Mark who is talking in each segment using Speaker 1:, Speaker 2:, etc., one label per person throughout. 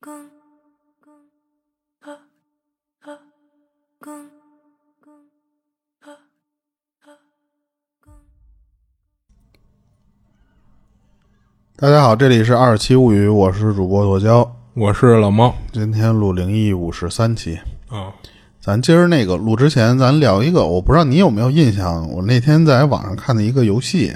Speaker 1: 公公啊啊公公啊啊公。
Speaker 2: 大家好，这里是《二七物语》，我是主播剁椒，
Speaker 3: 我是老猫
Speaker 2: 今天录灵异五十三期。
Speaker 3: 啊，
Speaker 2: 咱今儿那个录之前，咱聊一个，我不知道你有没有印象，我那天在网上看的一个游戏，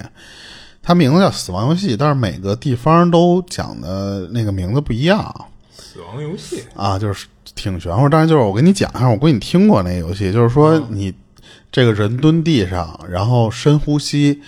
Speaker 2: 它名字叫《死亡游戏》，但是每个地方都讲的那个名字不一样
Speaker 3: 死亡游戏
Speaker 2: 啊，就是挺玄乎。但是就是我跟你讲一下，我估计你听过那个游戏，就是说你这个人蹲地上，然后深呼吸，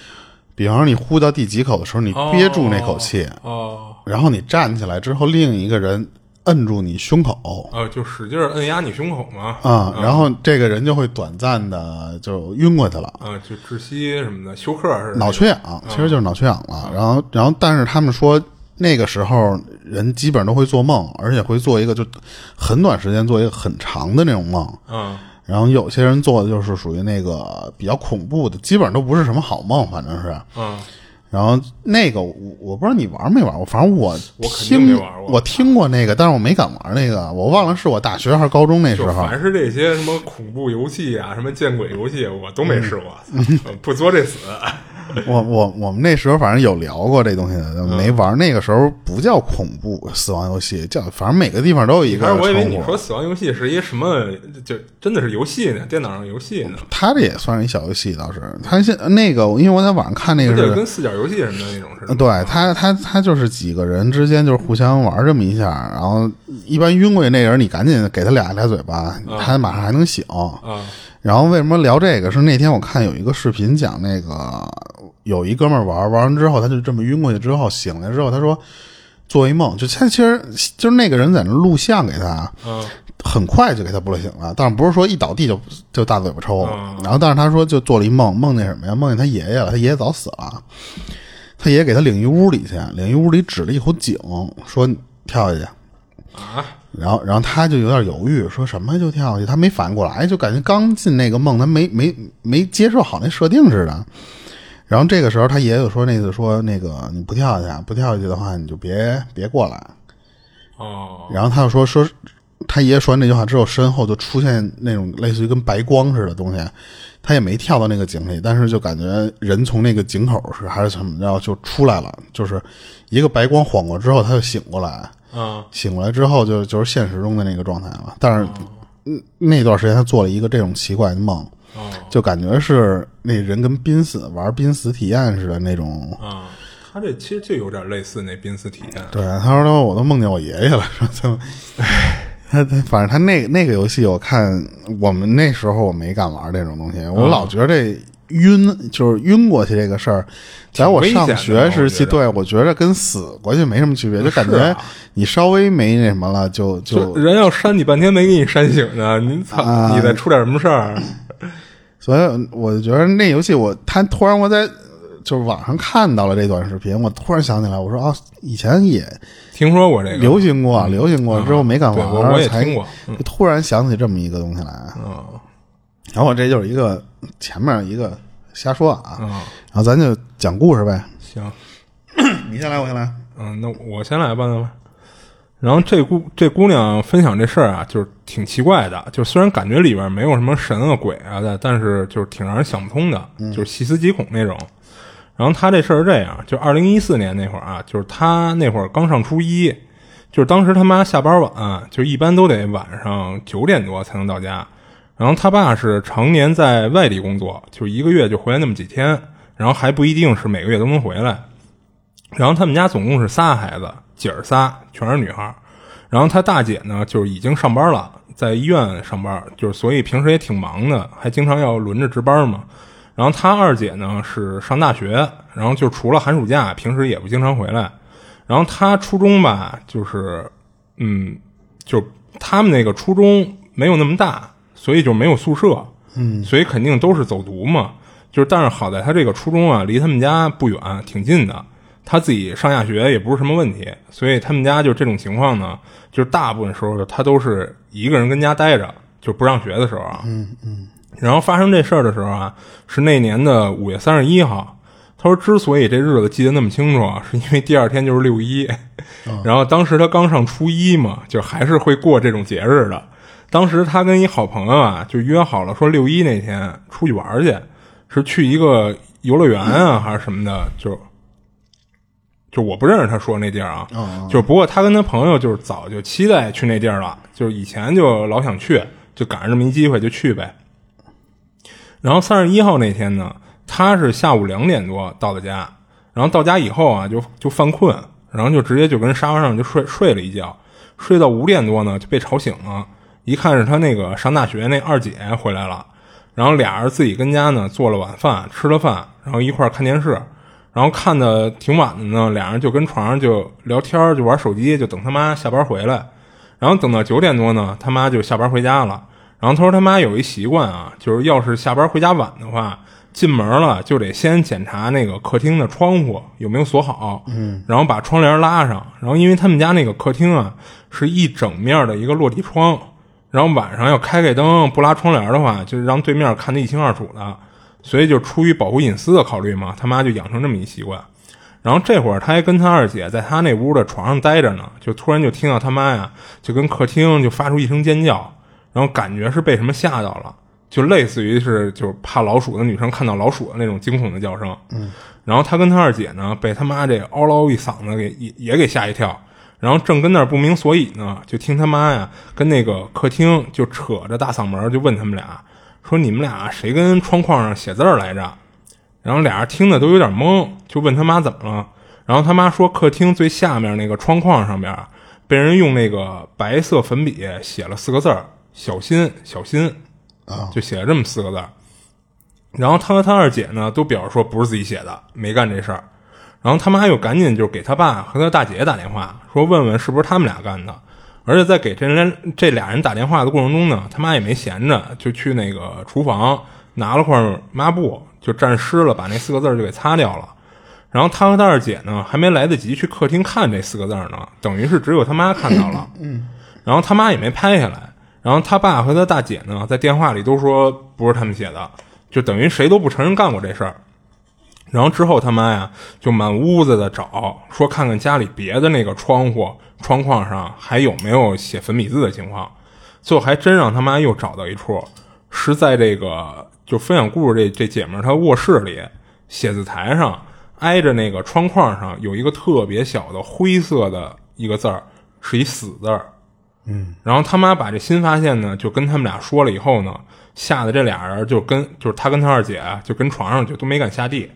Speaker 2: 比方说你呼到第几口的时候，你憋住那口气，
Speaker 3: 哦
Speaker 2: 然后你站起来之后，另一个人摁住你胸口
Speaker 3: 哦，就使劲儿摁压你胸口嘛，
Speaker 2: 啊、然后这个人就会短暂的就晕过去了，
Speaker 3: 啊，就窒息什么的，休克似的，
Speaker 2: 脑缺氧，其实就是脑缺氧了。然后，然后，但是他们说那个时候人基本上都会做梦，而且会做一个就很短时间做一个很长的那种梦。
Speaker 3: 啊
Speaker 2: 然后有些人做的就是属于那个比较恐怖的，基本上都不是什么好梦，反正是。
Speaker 3: 啊
Speaker 2: 然后那个我我不知道你玩没玩过，反正我
Speaker 3: 我肯定
Speaker 2: 听
Speaker 3: 没玩过
Speaker 2: 我听过那个，但是我没敢玩那个，我忘了是我大学还是高中那时
Speaker 3: 就
Speaker 2: 候。
Speaker 3: 凡是这些什么恐怖游戏 啊，什么见鬼游戏，我都没试过，
Speaker 2: 嗯
Speaker 3: 操不作这死。
Speaker 2: 我我我们那时候反正有聊过这东西的，
Speaker 3: 嗯
Speaker 2: 没玩。那个时候不叫恐怖死亡游戏，叫反正每个地方都有一个
Speaker 3: 当
Speaker 2: 称
Speaker 3: 时我以为你
Speaker 2: 呼
Speaker 3: 说。死亡游戏是一什么，就真的是游戏呢，电脑上游戏呢，
Speaker 2: 它这也算是一小游戏，倒是它现那个，因为我在网上看那个，
Speaker 3: 就是跟四角游戏什么的那种似的。
Speaker 2: 呃对它它它就是几个人之间就是互相玩这么一下，然后一般晕过去那人你赶紧给他俩俩嘴巴，
Speaker 3: 嗯
Speaker 2: 他马上还能醒。
Speaker 3: 啊
Speaker 2: 然后为什么聊这个？是那天我看有一个视频讲那个，有一哥们儿玩玩完之后，他就这么晕过去之后，醒来之后，他说做一梦，就他其实就是那个人在那录像给他，
Speaker 3: 啊
Speaker 2: 很快就给他拨醒了，但是不是说一倒地就就大嘴巴抽
Speaker 3: 嗯，
Speaker 2: 然后但是他说就做了一梦，梦见什么呀？梦见他爷爷了，他爷爷早死了，他爷爷给他领一屋里去，领一屋里指了一口井，说你跳下去。
Speaker 3: 啊
Speaker 2: 然后，然后他就有点犹豫，说什么就跳下去，他没反应过来，就感觉刚进那个梦，他没没没接受好那设定似的。然后这个时候，他爷爷就说：“那个说那个你不跳下去，不跳下去的话，你就别别过来。
Speaker 3: 哦”
Speaker 2: 然后他就说说，他爷爷说完这句话之后，身后就出现那种类似于跟白光似的东西，他也没跳到那个井里，但是就感觉人从那个井口是还是怎么着就出来了，就是一个白光晃过之后，他就醒过来。
Speaker 3: 啊
Speaker 2: 醒过来之后就就是现实中的那个状态了。但是，嗯，那段时间他做了一个这种奇怪的梦，
Speaker 3: 哦
Speaker 2: 就感觉是那人跟濒死玩濒死体验似的那种。
Speaker 3: 啊，他这其实就有点类似那濒死体验。
Speaker 2: 对，他说他说我都梦见我爷爷了，说他，他他反正他那那个游戏，我看我们那时候我没敢玩这种东西，我
Speaker 3: 嗯
Speaker 2: 老觉得这。晕就是晕过去这个事儿，在我上
Speaker 3: 挺危险
Speaker 2: 学
Speaker 3: 的
Speaker 2: 时期，
Speaker 3: 我觉啊
Speaker 2: 对我觉得跟死过去没什么区别，就感觉你稍微没那什么了，就
Speaker 3: 就人要扇你半天没给你扇醒呢，您操，
Speaker 2: 啊
Speaker 3: 你再出点什么事儿？
Speaker 2: 所以我就觉得那游戏我，他突然我在呃就是网上看到了这段视频，我突然想起来，我说哦，以前也
Speaker 3: 听说过这个？
Speaker 2: 流行过，流行过
Speaker 3: 啊
Speaker 2: 之后没敢
Speaker 3: 对
Speaker 2: 玩，
Speaker 3: 我我也
Speaker 2: 才
Speaker 3: 听过嗯
Speaker 2: 就突然想起这么一个东西来。嗯
Speaker 3: 啊
Speaker 2: 然后我这就是一个前面一个瞎说啊，
Speaker 3: 啊，
Speaker 2: 然后咱就讲故事呗。
Speaker 3: 行，
Speaker 2: 你先来，我先来。
Speaker 3: 嗯，那我先来吧，那吧。然后这姑这姑娘分享这事儿啊，就是挺奇怪的，就是虽然感觉里边没有什么神啊鬼啊的，但是就是挺让人想不通的，就是细思极恐那种。然后她这事儿是这样，就二零一四年那会儿啊，就是她那会儿刚上初一，就是当时他妈下班晚、就一般都得晚上九点多才能到家。然后他爸是常年在外地工作，就是一个月就回来那么几天，然后还不一定是每个月都能回来。然后他们家总共是仨孩子，姐儿仨，全是女孩儿。然后她大姐呢，就是已经上班了，在医院上班，就是所以平时也挺忙的，还经常要轮着值班嘛。然后她二姐呢是上大学，然后就除了寒暑假，平时也不经常回来。然后她初中吧，就是嗯，就他们那个初中没有那么大，所以就没有宿舍，嗯，所以肯定都是走读嘛。就是，但是好在他这个初中啊，离他们家不远，挺近的。他自己上下学也不是什么问题，所以他们家就这种情况呢，就是大部分时候他都是一个人跟家待着，就不上学的时候啊。嗯嗯。然后发生这事儿的时候啊，是那年的五月三十一号，他说，之所以这日子记得那么清楚啊，是因为第二天就是六一，然后当时他刚上初一嘛，就还是会过这种节日的。当时他跟一好朋友啊，就约好了说六一那天出去玩儿去，是去一个游乐园啊，还是什么的，就就我不认识他说那地儿啊，就是不过他跟他朋友就是早就期待去那地儿了，就是以前就老想去，就赶上这么一机会就去呗。然后三十一号那天呢，他是下午两点多到的家，然后到家以后啊，就就犯困，然后就直接就跟沙发上就睡睡了一觉，睡到五点多呢就被吵醒了，一看是他那个上大学那二姐回来了，然后俩人自己跟家呢做了晚饭，吃了饭，然后一块儿看电视，然后看的挺晚的呢，俩人就跟床上就聊天儿，就玩手机，就等他妈下班回来。然后等到九点多呢，他妈就下班回家了。然后他说他妈有一习惯啊，就是要是下班回家晚的话，进门了就得先检查那个客厅的窗户有没有锁好，嗯，然后把窗帘拉上。然后因为他们家那个客厅啊是一整面的一个落地窗，然后晚上要开开灯不拉窗帘的话，就是让对面看得一清二楚的。所以就出于保护隐私的考虑嘛，他妈就养成这么一习惯。然后这会儿他还跟他二姐在他那屋的床上待着呢，就突然就听到他妈呀，就跟客厅就发出一声尖叫，然后感觉是被什么吓到了，就类似于是就是怕老鼠的女生看到老鼠的那种惊恐的叫声。嗯，然后他跟他二姐呢被他妈这嗷唠一嗓子给也也给吓一跳，然后正跟那儿不明所以呢，就听他妈呀跟那个客厅就扯着大嗓门儿就问他们俩说你们俩谁跟窗框上写字儿来着？然后俩人听的都有点懵，就问他妈怎么了。然后他妈说，客厅最下面那个窗框上边被人用那个白色粉笔写了四个字儿“小心，小心”，啊，就写了这么四个字儿。然后他和他二姐呢都表示说不是自己写的，没干这事儿。然后他妈又赶紧就给他爸和他大姐打电话，说问问是不是他们俩干的。而且在给这人这俩人打电话的过程中呢，他妈也没闲着，就去那个厨房拿了块抹布，就蘸湿了，把那四个字儿就给擦掉了。然后他和他二姐呢，还没来得及去客厅看这四个字儿呢，等于是只有他妈看到了。嗯，然后他妈也没拍下来。然后他爸和他大姐呢，在电话里都说不是他们写的，就等于谁都不承认干过这事儿。然后之后他妈呀就满屋子的找，说看看家里别的那个窗户窗框上还有没有写粉笔字的情况，最后还真让他妈又找到一处，是在这个就分享故事这这姐们儿她卧室里写字台上挨着那个窗框上有一个特别小的灰色的一个字儿，是一死字儿。然后他妈把这新发现呢，就跟他们俩说了以后呢，吓得这俩人就跟就是他跟他二姐啊就跟床上就都没敢下地。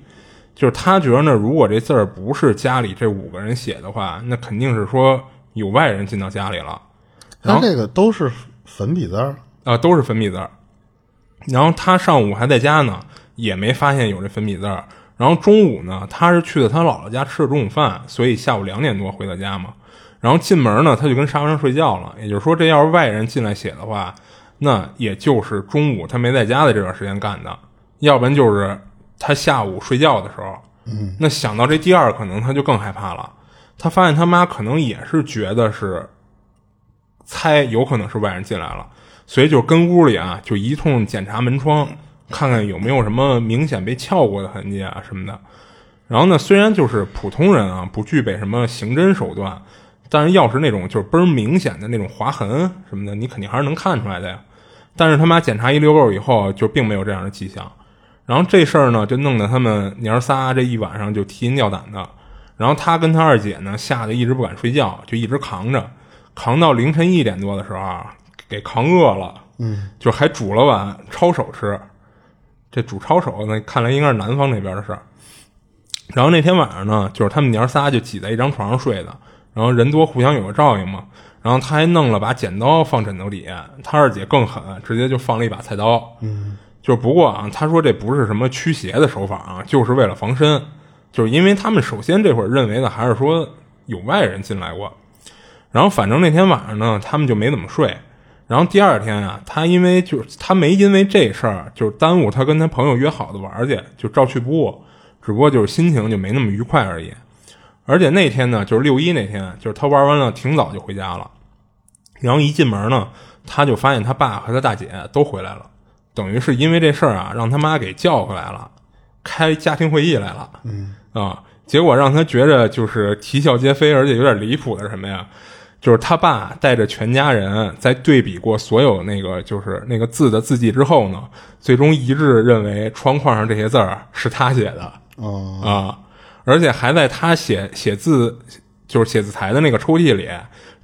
Speaker 3: 就是他觉得呢，如果这字儿不是家里这五个人写的话，那肯定是说有外人进到家里了啊、
Speaker 2: 他这个都是粉笔字儿，
Speaker 3: 呃都是粉笔字儿。然后他上午还在家呢，也没发现有这粉笔字儿。然后中午呢，他是去的他姥姥家吃的中午饭，所以下午两点多回到家嘛。然后进门呢，他就跟沙发上睡觉了。也就是说，这要是外人进来写的话，那也就是中午他没在家的这段时间干的，要不然就是他下午睡觉的时候。嗯，那想到这第二可能，他就更害怕了。他发现他妈可能也是觉得是猜有可能是外人进来了，所以就跟屋里啊就一通检查门窗，看看有没有什么明显被撬过的痕迹啊什么的。然后呢，虽然就是普通人啊不具备什么刑侦手段，但是要是那种就是倍儿明显的那种划痕什么的，你肯定还是能看出来的呀。但是他妈检查一溜够以后，啊就并没有这样的迹象。然后这事儿呢，就弄得他们娘儿仨这一晚上就提心吊胆的。然后他跟他二姐呢，吓得一直不敢睡觉，就一直扛着，扛到凌晨一点多的时候啊，给扛饿了，嗯，就还煮了碗抄手吃。这煮抄手呢，看来应该是南方那边的事儿。然后那天晚上呢，就是他们娘儿仨就挤在一张床上睡的，然后人多互相有个照应嘛。然后他还弄了把剪刀放枕头底下，他二姐更狠，直接就放了一把菜刀。嗯，就是不过啊，他说这不是什么驱邪的手法啊，就是为了防身，就是因为他们首先这会儿认为的还是说有外人进来过。然后反正那天晚上呢，他们就没怎么睡。然后第二天啊，他因为就是他没因为这事儿就是耽误他跟他朋友约好的玩儿去，就照去不误，只不过就是心情就没那么愉快而已。而且那天呢，就是六一那天，就是他玩完了挺早就回家了，然后一进门呢，他就发现他爸和他大姐都回来了，等于是因为这事儿啊，让他妈给叫回来了。开家庭会议来了，嗯啊，结果让他觉着就是啼笑皆非，而且有点离谱的是什么呀？就是他爸带着全家人在对比过所有那个就是那个字的字迹之后呢，最终一致认为窗框上这些字儿是他写的
Speaker 2: 哦，
Speaker 3: 啊，而且还在他写写字就是写字台的那个抽屉里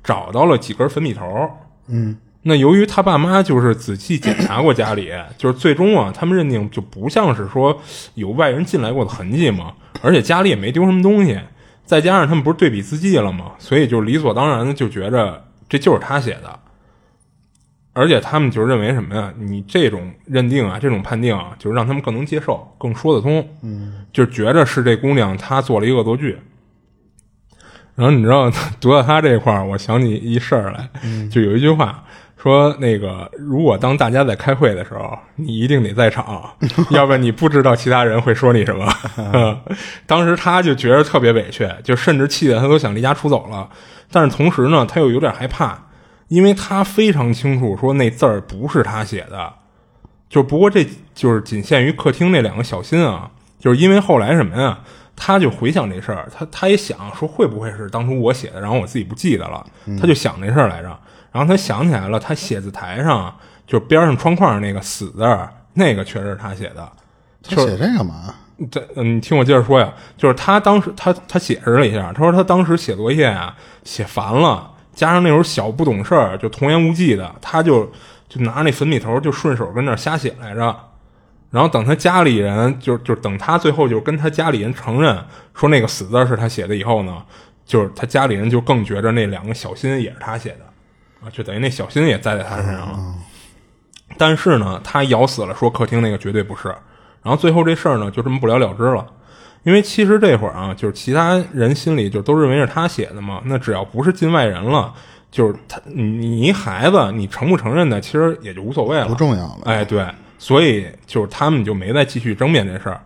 Speaker 3: 找到了几根粉笔头儿，
Speaker 2: 嗯，
Speaker 3: 那由于他爸妈就是仔细检查过家里，就是最终啊，他们认定就不像是说有外人进来过的痕迹嘛，而且家里也没丢什么东西，再加上他们不是对比字迹了嘛，所以就理所当然的就觉着这就是他写的，而且他们就认为什么呀？你这种认定啊，这种判定啊，就是让他们更能接受，更说得通，嗯，就觉着是这姑娘她做了一恶作剧，然后你知道读到他这块儿，我想起一事儿来，就有一句话说，那个如果当大家在开会的时候，你一定得在场，要不然你不知道其他人会说你什么。嗯当时他就觉得特别委屈，就甚至气得他都想离家出走了。但是同时呢，他又有点害怕，因为他非常清楚说那字儿不是他写的，就不过这就是仅限于客厅那两个小心啊，就是因为后来什么呀，他就回想这事儿，他他也想说会不会是当初我写的，然后我自己不记得了，他就想这事儿来着，然后他想起来了，他写字台上就是边上窗框上那个死字儿，那个确实是他写的，
Speaker 2: 他
Speaker 3: 就是
Speaker 2: 写这干嘛？
Speaker 3: 这嗯，你听我接着说呀，就是他当时他他解释了一下，他说他当时写作业啊写烦了，加上那时候小不懂事儿，就童言无忌的，他就就拿那粉笔头就顺手跟那儿瞎写来着。然后等他家里人，就就等他最后就跟他家里人承认说那个死字儿是他写的以后呢，就是他家里人就更觉着那两个小心也是他写的，啊，就等于那小心也栽在他身上了。
Speaker 2: 嗯
Speaker 3: 但是呢，他咬死了说客厅那个绝对不是。然后最后这事儿呢，就这么不了了之了。因为其实这会儿啊，就是其他人心里就都认为是他写的嘛。那只要不是近外人了，就是他你你一孩子，你承不承认的，其实也就无所谓了，
Speaker 2: 不重要了
Speaker 3: 哎，对，所以就是他们就没再继续争辩这事儿。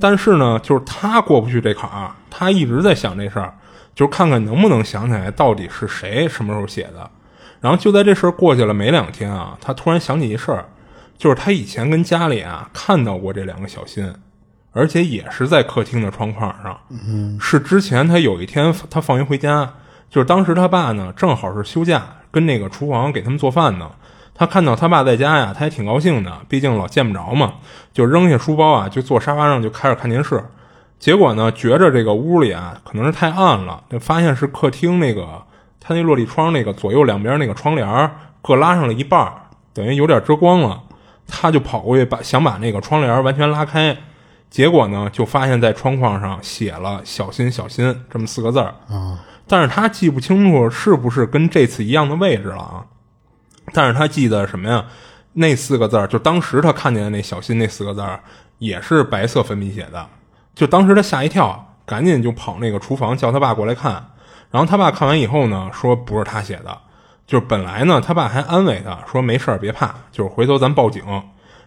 Speaker 3: 但是呢，就是他过不去这坎儿，他一直在想这事儿，就是看看能不能想起来到底是谁什么时候写的。然后就在这事儿过去了没两天啊，他突然想起一事儿，就是他以前跟家里啊看到过这两个小心，而且也是在客厅的窗框上。嗯，是之前他有一天他放学回家，就是当时他爸呢正好是休假，跟那个厨房给他们做饭呢。他看到他爸在家呀，他还挺高兴的，毕竟老见不着嘛，就扔下书包啊，就坐沙发上就开始看电视。结果呢，觉着这个屋里啊可能是太暗了，就发现是客厅那个他那落地窗那个左右两边那个窗帘儿各拉上了一半儿，等于有点遮光了。他就跑过去把想把那个窗帘儿完全拉开，结果呢就发现在窗框上写了“小心小心”这么四个字儿。
Speaker 2: 啊！
Speaker 3: 但是他记不清楚是不是跟这次一样的位置了啊。但是他记得什么呀？那四个字儿，就当时他看见的那小心那四个字儿，也是白色粉笔写的。就当时他吓一跳，赶紧就跑那个厨房叫他爸过来看。然后他爸看完以后呢，说不是他写的。就是本来呢，他爸还安慰他说没事儿，别怕，就是回头咱报警。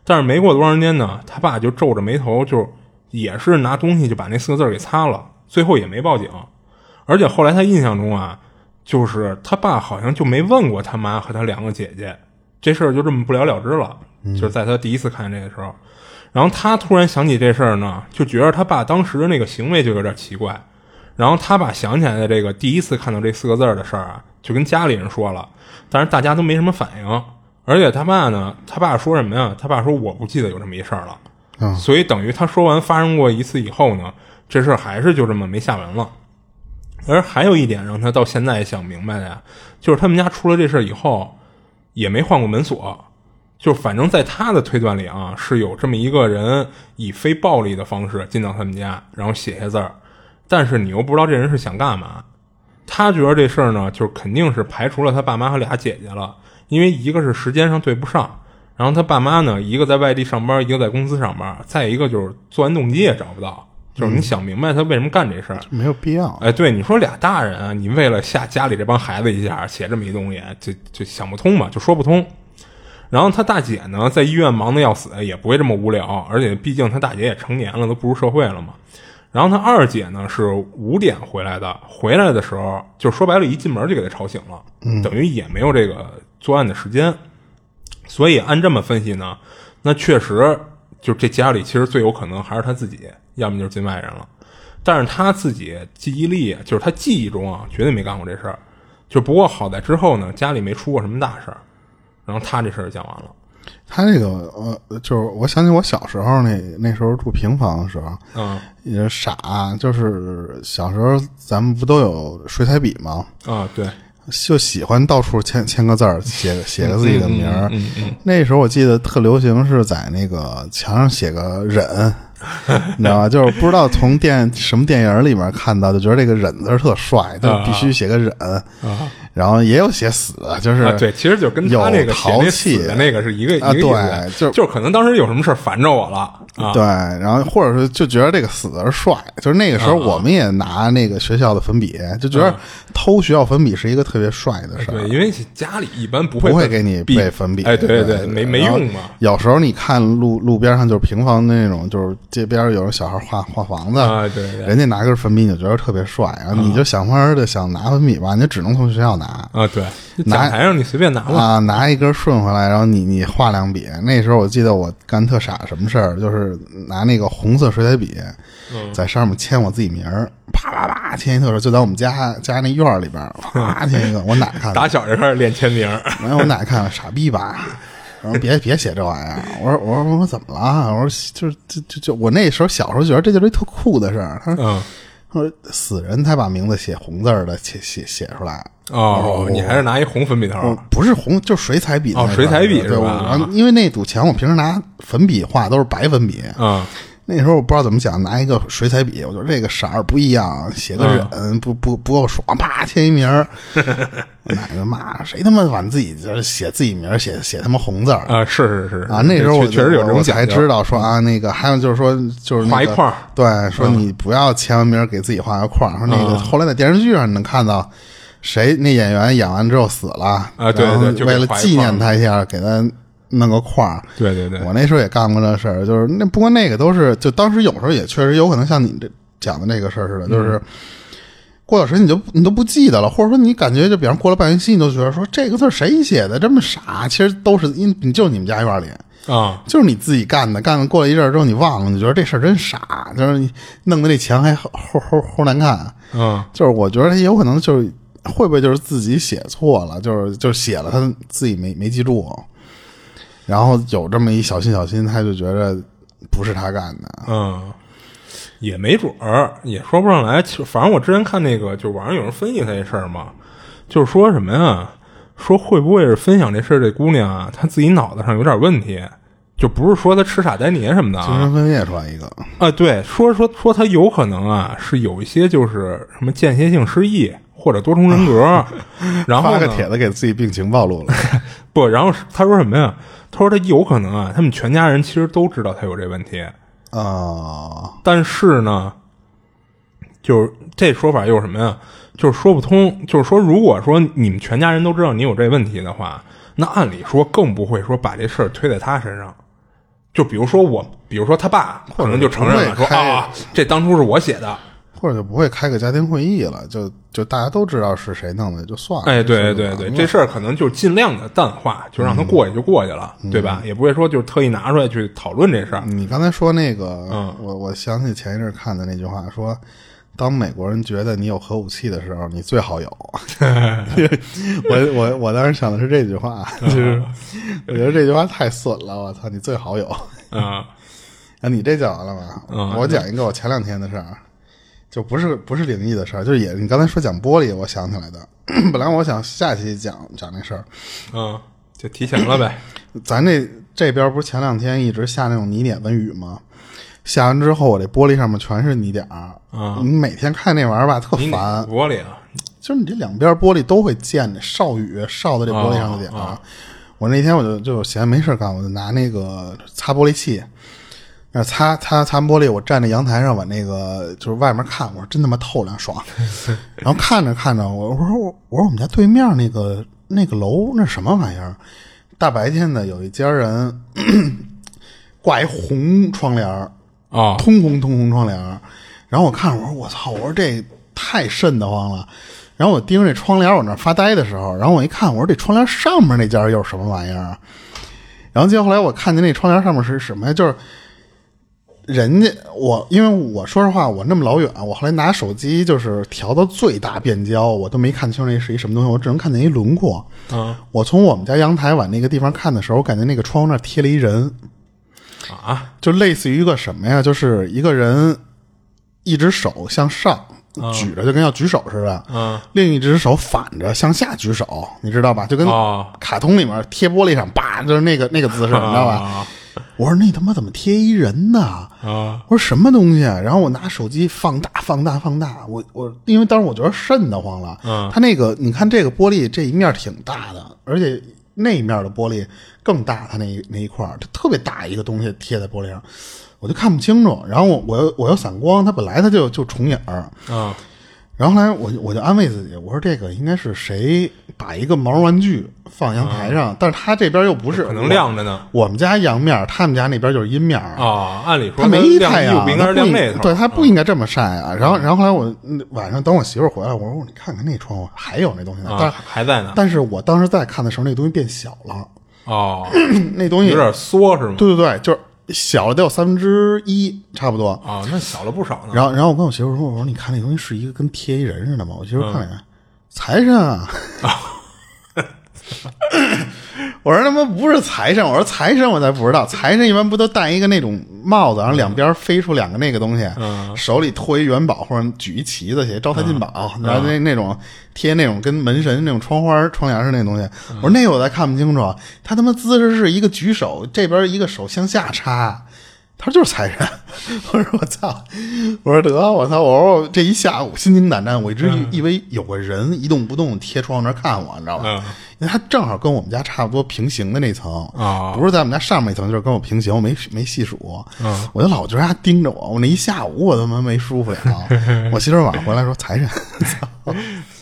Speaker 3: 但是没过多长时间呢，他爸就皱着眉头，就也是拿东西就把那四个字儿给擦了，最后也没报警。而且后来他印象中啊，就是他爸好像就没问过他妈和他两个姐姐，这事儿就这么不了了之了。就是在他第一次看见这个时候，然后他突然想起这事儿呢，就觉得他爸当时的那个行为就有点奇怪。然后他爸想起来的这个第一次看到这四个字儿的事儿啊，就跟家里人说了，但是大家都没什么反应。而且他爸呢，他爸说什么呀？他爸说我不记得有这么一事儿了。
Speaker 2: 嗯
Speaker 3: 所以等于他说完发生过一次以后呢，这事儿还是就这么没下文了。而还有一点让他到现在也想明白的呀，就是他们家出了这事儿以后，也没换过门锁。就反正在他的推断里啊，是有这么一个人以非暴力的方式进到他们家，然后写下字儿，但是你又不知道这人是想干嘛。他觉得这事儿呢，就是肯定是排除了他爸妈和俩姐姐了，因为一个是时间上对不上，然后他爸妈呢，一个在外地上班，一个在公司上班，再一个就是作案动机也找不到，就是你想明白他为什么干这事儿，
Speaker 2: 没有必要。
Speaker 3: 哎，对，你说俩大人啊，你为了吓家里这帮孩子一下，写这么一东西，就就想不通嘛，就说不通。然后他大姐呢，在医院忙得要死，也不会这么无聊，而且毕竟他大姐也成年了，都步入社会了嘛。然后他二姐呢是五点回来的，回来的时候就说白了，一进门就给他吵醒了，等于也没有这个作案的时间。所以按这么分析呢，那确实就是这家里其实最有可能还是他自己，要么就是进外人了。但是他自己记忆力，就是他记忆中啊，绝对没干过这事儿。就不过好在之后呢，家里没出过什么大事儿，然后他这事儿就讲完了。
Speaker 2: 他这个呃，就是我想起我小时候那那时候住平房的时候，
Speaker 3: 嗯
Speaker 2: 也傻，就是小时候咱们不都有水彩笔吗？
Speaker 3: 啊，对，
Speaker 2: 就喜欢到处签签个字儿，写写个自己的名儿。
Speaker 3: 嗯嗯
Speaker 2: 那时候我记得特流行是在那个墙上写个忍， 你知道吗？就是不知道从电什么电影里面看到，就觉得这个忍字儿特帅，就必须写个忍。
Speaker 3: 啊
Speaker 2: 然后也有写死，就是、
Speaker 3: 啊，对，其实就跟他那个
Speaker 2: 有
Speaker 3: 写
Speaker 2: 淘
Speaker 3: 那
Speaker 2: 气
Speaker 3: 死的那个是一个、
Speaker 2: 啊
Speaker 3: 一个意
Speaker 2: 对
Speaker 3: 思，
Speaker 2: 就
Speaker 3: 就可能当时有什么事儿烦着我了啊，
Speaker 2: 对，然后或者是就觉得这个死字儿帅，就是那个时候
Speaker 3: 啊
Speaker 2: 我们也拿那个学校的粉笔，就觉得偷学校粉笔是一个特别帅的事儿。
Speaker 3: 啊对，因为家里一般不
Speaker 2: 不
Speaker 3: 会不
Speaker 2: 会给你备粉笔，
Speaker 3: 哎，对
Speaker 2: 对
Speaker 3: 对，没没
Speaker 2: 然后
Speaker 3: 用嘛，
Speaker 2: 有时候你看路路边上就是平房的那种，就是街边儿有人小孩画画房子，
Speaker 3: 啊，对对
Speaker 2: 人家拿根粉笔，你就觉得特别帅，然后你就想法儿的想拿粉笔吧，你就只能从学校拿
Speaker 3: 啊，对，
Speaker 2: 拿
Speaker 3: 讲台上你随便拿吧，
Speaker 2: 啊，拿一根顺回来，然后你你画两笔。那时候我记得我干特傻什么事儿，就是拿那个红色水彩笔，
Speaker 3: 嗯
Speaker 2: 在上面签我自己名儿，啪啪啪签一特色，就在我们家家那院儿里边儿，啪签一个，我奶看了
Speaker 3: 打小就开始练签名儿，
Speaker 2: 然后我奶看了，傻逼吧？我说别别写这玩意儿！我说我说我说怎么了？啊我说就是就就就我那时候小时候觉得这就是一特酷的事儿。他说
Speaker 3: 嗯，
Speaker 2: 他说死人才把名字写红字儿的写写写出来。
Speaker 3: 哦，你还是拿一红粉笔头
Speaker 2: 我
Speaker 3: 儿，
Speaker 2: 不是红，就水彩笔的
Speaker 3: 哦
Speaker 2: 那种
Speaker 3: 水彩笔
Speaker 2: 对
Speaker 3: 是吧
Speaker 2: 我然后因为那堵墙我平时拿粉笔画都是白粉笔，
Speaker 3: 嗯，
Speaker 2: 那时候我不知道怎么想，拿一个水彩笔，我觉得这个色儿不一样，写个
Speaker 3: 嗯
Speaker 2: 忍不不不够爽，啪签一名 儿。我奶奶骂谁他妈管自己就是写自己名儿，写写他妈红字儿
Speaker 3: 啊，是是是
Speaker 2: 啊！那时候我
Speaker 3: 确确实有这种
Speaker 2: 我
Speaker 3: 讲
Speaker 2: 才
Speaker 3: 究
Speaker 2: 知道说啊，那个还有就是说就是那
Speaker 3: 画一
Speaker 2: 个
Speaker 3: 块儿
Speaker 2: 对，说
Speaker 3: 嗯
Speaker 2: 你不要签完名儿给自己画个框儿。说那个后来在电视剧上你能看到谁那演员演完之后死了
Speaker 3: 啊对
Speaker 2: 然后
Speaker 3: 对就给
Speaker 2: 为了
Speaker 3: 画一
Speaker 2: 纪
Speaker 3: 框
Speaker 2: 念
Speaker 3: 儿
Speaker 2: 他一下，给他弄个框儿。
Speaker 3: 对对对，
Speaker 2: 我那时候也干过这事儿，就是那不过那个都是，就当时有时候也确实有可能像你这讲的这个事儿似的，就是。过段时间你就不你都不记得了，或者说你感觉就比方过了半学期，你都觉得说这个字儿谁写的这么傻？其实都是因你就你们家院儿里，
Speaker 3: 啊，
Speaker 2: 就是你自己干的，干了过了一阵儿之后你忘了，你觉得这事儿真傻，就是你弄得这墙还齁齁齁难看。啊
Speaker 3: 嗯，
Speaker 2: 就是我觉得他有可能就是会不会就是自己写错了，就是就是写了他自己没没记住，然后有这么一小心小心，他就觉得不是他干的。
Speaker 3: 嗯，也没准儿，也说不上来。其实反正我之前看那个，就网上有人分析他这事儿嘛，就是说什么呀？说会不会是分享这事儿这姑娘啊，她自己脑子上有点问题，就不是说她痴傻呆黏什么的
Speaker 2: 精
Speaker 3: 啊
Speaker 2: 神分裂出来一个，
Speaker 3: 啊，对，说说说她有可能啊是有一些就是什么间歇性失忆或者多重人格，然后
Speaker 2: 啊发
Speaker 3: 呢
Speaker 2: 个帖子给自己病情暴露了。
Speaker 3: 不，然后他说什么呀？他说他有可能啊，他们全家人其实都知道他有这问题，
Speaker 2: 啊、
Speaker 3: 但是呢，就是这说法又是什么呀？就是说不通。就是说，如果说你们全家人都知道你有这问题的话，那按理说更不会说把这事儿推在他身上。就比如说我，比如说他爸，可能就承认了，
Speaker 2: 不会
Speaker 3: 说
Speaker 2: 开
Speaker 3: 啊，这当初是我写的。
Speaker 2: 或者就不会开个家庭会议了，就就大家都知道是谁弄的，就算了。
Speaker 3: 哎，对
Speaker 2: 就
Speaker 3: 对
Speaker 2: 完
Speaker 3: 对，
Speaker 2: 了
Speaker 3: 这事儿可能就尽量的淡化，就让他过去就过去了，对吧？也不会说就是特意拿出来去讨论这事儿。
Speaker 2: 你刚才说那个，
Speaker 3: 嗯
Speaker 2: 我我想起前一阵儿看的那句话，说当美国人觉得你有核武器的时候，你最好有。 我我我当时想的是这句话，
Speaker 3: 嗯
Speaker 2: 就是我觉得这句话太损了，我操，你最好有。
Speaker 3: 啊、
Speaker 2: 啊，你这讲完了吗？
Speaker 3: 嗯
Speaker 2: 我讲一个我前两天的事儿，就不是不是灵异的事儿，就是也你刚才说讲玻璃，我想起来的。 本来我想下期讲讲那事儿，
Speaker 3: 嗯，就提前了呗。
Speaker 2: 咱这这边不是前两天一直下那种泥点子雨吗？下完之后，我这玻璃上面全是泥点儿。
Speaker 3: 啊
Speaker 2: 你每天看那玩意儿吧，特
Speaker 3: 你哪
Speaker 2: 烦。
Speaker 3: 玻璃啊？
Speaker 2: 就是你这两边玻璃都会溅少雨，少的这玻璃上的点儿。我那天我就就闲没事干，我就拿那个擦玻璃器，那擦擦擦玻璃。我站在阳台上往那个就是外面看，我说真他妈透亮爽。然后看着看着，我我说我我说我们家对面那个那个楼那什么玩意儿？大白天的有一家人 挂一红窗帘儿，
Speaker 3: 哦，
Speaker 2: 通红通红窗帘儿，然后我看我说我操，我说这太瘆得慌了。然后我盯着这窗帘，我那儿发呆的时候，然后我一看，我说这窗帘上面那家又是什么玩意儿啊？然后结果后来我看见那窗帘上面是什么呀？就是人家我因为我说实话，我那么老远，我后来拿手机就是调到最大变焦，我都没看清那是一什么东西，我只能看见一轮廓。
Speaker 3: 啊
Speaker 2: 我从我们家阳台往那个地方看的时候，我感觉那个窗户那儿贴了一人，
Speaker 3: 啊
Speaker 2: 就类似于一个什么呀？就是一个人一只手向上举着，就跟要举手似的，
Speaker 3: 啊
Speaker 2: 另一只手反着向下举手，你知道吧？就跟
Speaker 3: 哦
Speaker 2: 卡通里面贴玻璃上叭，就是那个那个姿势，你知道吧？
Speaker 3: 啊
Speaker 2: 我说那他妈怎么贴一人呢？
Speaker 3: 啊！
Speaker 2: 我说什么东西啊？然后我拿手机放大、放大、放大。我我因为当时我觉得瘆得慌了。
Speaker 3: 嗯
Speaker 2: 它那个你看这个玻璃这一面挺大的，而且那一面的玻璃更大，它那一那一块儿，它特别大一个东西贴在玻璃上，我就看不清楚。然后我我又我又散光，它本来它就就重影儿。
Speaker 3: 啊
Speaker 2: 然后后来我就我就安慰自己，我说这个应该是谁把一个毛绒玩具放阳台上，但是它这边又不是
Speaker 3: 嗯可能。亮着呢
Speaker 2: 我我们家阳面，他们家那边就是阴面儿
Speaker 3: 啊！按理说
Speaker 2: 他没
Speaker 3: 亮
Speaker 2: 太阳，
Speaker 3: 右边应该
Speaker 2: 他不
Speaker 3: 是亮
Speaker 2: 应
Speaker 3: 那头，嗯
Speaker 2: 对他不应该这么晒啊。然后，然后后来我嗯晚上等我媳妇儿回来，我说你看看那窗户还有那东西呢，
Speaker 3: 啊
Speaker 2: 但是
Speaker 3: 还在呢
Speaker 2: 但是我当时在看的时候，那东西变小了，
Speaker 3: 哦，
Speaker 2: 那东西
Speaker 3: 有点缩是吗？
Speaker 2: 对对对，就是小了得有三分之一差不多。
Speaker 3: 啊，那小了不少呢。
Speaker 2: 然后，然后我跟我媳妇儿说，我说你看那东西是一个跟贴一人似的吗？我媳
Speaker 3: 嗯
Speaker 2: 妇儿看了一眼，财神啊！我说他妈不是财神，我说财神我才不知道，财神一般不都戴一个那种帽子，然后两边飞出两个那个东西，
Speaker 3: 嗯
Speaker 2: 手里托一元宝或者举一旗子写招财进宝，
Speaker 3: 嗯
Speaker 2: 然后那那种贴那种跟门神那种窗花窗帘似的那东西。
Speaker 3: 嗯
Speaker 2: 我说那个我才看不清楚，他他妈姿势是一个举手，这边一个手向下插。他说就是财神， 我说我操，我说得我操，我说我这一下午心惊胆战，我一直
Speaker 3: 嗯
Speaker 2: 以以为有个人一动不动贴窗户那儿看我，你知道吧？
Speaker 3: 嗯
Speaker 2: 因为他正好跟我们家差不多平行的那层
Speaker 3: 啊
Speaker 2: 不是在我们家上面一层，就是跟我平行，我没没细数。
Speaker 3: 嗯
Speaker 2: 我就老觉得他盯着我，我那一下午我他妈没舒 服了。我媳妇儿晚上回来说财神，操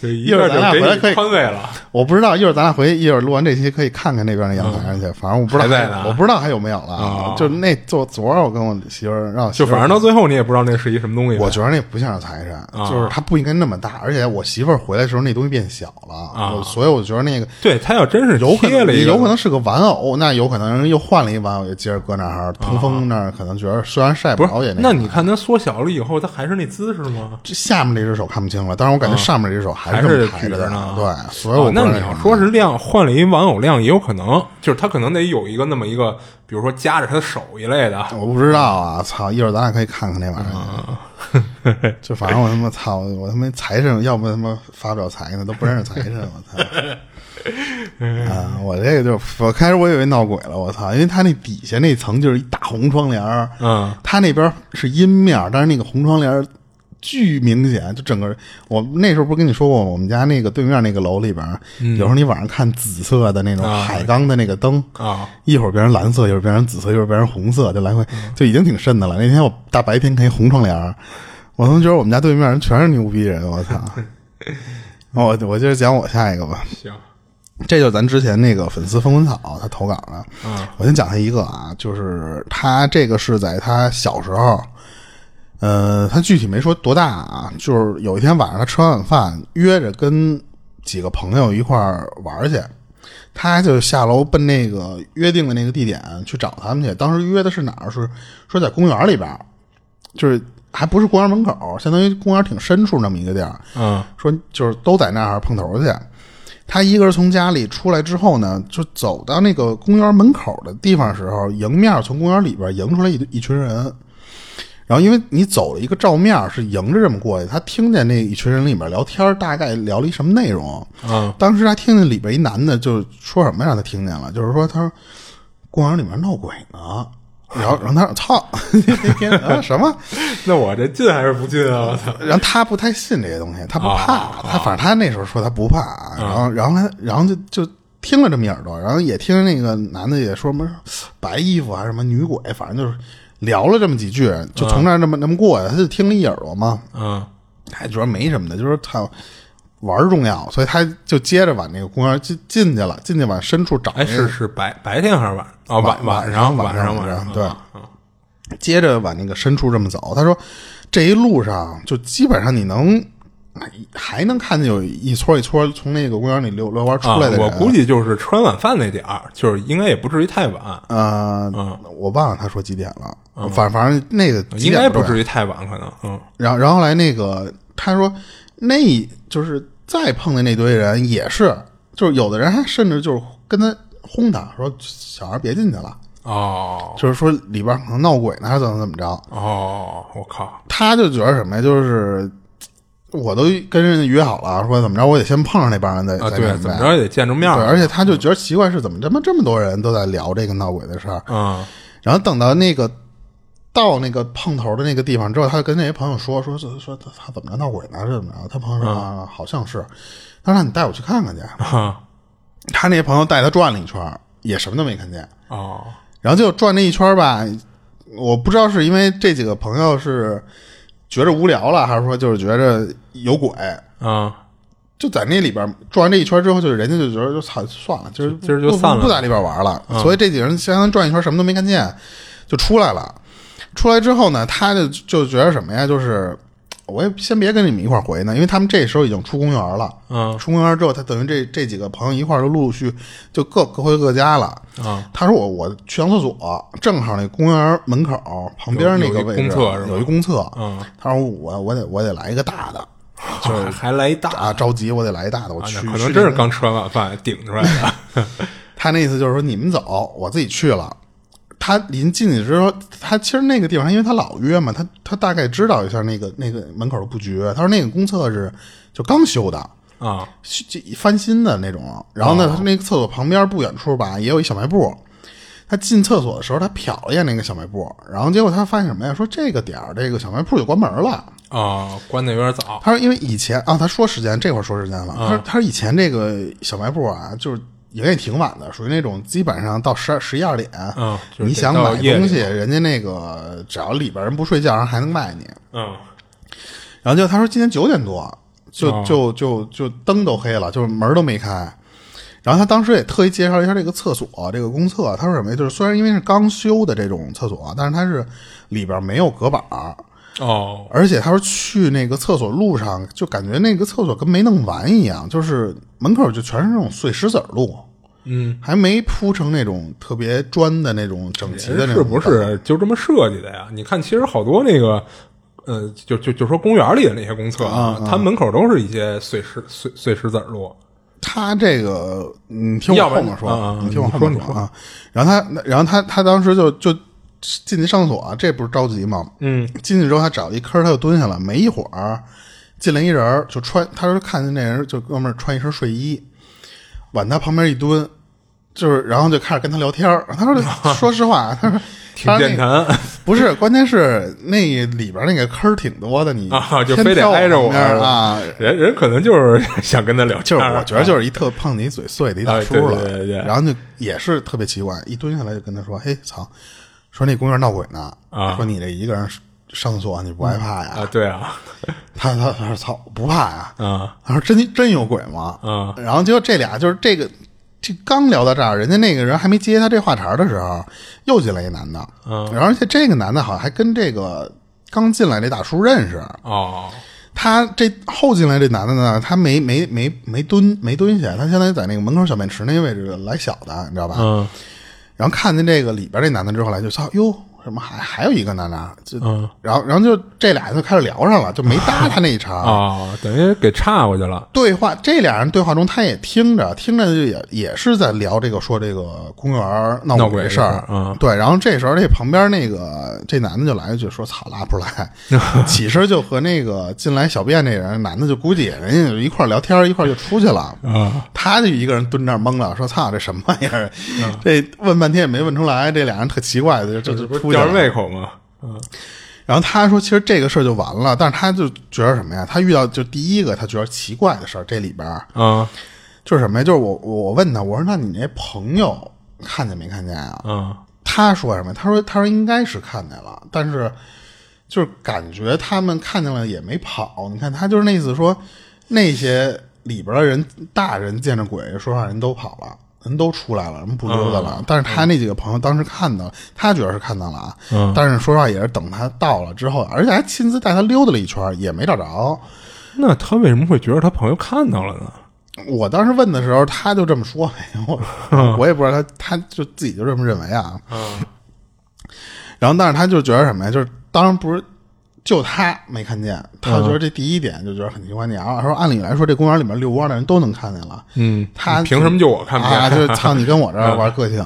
Speaker 3: 这一
Speaker 2: 一会儿
Speaker 3: 下
Speaker 2: 咱俩
Speaker 3: 就
Speaker 2: 回来
Speaker 3: 给
Speaker 2: 可以
Speaker 3: 你宽慰了。
Speaker 2: 我不知道，一会儿咱俩回，一会儿录完这期可以看看那边的阳台上去。反正我不知道
Speaker 3: 嗯还在呢
Speaker 2: 我不知道还有没有了。
Speaker 3: 啊
Speaker 2: 就那昨昨儿我跟我媳妇儿让我媳
Speaker 3: 就
Speaker 2: 妇儿
Speaker 3: 反正到最后你也不知道那是一什么东西呗。
Speaker 2: 我觉得那不像是财神，
Speaker 3: 啊
Speaker 2: 就是它不应该那么大，而且我媳妇儿回来的时候那东西变小了，
Speaker 3: 啊
Speaker 2: 我所以我觉得那个
Speaker 3: 对他要真是
Speaker 2: 有可
Speaker 3: 贴
Speaker 2: 能
Speaker 3: 了一个，
Speaker 2: 有可能是个玩偶，那有可能又换了一玩偶，也接着搁那儿通风那儿，可能觉得虽然晒
Speaker 3: 啊不
Speaker 2: 着也
Speaker 3: 是？那你看它缩小了以后，它还是那姿势吗？
Speaker 2: 这下面这只手看不清了，但是我感觉上面这只手还
Speaker 3: 啊还
Speaker 2: 是这
Speaker 3: 是
Speaker 2: 么抬
Speaker 3: 举
Speaker 2: 的
Speaker 3: 着呢
Speaker 2: 对，所以我
Speaker 3: 啊
Speaker 2: 不知
Speaker 3: 那
Speaker 2: 道是
Speaker 3: 你要
Speaker 2: 什么
Speaker 3: 说是量换了一玩偶量，也有可能，就是他可能得有一个那么一个，比如说夹着他的手一类的。
Speaker 2: 我不知道啊，操！一会儿咱俩可以看看那玩意儿。
Speaker 3: 啊
Speaker 2: 就反正我他妈操，我他妈财神，要不他妈发不了财呢，都不认识财神，我 操！啊，我这个就我开始我以为闹鬼了，我操！因为他那底下那层就是一大红窗帘儿，
Speaker 3: 嗯，
Speaker 2: 他那边是阴面儿，但是那个红窗帘儿巨明显，就整个我那时候不是跟你说过吗，我们家那个对面那个楼里边儿，有时候你晚上看紫色的那种
Speaker 3: 啊
Speaker 2: 海钢的那个灯
Speaker 3: 啊，
Speaker 2: 一会儿变成蓝色，一会儿变成紫色，一会儿变成红色，就来回就已经挺瘆的了。那天我大白天看一红窗帘儿，我他妈觉得我们家对面人全是牛逼人，我操！哦我我接着讲我下一个吧，
Speaker 3: 行，
Speaker 2: 这就是咱之前那个粉丝风滚草他投稿的。
Speaker 3: 嗯，
Speaker 2: 我先讲他一个啊，就是他这个是在他小时候，呃，他具体没说多大啊，就是有一天晚上他吃完晚饭，约着跟几个朋友一块儿玩儿去，他就下楼奔那个约定的那个地点去找他们去。当时约的是哪儿？是说在公园里边儿，就是还不是公园门口，相当于公园挺深处那么一个地儿。
Speaker 3: 嗯
Speaker 2: 说就是都在那儿碰头去。他一个人从家里出来之后呢，就走到那个公园门口的地方的时候，迎面从公园里边迎出来一一群人。然后因为你走了一个照面是迎着这么过去，他听见那一群人里面聊天，大概聊了一什么内容。
Speaker 3: 嗯
Speaker 2: 当时他听见里边一男的就说什么让他听见了，就是说他说公园里面闹鬼呢。然后，然后他说：“操， 那天啊什么？”
Speaker 3: 那我这进还是不进啊？我操！
Speaker 2: 然后他不太信这些东西，他不怕，
Speaker 3: 啊嗯
Speaker 2: 他反正他那时候说他不怕，然后然后他然后就就听了这么一耳朵，然后也听那个男的也说什么白衣服还是什么女鬼，反正就是聊了这么几句，就从那儿那么那么过去，他就听了一耳朵嘛，
Speaker 3: 嗯
Speaker 2: 他也觉得没什么的，就是他玩儿重要，所以他就接着往那个公园进进去了，进去往深处找那
Speaker 3: 哎，
Speaker 2: 个
Speaker 3: 是是白白天还是晚？啊，晚
Speaker 2: 晚
Speaker 3: 上
Speaker 2: 晚
Speaker 3: 晚
Speaker 2: 上
Speaker 3: 晚
Speaker 2: 晚上
Speaker 3: 上
Speaker 2: 对
Speaker 3: 嗯
Speaker 2: 接着往那个深处这么走。他说，这一路上就基本上你能还能看见有一撮一撮从那个公园里遛遛弯出
Speaker 3: 啊
Speaker 2: 来的，人。
Speaker 3: 我估计就是吃完晚饭那点儿，就是应该也不至于太晚，
Speaker 2: 啊，我忘了他说几点了，反反正那个几
Speaker 3: 嗯应
Speaker 2: 点啊
Speaker 3: 该不
Speaker 2: 是
Speaker 3: 至于太晚，可能嗯
Speaker 2: 然后然后后来那个他说那就是再碰见那堆人也是，就是有的人还甚至就是跟他轰他说小孩别进去了，
Speaker 3: 哦
Speaker 2: 就是说里边可能闹鬼呢，还是怎么怎么着。
Speaker 3: 哦，我靠，
Speaker 2: 他就觉得什么呀，就是我都跟人家约好了，说怎么着我得先碰上那帮人再
Speaker 3: 啊
Speaker 2: 再
Speaker 3: 对，
Speaker 2: 准
Speaker 3: 怎
Speaker 2: 备
Speaker 3: 么着也得见着面
Speaker 2: 对，
Speaker 3: 儿，
Speaker 2: 而且他就觉得奇怪，是怎么这么这么多人都在聊这个闹鬼的事儿？
Speaker 3: 嗯
Speaker 2: 然后等到那个到那个碰头的那个地方之后，他就跟那些朋友说说说说他他怎么着闹鬼呢？是怎么着？他朋友
Speaker 3: 嗯
Speaker 2: 说、啊，好像是。他说那你带我去看看去。
Speaker 3: 啊
Speaker 2: 他那些朋友带他转了一圈儿，也什么都没看见。
Speaker 3: 哦
Speaker 2: 然后就转那一圈儿吧，我不知道是因为这几个朋友是觉着无聊了，还是说就是觉着有鬼。
Speaker 3: 啊
Speaker 2: 就在那里边儿转完这一圈儿之后，就是人家就觉得就操算了，就是
Speaker 3: 今儿就
Speaker 2: 不
Speaker 3: 散了嗯
Speaker 2: 不在里边玩了。所以这几个人相当于转一圈，什么都没看见，就出来了。出来之后呢，他就就觉得什么呀？就是我也先别跟你们一块儿回呢，因为他们这时候已经出公园了。
Speaker 3: 嗯
Speaker 2: 出公园之后，他等于这这几个朋友一块儿就陆陆续就各各回各家了。
Speaker 3: 啊
Speaker 2: 他说我我去上厕所，正好那公园门口旁边那
Speaker 3: 有
Speaker 2: 个
Speaker 3: 有一
Speaker 2: 位置
Speaker 3: 公厕是吧
Speaker 2: 有一公厕。
Speaker 3: 嗯，
Speaker 2: 他说我我得我得来一个大 的。
Speaker 3: 还还来一大
Speaker 2: 啊，着急，我得来一大的，我
Speaker 3: 啊
Speaker 2: 去。
Speaker 3: 那可能
Speaker 2: 去
Speaker 3: 真是刚吃完晚饭顶出来的
Speaker 2: 他那意思就是说你们走，我自己去了。他临进去之后，他其实那个地方，因为他老约嘛，他他大概知道一下那个那个门口的布局。他说那个公厕是就刚修的，
Speaker 3: 啊
Speaker 2: 是这翻新的那种。然后
Speaker 3: 哦
Speaker 2: 呢，他那个厕所旁边不远处吧，也有一小卖部。他进厕所的时候，他瞟了一眼那个小卖部，然后结果他发现什么呀？说这个点儿，这个小卖部就关门了。
Speaker 3: 啊，关的有点早
Speaker 2: 他说因为以前啊，他说时间，这会儿说时间了。他
Speaker 3: 啊
Speaker 2: 说他说以前这个小卖部啊，就是营业挺晚的，属于那种基本上到十二十一二点，
Speaker 3: 嗯就是
Speaker 2: 你想
Speaker 3: 得到
Speaker 2: 买
Speaker 3: 夜里
Speaker 2: 东西，人家那个只要里边人不睡觉，人还能卖你。
Speaker 3: 嗯
Speaker 2: 然后就他说今天九点多，就、
Speaker 3: 啊
Speaker 2: 就就就灯都黑了，就是门都没开。然后他当时也特意介绍一下这个厕所，这个公厕。他说什么呀？就是虽然因为是刚修的这种厕所，但是它是里边没有隔板儿，
Speaker 3: 哦
Speaker 2: 而且他说去那个厕所路上，就感觉那个厕所跟没弄完一样，就是门口就全是那种碎石子儿路，
Speaker 3: 嗯，
Speaker 2: 还没铺成那种特别砖的那种整齐的那种。
Speaker 3: 哎是不？是就这么设计的呀？你看，其实好多那个，呃，就就就说公园里的那些公厕啊，它门口都是一些碎石碎碎石子儿路，
Speaker 2: 他这个，你听我
Speaker 3: 要
Speaker 2: 后
Speaker 3: 不然
Speaker 2: 面说，
Speaker 3: 啊啊
Speaker 2: 你听我
Speaker 3: 你
Speaker 2: 后
Speaker 3: 说
Speaker 2: 面
Speaker 3: 你说
Speaker 2: 啊。然后他，然后他，他当时就就进去上厕所，这不是着急吗？
Speaker 3: 嗯，
Speaker 2: 进去之后，他找一坑，他就蹲下了。没一会儿，进来一人儿，就穿，他说看见那人就哥们儿穿一身睡衣，往他旁边一蹲，就是然后就开始跟他聊天儿。他说，说实话， 他说
Speaker 3: 挺健。
Speaker 2: 他说那
Speaker 3: 谈。
Speaker 2: 不是，关键是那里边那个坑儿挺多的，你
Speaker 3: 啊，就
Speaker 2: 偏
Speaker 3: 非得
Speaker 2: 挑
Speaker 3: 挨着
Speaker 2: 旁
Speaker 3: 我
Speaker 2: 边儿啊！
Speaker 3: 人人可能就是 想跟他聊天
Speaker 2: 就是
Speaker 3: 儿，
Speaker 2: 我觉得就是一特碰你嘴碎的一大
Speaker 3: 啊
Speaker 2: 叔
Speaker 3: 对
Speaker 2: 了，
Speaker 3: 对对对
Speaker 2: 然后就也是特别奇怪，一蹲下来就跟他说：“嘿，操，说那公园闹鬼呢，
Speaker 3: 啊
Speaker 2: 说你这一个人上厕所你不害怕呀？”
Speaker 3: 啊，对啊，
Speaker 2: 他他他说：“操，我不怕呀。”
Speaker 3: 啊
Speaker 2: 他说：“真真有鬼吗？”
Speaker 3: 啊
Speaker 2: 然后结果这俩就是这个这刚聊到这儿，人家那个人还没接他这话茬儿的时候，又进来一男的，
Speaker 3: 嗯
Speaker 2: 然后而且这个男的好像还跟这个刚进来这大叔认识，
Speaker 3: 哦
Speaker 2: 他这后进来这男的呢，他没没没没蹲没蹲下，他相当于在那个门口小便池那位置来小的，你知道吧？
Speaker 3: 嗯
Speaker 2: 然后看见这个里边这男的之后来就操哟，什么还还有一个男的，就、
Speaker 3: 嗯
Speaker 2: 然后然后就这俩就开始聊上了，就没搭 他那一茬。
Speaker 3: 哦，等于给岔过去了
Speaker 2: 对话，这俩人对话中，他也听着，听着就也也是在聊这个说这个公园闹
Speaker 3: 闹
Speaker 2: 鬼
Speaker 3: 鬼
Speaker 2: 的
Speaker 3: 的
Speaker 2: 事
Speaker 3: 事
Speaker 2: 儿
Speaker 3: 儿，嗯
Speaker 2: 对。然后这时候这旁边那个这男的就来一句说：“操，拉不出 来。”起身就和那个进来小便那人男的就估计人家就一块儿聊天，一块儿就出去了。
Speaker 3: 啊
Speaker 2: 他就一个人蹲那儿懵了，说：“操，这什么玩意儿？这问半天也没问出来。”这俩人特奇怪的，就就
Speaker 3: 啊这不
Speaker 2: 就
Speaker 3: 是
Speaker 2: 出去
Speaker 3: 吊人
Speaker 2: 了。
Speaker 3: 胃口吗？
Speaker 2: 然后他说：“其实这个事儿就完了。”但是他就觉得什么呀？他遇到就第一个他觉得奇怪的事儿，这里边儿。
Speaker 3: 啊
Speaker 2: 就是什么呀？就是我我问他，我说那你那朋友看见没看见啊？
Speaker 3: 啊
Speaker 2: 他说什么？他说他说应该是看见了，但是就是感觉他们看见了也没跑。你看他就是那意思说，那些里边的人大人见着鬼，说实话人都跑了。人都出来了，人不溜达了。但是他那几个朋友当时看到了，他觉得是看到了啊。但是说实话，也是等他到了之后，而且还亲自带他溜达了一圈，也没找着。
Speaker 3: 那他为什么会觉得他朋友看到了呢？
Speaker 2: 我当时问的时候，他就这么说，
Speaker 3: 嗯
Speaker 2: 我我也不知道他，他就自己就这么认为啊。然后，但是他就觉得什么呀？就是当然不是就他没看见，他
Speaker 3: 嗯
Speaker 2: 就觉得这第一点就觉得很奇怪。你要说按理来说，这公园里面遛弯的人都能看见了，
Speaker 3: 嗯，
Speaker 2: 他
Speaker 3: 凭什么就我看不见？嗯
Speaker 2: 啊，就是操你跟我这儿玩个性。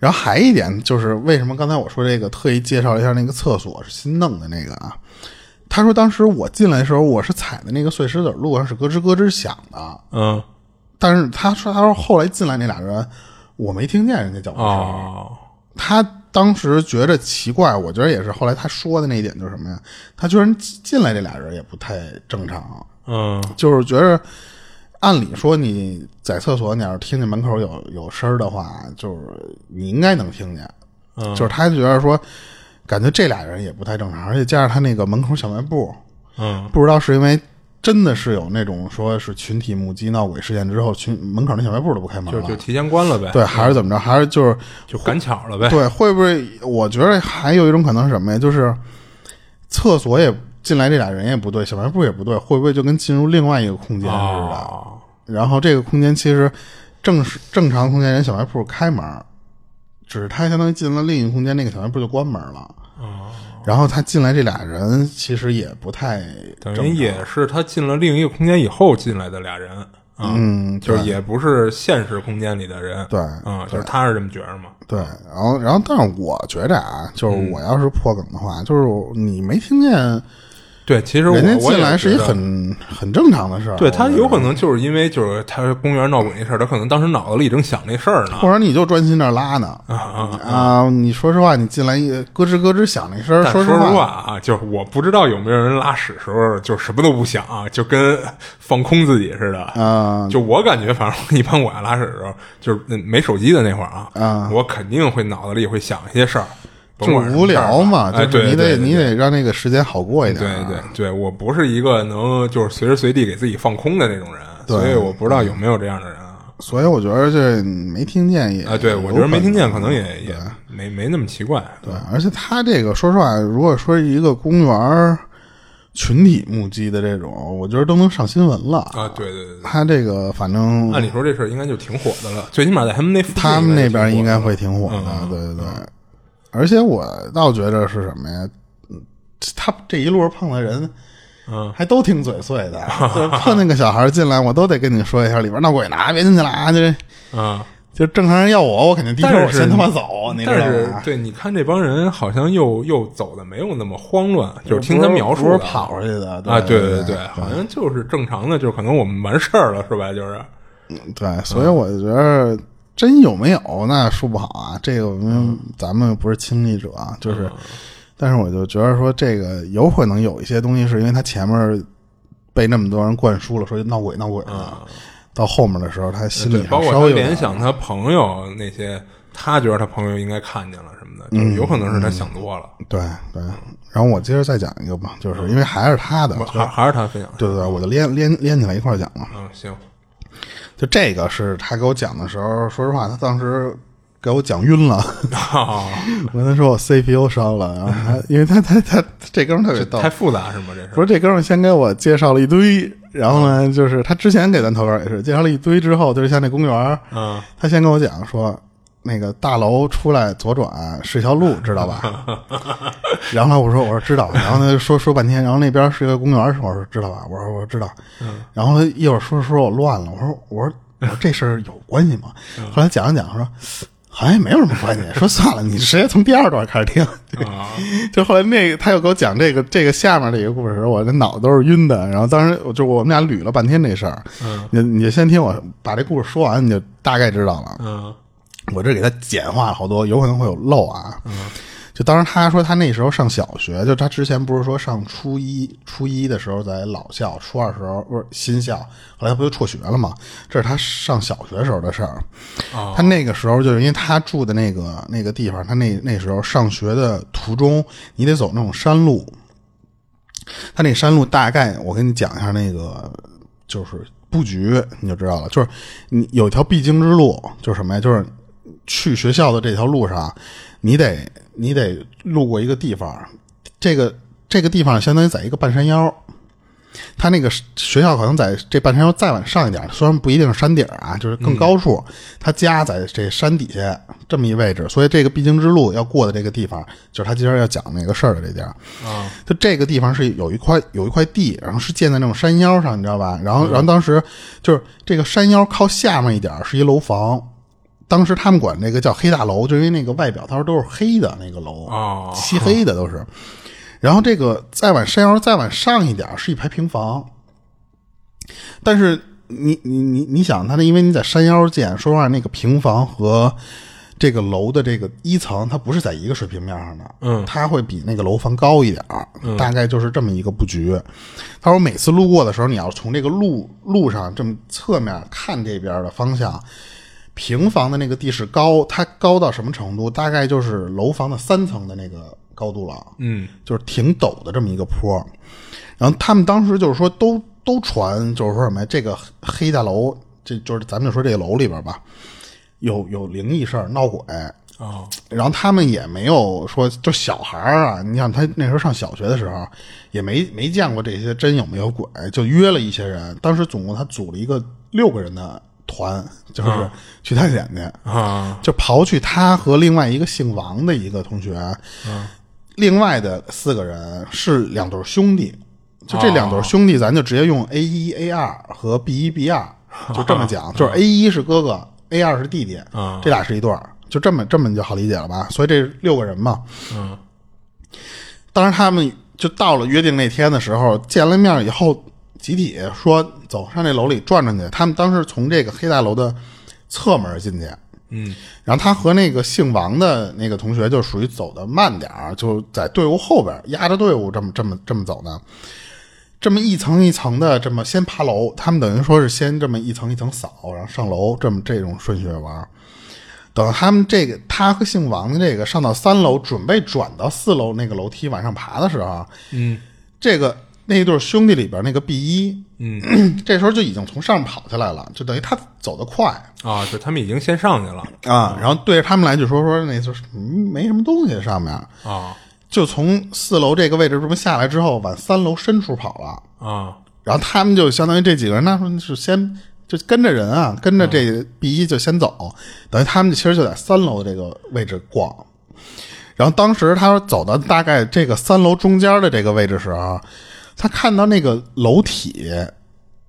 Speaker 2: 然后还一点就是，为什么刚才我说这个特意介绍了一下那个厕所是新弄的那个啊？他说当时我进来的时候，我是踩的那个碎石子儿路上是咯吱咯吱响的，
Speaker 3: 嗯
Speaker 2: 但是他说他说后来进来那俩人，我没听见人家脚步声。
Speaker 3: 哦，
Speaker 2: 他当时觉着奇怪，我觉得也是后来他说的那一点就是什么呀？他居然进来这俩人也不太正常，
Speaker 3: 嗯
Speaker 2: 就是觉着，按理说你在厕所，你要是听见门口有有声儿的话，就是你应该能听见。就是他觉得说，感觉这俩人也不太正常，而且加上他那个门口小卖部，
Speaker 3: 嗯
Speaker 2: 不知道是因为真的是有那种说是群体目击闹鬼事件之后，群门口那小卖部都不开门
Speaker 3: 就
Speaker 2: 了
Speaker 3: 就，提前关了呗，
Speaker 2: 对，，还是怎么着，还是就是
Speaker 3: 就赶巧了呗，
Speaker 2: 对，会不会？我觉得还有一种可能是什么呀？就是厕所也进来这俩人也不对，小卖部也不对，会不会就跟进入另外一个空间似的？
Speaker 3: 哦，
Speaker 2: 然后这个空间其实正是正常空间，人小卖部开门，只是他相当于进了另一个空间，那个小卖部就关门了。
Speaker 3: 哦
Speaker 2: 然后他进来这俩人其实也不太
Speaker 3: 等
Speaker 2: 正
Speaker 3: 于
Speaker 2: 常，
Speaker 3: 也是他进了另一个空间以后进来的俩人，啊
Speaker 2: 嗯
Speaker 3: 就是
Speaker 2: 对
Speaker 3: 也不是现实空间里的人，
Speaker 2: 对
Speaker 3: 啊，就是他是这么觉着嘛，
Speaker 2: 对，然后然后，但是我觉着啊，
Speaker 3: 嗯
Speaker 2: 就是我要是破梗的话，就是你没听见
Speaker 3: 对，其实我
Speaker 2: 人家
Speaker 3: 我
Speaker 2: 进来
Speaker 3: 也
Speaker 2: 是一
Speaker 3: 觉得
Speaker 2: 很很正常的事儿，
Speaker 3: 对
Speaker 2: 我
Speaker 3: 他
Speaker 2: 觉
Speaker 3: 有
Speaker 2: 得
Speaker 3: 可能就是因为就是他公园闹鬼那事儿，他可能当时脑子里正想那事儿 呢，
Speaker 2: 或者你就专心那儿拉呢啊！你说实话，你进来一咯吱咯吱响那声儿，
Speaker 3: 但说
Speaker 2: 实
Speaker 3: 实话啊，就是我不知道有没有人拉屎时候就什么都不想、啊就跟放空自己似的。
Speaker 2: 啊，
Speaker 3: 就我感觉，反正一般我要拉屎的时候，就是嗯没手机的那会儿啊，
Speaker 2: 啊
Speaker 3: 我肯定会脑子里会想一些事儿，
Speaker 2: 就
Speaker 3: 甭管
Speaker 2: 是
Speaker 3: 什么
Speaker 2: 无
Speaker 3: 事儿
Speaker 2: 聊嘛，就
Speaker 3: 哎，
Speaker 2: 是
Speaker 3: 对，
Speaker 2: 你得
Speaker 3: 对对
Speaker 2: 你得让那个时间好过一点
Speaker 3: 对
Speaker 2: 儿。
Speaker 3: 对对，我不是一个能就是随时随地给自己放空的那种人，
Speaker 2: 对
Speaker 3: 所以我不知道有没有这样的人啊。
Speaker 2: 所以我觉得这没听见也
Speaker 3: 啊，对，我觉得没听见，可能也也
Speaker 2: 对
Speaker 3: 没没那么奇怪。啊对
Speaker 2: 对，而且他这个说实话，如果说一个公园儿群体目击的这种，我觉得都能上新闻了
Speaker 3: 啊，。对对对对，
Speaker 2: 他这个反正
Speaker 3: 按理说这事儿应该就挺火的了，最起码在他们那附近
Speaker 2: 他们那边应
Speaker 3: 就挺火的嗯
Speaker 2: 该
Speaker 3: 了
Speaker 2: 会挺火的，对对对。而且我倒觉着是什么呀？嗯他这一路碰的人，
Speaker 3: 嗯，
Speaker 2: 还都挺嘴碎 的。就是碰那个小孩进来，我都得跟你说一下，里边闹鬼呢，别进去了 啊！就是
Speaker 3: 啊，
Speaker 2: 就正常人要我，我肯定第一
Speaker 3: 但
Speaker 2: 我
Speaker 3: 是
Speaker 2: 先他妈走，你知
Speaker 3: 但
Speaker 2: 道
Speaker 3: 是
Speaker 2: 吗？
Speaker 3: 对，你看这帮人好像又又走的没有那么慌乱，就是听他描述
Speaker 2: 不
Speaker 3: 的
Speaker 2: 是跑出去的
Speaker 3: 啊，对
Speaker 2: 对
Speaker 3: 对，好像就是正常的，就是可能我们完事儿了是吧？就是
Speaker 2: 对，所
Speaker 3: 嗯
Speaker 2: 以我觉得真有没有那说不好啊，这个我
Speaker 3: 嗯
Speaker 2: 们咱们不是亲历者啊，就是，但是我就觉得说这个有可能有一些东西是因为他前面被那么多人灌输了，说闹鬼闹鬼的，到后面的时候他心
Speaker 3: 嗯对
Speaker 2: 里，
Speaker 3: 包
Speaker 2: 还
Speaker 3: 括
Speaker 2: 稍微
Speaker 3: 他
Speaker 2: 有点
Speaker 3: 联想他朋友那些，他觉得他朋友应该看见了什么的，
Speaker 2: 嗯
Speaker 3: 就是有可能是他想多了，
Speaker 2: 对对。然后我接着再讲一个吧，就是因为还是他的，
Speaker 3: 不还还是他分享的。
Speaker 2: 对对对，我就连连连起来一块儿讲嘛。
Speaker 3: 嗯， 行，
Speaker 2: 就这个是他给我讲的时候，说实话，他当时给我讲晕了。
Speaker 3: 啊，
Speaker 2: 我跟他说我 CPU 烧了，然后 他因为他他他他这哥们儿特别逗
Speaker 3: 太，复杂是吗？这
Speaker 2: 不
Speaker 3: 是
Speaker 2: 是这哥们儿先给我介绍了一堆，然后呢，就是他之前给咱投稿也是介绍了一堆之后，就是像那公园儿，
Speaker 3: 嗯
Speaker 2: 他先跟我讲说那个大楼出来左转是条路，知道吧？然后我说我说知道，然后他就说说半天，然后那边是一个公园儿，我说知道吧？我说我说知道，然后一会儿说着说着我乱了，我说我说我说这事儿有关系吗？后来讲着讲着说。好像也没有什么关系，说算了，你直接从第二段开始听。
Speaker 3: 啊，
Speaker 2: 就后来那个他又给我讲这个这个下面这个故事，我这脑子都是晕的。然后当时我就我们俩捋了半天这事儿，你你就先听我把这故事说完，你就大概知道了。
Speaker 3: 嗯
Speaker 2: 我这给他简化了好多，有可能会有漏啊。就当时他说他那时候上小学，就他之前不是说上初一，初一的时候在老校，初二时候不是新校，后来他不就辍学了嘛？这是他上小学时候的事儿。他那个时候就是因为他住的那个那个地方，他那那时候上学的途中，你得走那种山路。他那山路大概，我跟你讲一下那个就是布局，你就知道了。就是你有一条必经之路，就是什么呀？就是去学校的这条路上，你得你得路过一个地方，这个这个地方相当于在一个半山腰，他那个学校可能在这半山腰再往上一点，虽然不一定是山顶啊，就是更高处。他家在这山底下这么一位置，所以这个必经之路要过的这个地方，就是他今儿要讲那个事儿的这地儿。
Speaker 3: 啊，
Speaker 2: 就这个地方是有一块有一块地，然后是建在那种山腰上，你知道吧？然后，然后当时就是这个山腰靠下面一点儿是一楼房，当时他们管这个叫黑大楼，就因为那个外表他说都是黑的那个楼，
Speaker 3: 哦
Speaker 2: 漆黑的都是。然后这个再往山腰再往上一点儿是一排平房，但是你你你你想，它那因为你在山腰建，说实话，那个平房和这个楼的这个一层，它不是在一个水平面上的，
Speaker 3: 嗯
Speaker 2: 它会比那个楼房高一点儿，大概就是这么一个布局。他说每次路过的时候，你要从这个路路上这么侧面看这边的方向。平房的那个地势高，它高到什么程度？大概就是楼房的三层的那个高度了。
Speaker 3: 嗯，
Speaker 2: 就是挺陡的这么一个坡。然后他们当时就是说都都传，就是说什么呀？这个黑黑大楼，这就是咱们就说这个楼里边吧，有有灵异事儿、闹鬼。
Speaker 3: 哦，
Speaker 2: 然后他们也没有说，就小孩儿啊，你想他那时候上小学的时候，也没没见过这些真有没有鬼，就约了一些人。当时总共他组了一个六个人的团，就是去探险去。
Speaker 3: 啊，
Speaker 2: 就刨去他和另外一个姓王的一个同学，另外的四个人是两对兄弟，就这两对兄弟，咱就直接用 A 一 A 二和 B 一 B 二，就这么讲，就是 A 一是哥哥，A 二是弟弟
Speaker 3: 啊，
Speaker 2: 这俩是一对儿，就这么这么你就好理解了吧？所以这六个人嘛，
Speaker 3: 嗯，
Speaker 2: 当时他们就到了约定那天的时候，见了面以后，集体说走上那楼里转转去。他们当时从这个黑大楼的侧门进去，
Speaker 3: 嗯，
Speaker 2: 然后他和那个姓王的那个同学就属于走的慢点儿，就在队伍后边压着队伍这么这么这么走呢。这么一层一层的，这么先爬楼，他们等于说是先这么一层一层扫，然后上楼，这么这种顺序玩儿。等他们这个他和姓王的这个上到三楼，准备转到四楼那个楼梯往上爬的时候，
Speaker 3: 嗯，
Speaker 2: 这个那一对兄弟里边那个 B 一，嗯，这时候就已经从上面跑下来了，就等于他走得快，
Speaker 3: 啊，就他们已经先上去了
Speaker 2: 啊，然后对着他们来就说说那就是嗯没什么东西上面，
Speaker 3: 啊
Speaker 2: 就从四楼这个位置这么下来之后，往三楼深处跑了。
Speaker 3: 啊
Speaker 2: 然后他们就相当于这几个人，那说是先就跟着人啊，跟着这 B 一就先走，等于他们其实就在三楼的这个位置逛。然后当时他走到大概这个三楼中间的这个位置时候，他看到那个楼体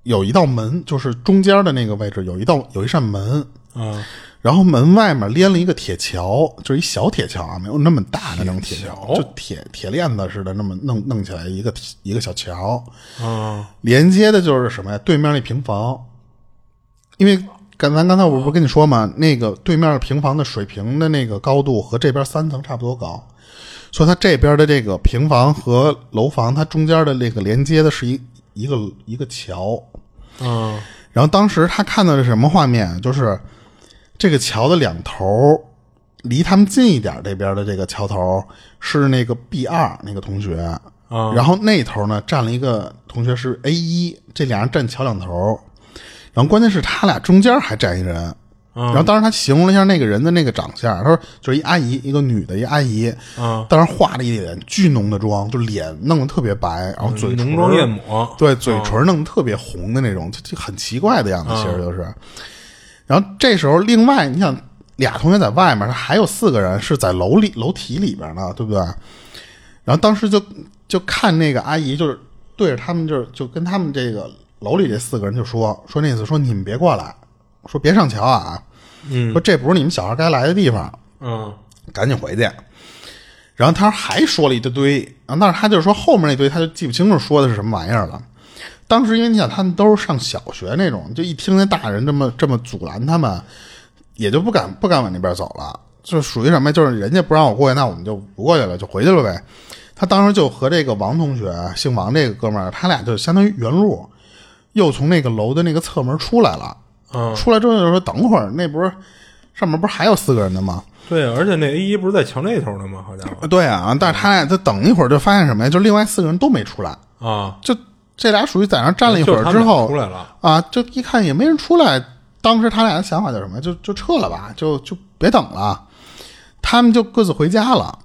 Speaker 2: 有一道门，就是中间的那个位置有一道有一扇门，嗯
Speaker 3: 啊
Speaker 2: 然后门外面连了一个铁桥，就是一小铁桥啊，没有那么大的那种铁桥，
Speaker 3: 铁桥
Speaker 2: 就铁铁链子似的，那么弄弄起来一个一个小桥，
Speaker 3: 啊
Speaker 2: 连接的就是什么呀？对面那平房，因为刚咱刚才我不是跟你说嘛，那个对面平房的水平的那个高度和这边三层差不多高，所以它这边的这个平房和楼房，它中间的那个连接的是一一个一个桥，
Speaker 3: 啊
Speaker 2: 然后当时他看到的是什么画面？啊就是这个桥的两头儿，离他们近一点儿这边的这个桥头儿是那个 B 二那个同学，
Speaker 3: 啊
Speaker 2: 然后那头呢站了一个同学是 A 一，这俩人站桥两头儿，然后关键是他俩中间还站一人。
Speaker 3: 嗯
Speaker 2: 然后当时他形容了一下那个人的那个长相，他说就是一阿姨，一个女的，一阿姨，
Speaker 3: 啊，
Speaker 2: 当时化了一脸巨浓的妆，就脸弄得特别白，然后嘴唇
Speaker 3: 嗯浓妆艳抹，
Speaker 2: 对，嘴唇弄得特别红的那种，就就很奇怪的样子，其实就是。然后这时候，另外你想，俩同学在外面，还有四个人是在楼里楼体里边呢，对不对？然后当时就就看那个阿姨，就是对着他们，就是就跟他们这个楼里这四个人就说说那意思，说你们别过来，说别上桥啊，
Speaker 3: 嗯
Speaker 2: 说这不是你们小孩该来的地方，
Speaker 3: 嗯
Speaker 2: 赶紧回去。然后他还说了一大堆，然后但是他就说后面那堆他就记不清楚说的是什么玩意儿了。当时因为你想他们都是上小学那种，就一听见大人这么这么阻拦他们，也就不敢不敢往那边走了，就属于什么呀？就是人家不让我过去，那我们就不过去了，就回去了呗。他当时就和这个王同学，姓王这个哥们儿，他俩就相当于原路，又从那个楼的那个侧门出来了。
Speaker 3: 嗯，
Speaker 2: 出来之后就说等会儿，那不是上面不是还有四个人呢吗？
Speaker 3: 对，啊而且那 A 一不是在桥那头呢吗？好家伙
Speaker 2: 啊，对啊，但是他俩就等一会儿就发现什么呀？就另外四个人都没出来，
Speaker 3: 啊，
Speaker 2: 就这俩属于在那儿站了一会
Speaker 3: 就是
Speaker 2: 儿
Speaker 3: 他
Speaker 2: 之
Speaker 3: 们
Speaker 2: 后
Speaker 3: 出来了
Speaker 2: 啊，就一看也没人出来。当时他俩的想法就是什么呀？就就撤了吧，就就别等了。他们就各自回家了。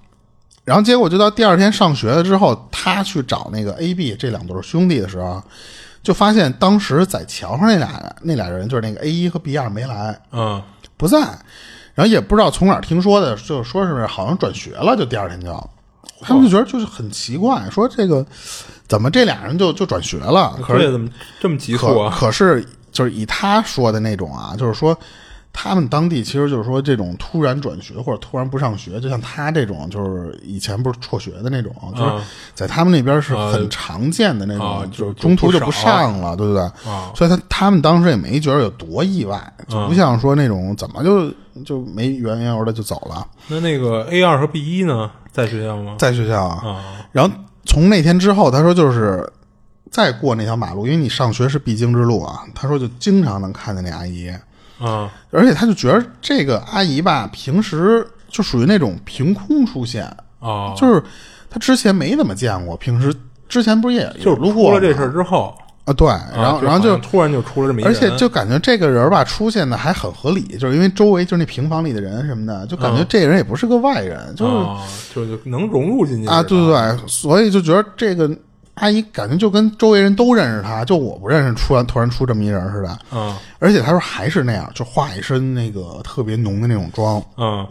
Speaker 2: 然后结果就到第二天上学了之后，他去找那个 A、B 这两对兄弟的时候，就发现当时在桥上那俩那俩人就是那个 A 一和 B 二没来，
Speaker 3: 嗯
Speaker 2: 不在，然后也不知道从哪儿听说的，就说是好像转学了，就第二天就，他们就觉得就是很奇怪，说这个怎么这俩人就就转学了？可
Speaker 3: 对
Speaker 2: 是
Speaker 3: 怎么这么急促
Speaker 2: 可
Speaker 3: 啊？
Speaker 2: 可是就是以他说的那种啊，就是说他们当地其实就是说这种突然转学或者突然不上学，就像他这种就是以前不是辍学的那种，就是在他们那边是很常见的那种，
Speaker 3: 啊
Speaker 2: 就
Speaker 3: 就是
Speaker 2: 中途就
Speaker 3: 就
Speaker 2: 不
Speaker 3: 不少
Speaker 2: 上了，对不对？
Speaker 3: 啊
Speaker 2: 所以他他们当时也没觉得有多意外，就不像说那种怎么就就没缘缘由的就走了，
Speaker 3: 那那个 A 二和 B 一呢，在学校吗？
Speaker 2: 在学校啊
Speaker 3: 啊
Speaker 2: 然后从那天之后，他说就是再过那条马路，因为你上学是必经之路啊。他说就经常能看见那阿姨，
Speaker 3: 啊
Speaker 2: 而且他就觉得这个阿姨吧，平时就属于那种凭空出现，
Speaker 3: 啊！
Speaker 2: 就是他之前没怎么见过，平时之前不是也
Speaker 3: 就
Speaker 2: 有
Speaker 3: 是
Speaker 2: 路
Speaker 3: 出
Speaker 2: 过
Speaker 3: 了
Speaker 2: 吗
Speaker 3: 这事儿之后，
Speaker 2: 啊？对，
Speaker 3: 啊
Speaker 2: 然后然后
Speaker 3: 好
Speaker 2: 就
Speaker 3: 像突然就出了这么一
Speaker 2: 而
Speaker 3: 人，
Speaker 2: 且就感觉这个人吧出现的还很合理，就是因为周围就是那平房里的人什么的，就感觉这人也不是个外人，就是
Speaker 3: 啊，就是能融入进去
Speaker 2: 啊，
Speaker 3: 似的
Speaker 2: 对对对，所以就觉得这个阿姨感觉就跟周围人都认识她，就我不认识，突然突然出这么一人似的。
Speaker 3: 啊
Speaker 2: 而且她说还是那样，就化一身那个特别浓的那种妆。
Speaker 3: 啊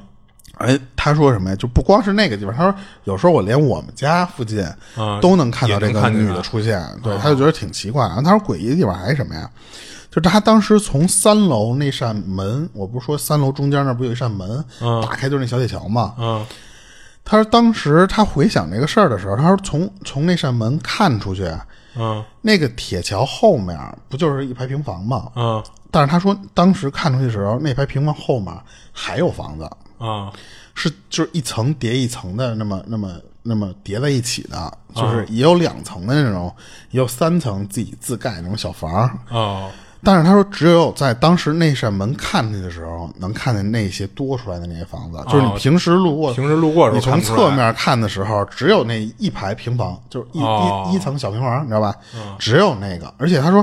Speaker 2: 哎，她说什么呀？就不光是那个地方，她说有时候我连我们家附近
Speaker 3: 啊
Speaker 2: 都能看到
Speaker 3: 也
Speaker 2: 这
Speaker 3: 能
Speaker 2: 个
Speaker 3: 看见
Speaker 2: 女
Speaker 3: 啊她
Speaker 2: 的出现，对，她就觉得挺奇怪。然后她说诡异的地方还是什么呀？就是她当时从三楼那扇门，我不是说三楼中间那不有一扇门，
Speaker 3: 嗯
Speaker 2: 打开就是那小铁桥嘛，
Speaker 3: 啊
Speaker 2: 他说当时他回想这个事儿的时候，他说从从那扇门看出去，
Speaker 3: 啊
Speaker 2: 那个铁桥后面不就是一排平房吗？
Speaker 3: 啊
Speaker 2: 但是他说当时看出去的时候，那排平房后面还有房子，
Speaker 3: 啊！
Speaker 2: 是就是一层叠一层的，那么那么那么叠在一起的，
Speaker 3: 啊
Speaker 2: 就是也有两层的那种，也有三层自己自盖那种小房儿。
Speaker 3: 哦，
Speaker 2: 但是他说，只有在当时那扇门看出去的时候，能看见那些多出来的那些房子，就是你
Speaker 3: 哦
Speaker 2: 平时路过
Speaker 3: 平时路过的
Speaker 2: 你
Speaker 3: 时候
Speaker 2: 从
Speaker 3: 看不出
Speaker 2: 侧
Speaker 3: 来
Speaker 2: 面看的时候，只有那一排平房，就是一、
Speaker 3: 哦
Speaker 2: 一一层小平房，你知道吧？
Speaker 3: 嗯
Speaker 2: 只有那个，而且他说，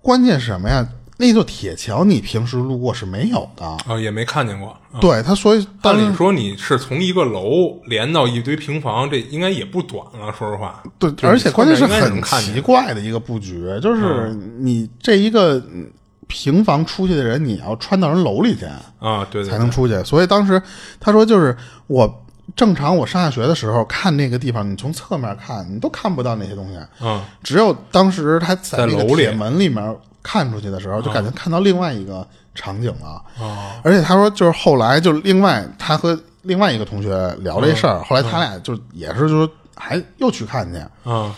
Speaker 2: 关键是什么呀？那座铁桥你平时路过是没有的。
Speaker 3: 啊，也没看见过。啊
Speaker 2: 对他，所以当
Speaker 3: 按
Speaker 2: 时
Speaker 3: 理说你是从一个楼连到一堆平房，这应该也不短了。说实话，
Speaker 2: 对，
Speaker 3: 就是
Speaker 2: 而且关键是
Speaker 3: 侧面应该
Speaker 2: 很
Speaker 3: 能看见嗯
Speaker 2: 奇怪的一个布局，就是你这一个嗯平房出去的人，你要穿到人楼里去
Speaker 3: 啊，对对
Speaker 2: 才能出去。所以当时他说，就是我正常我上下学的时候看那个地方，你从侧面看，你都看不到那些东西。
Speaker 3: 嗯，
Speaker 2: 只有当时他在那
Speaker 3: 在
Speaker 2: 个
Speaker 3: 楼里嗯
Speaker 2: 铁门里面看出去的时候，就感觉看到另外一个场景了。
Speaker 3: 哦
Speaker 2: 而且他说，就是后来就是另外他和另外一个同学聊
Speaker 3: 嗯
Speaker 2: 这事儿，后来他俩就也是就是还又去看去，
Speaker 3: 啊，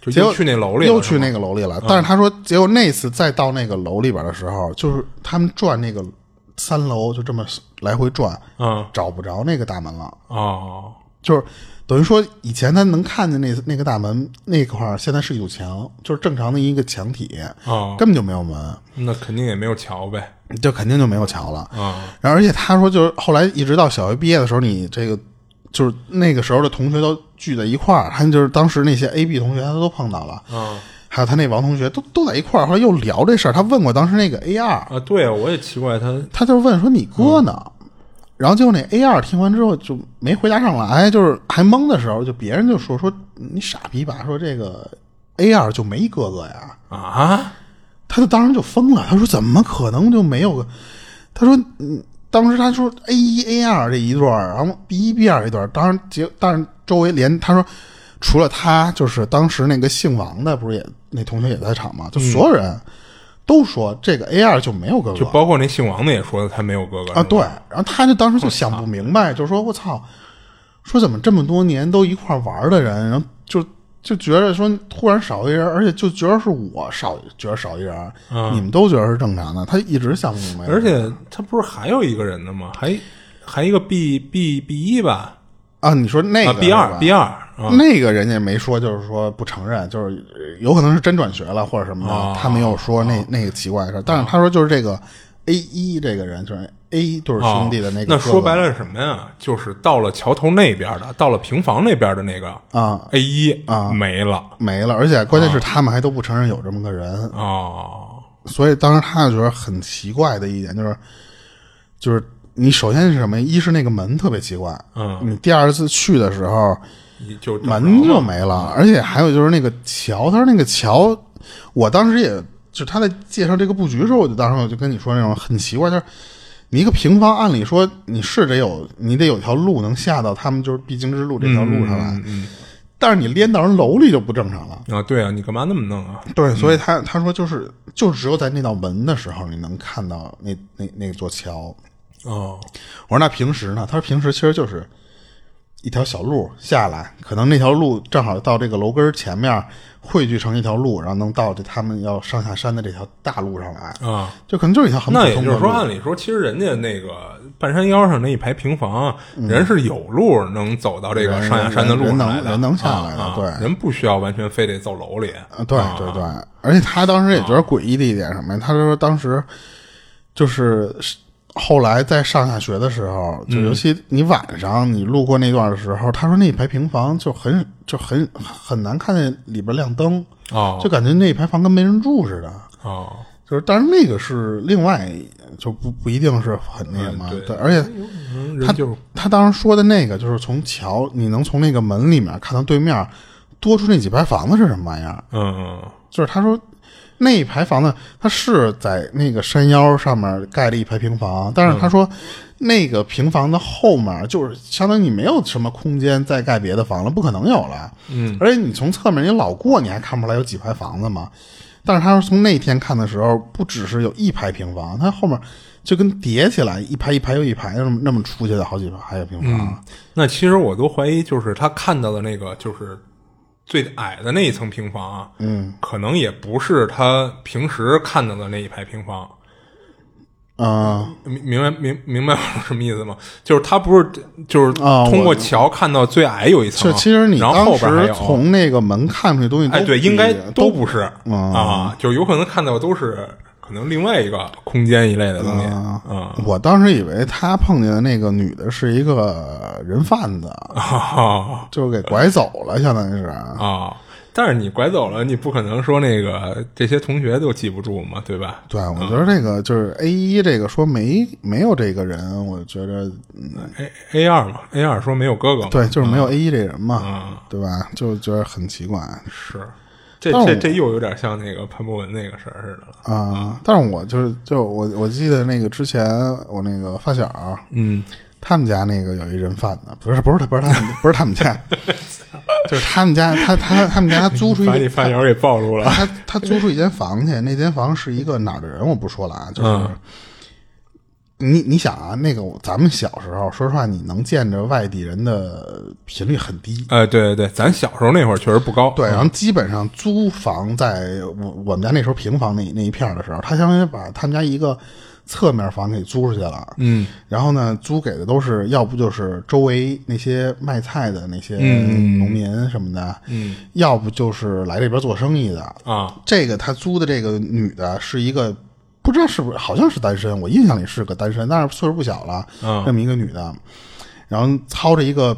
Speaker 3: 就
Speaker 2: 结果
Speaker 3: 又去那楼里了，
Speaker 2: 又去
Speaker 3: 是吗嗯
Speaker 2: 那个楼里了。但是他说，结果那次再到那个楼里边的时候，就是他们转那个三楼，就这么来回转，
Speaker 3: 嗯
Speaker 2: 找不着那个大门了。
Speaker 3: 哦
Speaker 2: 就是等于说，以前他能看见那那个大门那块儿，现在是一堵墙，就是正常的一个墙体，
Speaker 3: 哦，
Speaker 2: 根本就没有门，
Speaker 3: 那肯定也没有桥呗。
Speaker 2: 就肯定就没有桥了。
Speaker 3: 啊
Speaker 2: 然后，而且他说，就是后来一直到小学毕业的时候，你这个就是那个时候的同学都聚在一块儿，他就是当时那些 A、B 同学他都碰到了，
Speaker 3: 啊
Speaker 2: 还有他那王同学都都在一块儿。后来又聊这事儿，他问过当时那个 A 二，
Speaker 3: 啊！对，我也奇怪他
Speaker 2: 他就问说你哥呢？然后结果那 A 二听完之后就没回答上来，就是还懵的时候，就别人就说说你傻逼吧，说这个 A 二就没哥哥呀，
Speaker 3: 啊
Speaker 2: 他就当时就疯了，他说怎么可能就没有个？他说嗯，当时他说 A 一 A 二这一段儿，然后 B 一 B 二一段儿，当然结但是周围连他说除了他，就是当时那个姓王的不是也那同学也在场嘛，就所有人都说这个 A 二就没有哥哥，
Speaker 3: 就包括那姓王的也说他没有哥哥
Speaker 2: 啊，
Speaker 3: 是吧
Speaker 2: 对，然后他就当时就想不明白，就说我操，说怎么这么多年都一块玩的人，然后就就觉得说突然少一人，而且就觉得是我少，觉得少一人，你们都觉得是正常的，他一直想不明白。
Speaker 3: 嗯而且他不是还有一个人呢吗？还还一个 B B B 一吧？
Speaker 2: 啊，你说那个
Speaker 3: 啊，B 二 B
Speaker 2: 二。
Speaker 3: 二啊
Speaker 2: 那个人家没说，就是说不承认，就是呃有可能是真转学了或者什么的，
Speaker 3: 哦
Speaker 2: 他没有说那、那个奇怪的事儿。但是他说就是这个 A 一这个人，就是 A 一对兄弟的
Speaker 3: 哦那
Speaker 2: 个哥哥、
Speaker 3: 说白了是什么呀？就是到了桥头那边的，到了平房那边的那个
Speaker 2: 啊
Speaker 3: A 一啊没了
Speaker 2: 没了，而且关键是他们还都不承认有这么个人，
Speaker 3: 哦
Speaker 2: 所以当时他就觉得很奇怪的一点就是，就是你首先是什么？一是那个门特别奇怪，
Speaker 3: 嗯
Speaker 2: 你第二次去的时候
Speaker 3: 你就找不
Speaker 2: 门
Speaker 3: 着
Speaker 2: 就
Speaker 3: 嘛
Speaker 2: 没了，而且还有就是那个桥，他说那个桥，我当时也就他在介绍这个布局的时候，我就当时我就跟你说那种很奇怪，就是你一个平方，按理说你是得有你得有条路能下到他们就是必经之路这条路上来，但是你连到人楼里就不正常了。
Speaker 3: 啊，对啊，你干嘛那么弄啊？
Speaker 2: 对，所以他他说就是就只有在那道门的时候，你能看到那那那座桥。
Speaker 3: 哦，
Speaker 2: 我说那平时呢？他说平时其实就是一条小路下来，可能那条路正好到这个楼根儿前面汇聚成一条路，然后能到这他们要上下山的这条大路上来。
Speaker 3: 啊，
Speaker 2: 就可能就是一条很普
Speaker 3: 那
Speaker 2: 通
Speaker 3: 也
Speaker 2: 的
Speaker 3: 就是
Speaker 2: 路。
Speaker 3: 说，按理说，其实人家那个半山腰上那一排平房，人是有路能走到这个上下山的路上来
Speaker 2: 嗯人
Speaker 3: 的，
Speaker 2: 人能人能下来的
Speaker 3: 啊啊
Speaker 2: 对
Speaker 3: 人不需要完全非得走楼里。
Speaker 2: 啊，对对对，而且他当时也觉得诡异的一点是什么呀？他就说当时就是后来在上下学的时候，
Speaker 3: 嗯
Speaker 2: 就尤其你晚上你路过那段的时候，他说那一排平房就很就很很难看见里边亮灯，
Speaker 3: 哦
Speaker 2: 就感觉那一排房跟没人住似的。
Speaker 3: 哦，
Speaker 2: 就是，但是那个是另外，就不不一定是很那什么，
Speaker 3: 嗯对
Speaker 2: 对，而且
Speaker 3: 嗯
Speaker 2: 他
Speaker 3: 人就是
Speaker 2: 他当时说的那个，就是从桥，你能从那个门里面看到对面多出那几排房子是什么玩意儿？
Speaker 3: 嗯
Speaker 2: 就是他说那一排房子，他是在那个山腰上面盖了一排平房，但
Speaker 3: 嗯
Speaker 2: 是他说、那个平房的后面就是相当于你没有什么空间再盖别的房了，不可能有了。嗯，而且你从侧面你老过，你还看不出来有几排房子嘛。但是他说从那天看的时候，不只是有一排平房，他后面就跟叠起来一排一排又一排那么那么出去的好几排平房。
Speaker 3: 那其实我都怀疑，就是他看到的那个，就是最矮的那一层平房啊，嗯，可能也不是他平时看到的那一排平房。
Speaker 2: 嗯、
Speaker 3: 明明白明明白我什么意思吗？就是他不是就是
Speaker 2: 啊
Speaker 3: 通
Speaker 2: 我
Speaker 3: 过桥看到最矮有一层，啊
Speaker 2: 就其实你
Speaker 3: 哦然后
Speaker 2: 当
Speaker 3: 后边还
Speaker 2: 时
Speaker 3: 有啊
Speaker 2: 从那个门看出去的东西都不
Speaker 3: 哎
Speaker 2: 一，
Speaker 3: 对，应该
Speaker 2: 都嗯
Speaker 3: 都不是、啊，就有可能看到都是可能另外一个空间一类的东西啊、
Speaker 2: 我当时以为他碰见的那个女的是一个人贩子，
Speaker 3: 啊
Speaker 2: 就给拐走了，相当于是。
Speaker 3: 啊！但是你拐走了，你不可能说那个这些同学都记不住嘛，对吧？
Speaker 2: 对，我觉得这个就是 A 一这个说没没有这个人，我觉得嗯，
Speaker 3: A A 二嘛，A 二说没有哥哥嘛，
Speaker 2: 对，就是没有 A 一这人嘛，对吧？啊就觉得很奇怪
Speaker 3: 是这
Speaker 2: 但
Speaker 3: 这
Speaker 2: 我
Speaker 3: 这又有点像那个潘博文那个事儿似的了。
Speaker 2: 啊。但是我就是就我我记得那个之前我那个发小，
Speaker 3: 嗯，
Speaker 2: 他们家那个有一人贩子，不是不是他不是他们不是他们 家，就是他们家他他他们家租出一
Speaker 3: 把
Speaker 2: 个
Speaker 3: 你发小给暴露了。
Speaker 2: 他他租出一间房去，那间房是一个哪儿的人我不说了啊，就是、
Speaker 3: 嗯
Speaker 2: 你你想啊，那个我咱们小时候，说实话，你能见着外地人的频率很低。
Speaker 3: 呃，对对对，咱小时候那会儿确实不高。
Speaker 2: 对，然后基本上租房在我我们家那时候平房那那一片儿的时候，他相当于把他们家一个侧面房给租出去了。
Speaker 3: 嗯，
Speaker 2: 然后呢，租给的都是要不就是周围那些卖菜的那些
Speaker 3: 嗯
Speaker 2: 农民什么的，
Speaker 3: 嗯，
Speaker 2: 要不就是来这边做生意的，
Speaker 3: 啊，
Speaker 2: 这个他租的这个女的是一个不知道是不是好像是单身，我印象里是个单身，但是岁数不小了，
Speaker 3: 嗯
Speaker 2: 那么一个女的，然后操着一个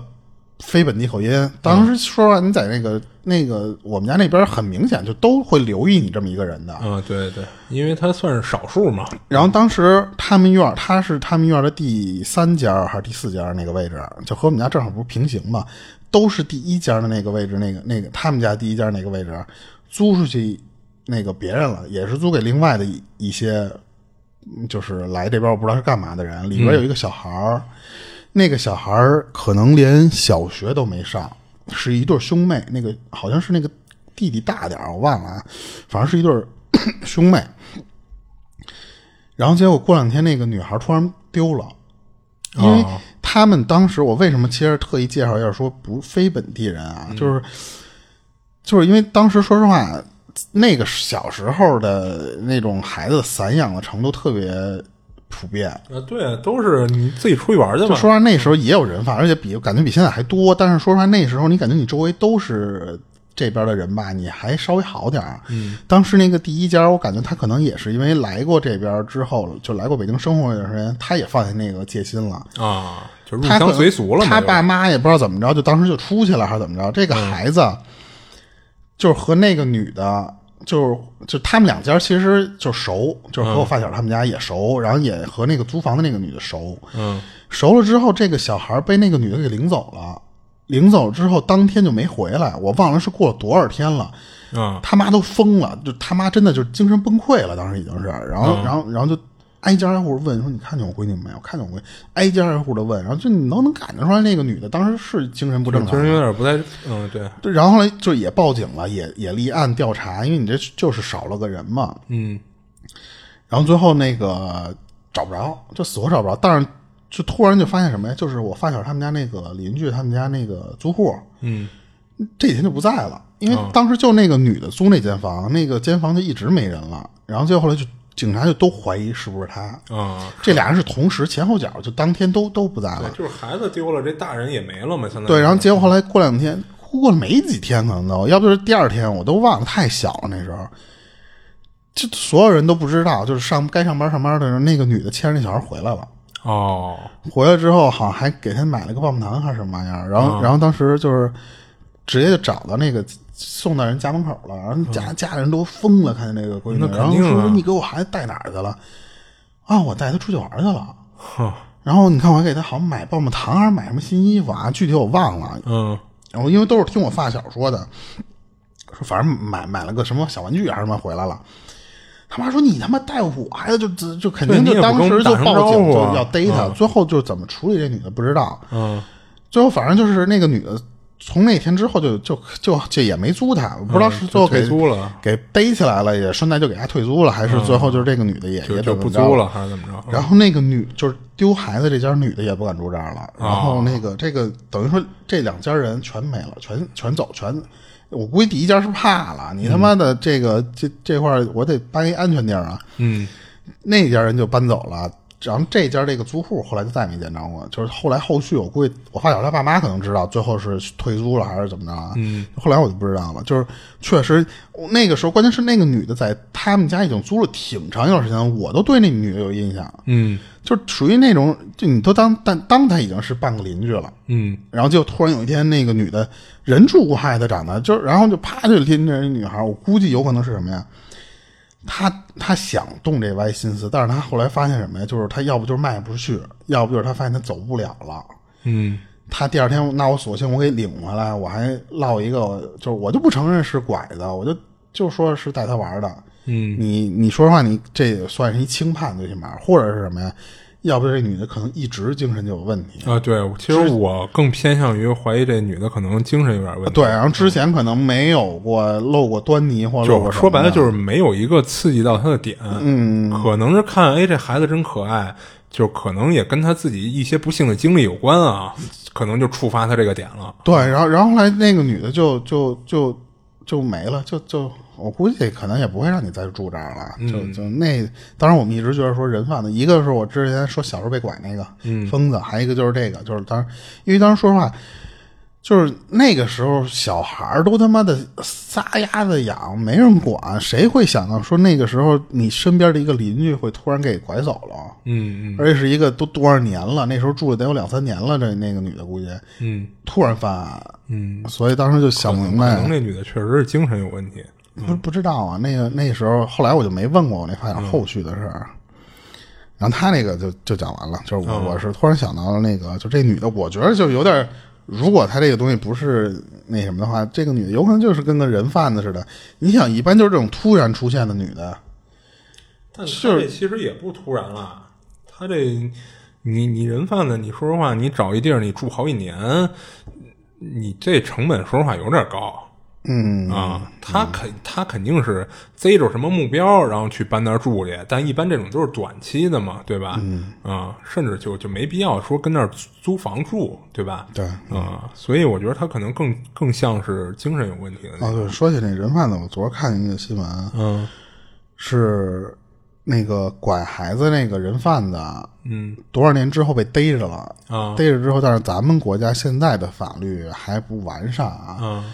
Speaker 2: 非本地口音，当时说实话，你在那个那个我们家那边很明显就都会留意你这么一个人的。
Speaker 3: 嗯，对对，因为他算是少数嘛。
Speaker 2: 然后当时他们院儿，他是他们院儿的第三家儿还是第四家儿那个位置，就和我们家正好不是平行嘛，都是第一家儿的那个位置，那个那个他们家第一家儿那个位置啊租出去那个别人了，也是租给另外的一一些，嗯就是来这边我不知道是干嘛的人，里边有一个小孩儿，那个小孩儿可能连小学都没上，是一对兄妹，那个好像是那个弟弟大点儿，我忘了啊，反正是一对儿 兄妹。然后结果过两天那个女孩突然丢了，因为
Speaker 3: 哦
Speaker 2: 他们当时我为什么其实特意介绍一下说不非本地人啊，就是就是因为当时说实话，那个小时候的那种孩子散养的程度特别普遍，
Speaker 3: 啊，对啊，都是你自己出去玩去
Speaker 2: 就
Speaker 3: 嘛。
Speaker 2: 说实话，那时候也有人贩，而且比感觉比现在还多。但是说实话，那时候你感觉你周围都是这边的人吧，你还稍微好点儿。嗯，当时那个第一家，我感觉他可能也是因为来过这边之后，就来过北京生活一段时间，他也放下那个戒心了。
Speaker 3: 啊，就入
Speaker 2: 他可
Speaker 3: 乡
Speaker 2: 能
Speaker 3: 随俗了嘛。
Speaker 2: 他
Speaker 3: 就嗯
Speaker 2: 爸妈也不知道怎么着，就当时就出去了还是怎么着。这个孩子就是和那个女的就是就他们两家其实就熟，就是
Speaker 3: 嗯
Speaker 2: 和我发小他们家也熟，然后也和那个租房的那个女的熟。
Speaker 3: 嗯，
Speaker 2: 熟了之后，这个小孩被那个女的给领走了，领走之后当天就没回来，我忘了是过了多少天了。
Speaker 3: 啊，
Speaker 2: 他妈都疯了，就他妈真的就是精神崩溃了，当时已经是，然后、然后然后就挨家挨户问说你看见我闺女没有？看见我闺女，挨家挨户的问，然后就你能能感觉出来那个女的当时是精神不正
Speaker 3: 就是
Speaker 2: 常。
Speaker 3: 有点不太，嗯，对，
Speaker 2: 对，然后后来就也报警了，也也立案调查，因为你这就是少了个人嘛。
Speaker 3: 嗯
Speaker 2: 然后最后那个找不着，就死活找不着。但是就突然就发现什么呀？就是我发小他们家那个邻居，他们家那个租户，
Speaker 3: 嗯
Speaker 2: 这几天就不在了，因为当时就那个女的租那间房，那个间房就一直没人了。然后最后后来就警察就都怀疑是不是她，
Speaker 3: 啊，
Speaker 2: 这俩人是同时前后脚，就当天都都不在了。
Speaker 3: 就是孩子丢了，这大人也没了嘛，相当于
Speaker 2: 对，然后结果后来过两天，过了没几天可能都，要不就是第二天，我都忘了，太小了那时候。就所有人都不知道，就是上该上班上班的时候，那个女的牵着那小孩回来了。
Speaker 3: 哦，
Speaker 2: 回来之后好像还给他买了个棒棒糖还是什么玩意儿，然
Speaker 3: 啊
Speaker 2: 后、然后当时就是直接就找到那个送到人家门口了，然后家、家里人都疯了，看见那个闺女，
Speaker 3: 嗯那肯
Speaker 2: 然后
Speaker 3: 定啊
Speaker 2: 说你给我孩子带哪儿去了？啊，我带他出去玩去了。
Speaker 3: 哼，
Speaker 2: 然后你看我还给他好像买棒棒糖还是买什么新衣服啊，具体我忘了。
Speaker 3: 嗯
Speaker 2: 然后因为都是听我发小说的，说反正买买了个什么小玩具还是什么回来了。他妈说你他妈带我孩子就就就肯定
Speaker 3: 对你
Speaker 2: 就
Speaker 3: 也不
Speaker 2: 当
Speaker 3: 跟我
Speaker 2: 时
Speaker 3: 们
Speaker 2: 就
Speaker 3: 打声
Speaker 2: 报
Speaker 3: 招
Speaker 2: 警
Speaker 3: 呼
Speaker 2: 就
Speaker 3: 啊
Speaker 2: 要逮他，
Speaker 3: 嗯
Speaker 2: 最后就怎么处理这女的不知道。
Speaker 3: 嗯
Speaker 2: 最后反正就是那个女的，从那天之后就就就就也没租他，不知道是
Speaker 3: 嗯就
Speaker 2: 最后给、
Speaker 3: 退租了嗯
Speaker 2: 给逮起来了，也顺带就给他退租了，还是最后就是这个女的也、
Speaker 3: 就
Speaker 2: 也
Speaker 3: 就
Speaker 2: 怎么
Speaker 3: 不
Speaker 2: 着
Speaker 3: 租了。还是怎么着？
Speaker 2: 然后那个女就是丢孩子这家女的也不敢住这儿了，然后那个这个等于说这两家人全没了，全全走全。我估计第一家是怕了，你他妈的这个、这这块儿我得搬一安全地儿啊，
Speaker 3: 嗯
Speaker 2: 那家人就搬走了，然后这家这个租户后来就再也没见着过。就是后来后续，我估计我发小他爸妈可能知道，最后是退租了还是怎么着啊？
Speaker 3: 嗯，
Speaker 2: 后来我就不知道了。就是确实我那个时候，关键是那个女的在他们家已经租了挺长一段时间，我都对那女的有印象，
Speaker 3: 嗯
Speaker 2: 就是属于那种就你都当当当她已经是半个邻居了。
Speaker 3: 嗯
Speaker 2: 然后就突然有一天，那个女的人畜无害的长得，就是然后就啪就拎着一女孩，我估计有可能是什么呀？她她想动这歪心思，但是她后来发现什么呀？就是她要不就是迈不出去，要不就是她发现她走不了了。
Speaker 3: 嗯
Speaker 2: 她第二天，那我索性我给领回来，我还落一个，就是我就不承认是拐子，我就就说是带她玩的。
Speaker 3: 嗯
Speaker 2: 你你说实话，你这也算是一轻判，最起码，或者是什么呀？要不这女的可能一直精神就有问题，
Speaker 3: 啊，对，其实我更偏向于怀疑这女的可能精神有点问题。
Speaker 2: 对，然后之前可能没有过露过端倪或者露
Speaker 3: 就
Speaker 2: 过
Speaker 3: 是说白了，就是是没有一个刺激到他的点，嗯，可能是看，哎，这孩子真可爱，就可能也跟他自己一些不幸的经历有关啊，可能就触发他这个点了。
Speaker 2: 对，然后然后后来那个女的就就就就没了，就就我估计可能也不会让你再住这儿了，就就那当然我们一直觉得说人贩子，一个是我之前说小时候被拐那个疯子，还有一个就是这个，就是当时因为当时说实话。就是那个时候，小孩儿都他妈的撒丫子养，没人管，谁会想到说那个时候你身边的一个邻居会突然给拐走了？
Speaker 3: 嗯嗯
Speaker 2: 而且是一个都多少年了，那时候住了得有两三年了，这那个女的估计
Speaker 3: 嗯
Speaker 2: 突然犯案，
Speaker 3: 嗯，
Speaker 2: 所以当时就想明
Speaker 3: 可能
Speaker 2: 白，
Speaker 3: 那女的确实是精神有问题。
Speaker 2: 不不知道啊，那个那时候后来我就没问过我那发
Speaker 3: 嗯
Speaker 2: 小后续的事儿。然后他那个就就讲完了，就是
Speaker 3: 嗯
Speaker 2: 我我是突然想到了那个，就这女的，我觉得就有点儿，如果她这个东西不是那什么的话，这个女的有可能就是跟个人贩子似的。你想，一般就是这种突然出现的女的，
Speaker 3: 但
Speaker 2: 是
Speaker 3: 他这其实也不突然了，他这你你人贩子，你说实话，你找一地儿你住好几年，你这成本说实话有点高。
Speaker 2: 嗯，
Speaker 3: 啊，他肯他肯定是逮着什么目标，然后去搬那儿住去。但一般这种都是短期的嘛，对吧？嗯啊，甚至就就没必要说跟那儿租租房住，对吧？
Speaker 2: 对，
Speaker 3: 啊，所以我觉得他可能更更像是精神有问题的那
Speaker 2: 哦
Speaker 3: 种。
Speaker 2: 对，说起那人贩子，我昨儿看见一个新闻，啊
Speaker 3: 嗯
Speaker 2: 是那个拐孩子那个人贩子，啊
Speaker 3: 嗯
Speaker 2: 多少年之后被逮着了，
Speaker 3: 啊
Speaker 2: 逮着之后，但是咱们国家现在的法律还不完善啊。
Speaker 3: 啊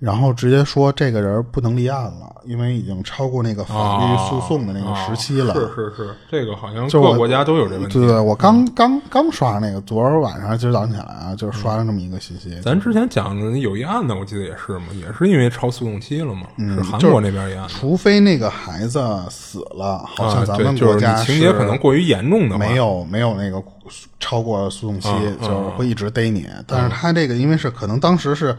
Speaker 2: 然后直接说这个人不能立案了，因为已经超过那个法律啊诉讼的那个时期了。
Speaker 3: 啊是是是，这个好像
Speaker 2: 就
Speaker 3: 各
Speaker 2: 我
Speaker 3: 国家都有这问
Speaker 2: 对对
Speaker 3: 题。
Speaker 2: 对，我刚刚刚刷那个，昨儿晚上还是今儿早上起来啊，就是刷了这么一个信息。
Speaker 3: 咱之前讲的有一案子，我记得也是嘛，也是因为超诉讼期了嘛，是
Speaker 2: 嗯
Speaker 3: 韩
Speaker 2: 就是
Speaker 3: 国那边一案子。
Speaker 2: 除非那个孩子死了，好像咱们
Speaker 3: 啊、对
Speaker 2: 国
Speaker 3: 就是
Speaker 2: 家
Speaker 3: 你情节可能过于严重的话，
Speaker 2: 没有没有那个超过诉讼期，
Speaker 3: 嗯嗯
Speaker 2: 就
Speaker 3: 嗯
Speaker 2: 是会一直逮你。但是他这个因为是可能当时是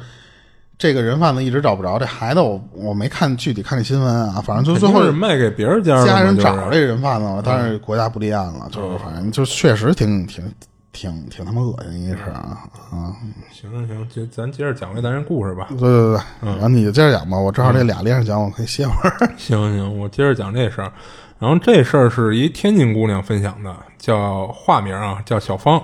Speaker 2: 这个人贩子一直找不着这孩子我，我没看具体看这新闻啊，反正就最
Speaker 3: 肯定
Speaker 2: 后
Speaker 3: 是卖给别人家了嘛
Speaker 2: 家人
Speaker 3: 就是嗯
Speaker 2: 找着这人贩子了，但是国家不立案了，就是反正就确实挺挺挺挺他妈恶心一事儿啊啊！
Speaker 3: 行行行，就咱接着讲回咱这故事吧。
Speaker 2: 对对对，
Speaker 3: 嗯
Speaker 2: 然后你就接着讲吧，我正好这俩连着讲，我可以歇会 儿。
Speaker 3: 行行，我接着讲这事儿。然后这事儿是一天津姑娘分享的，叫化名啊，叫小芳，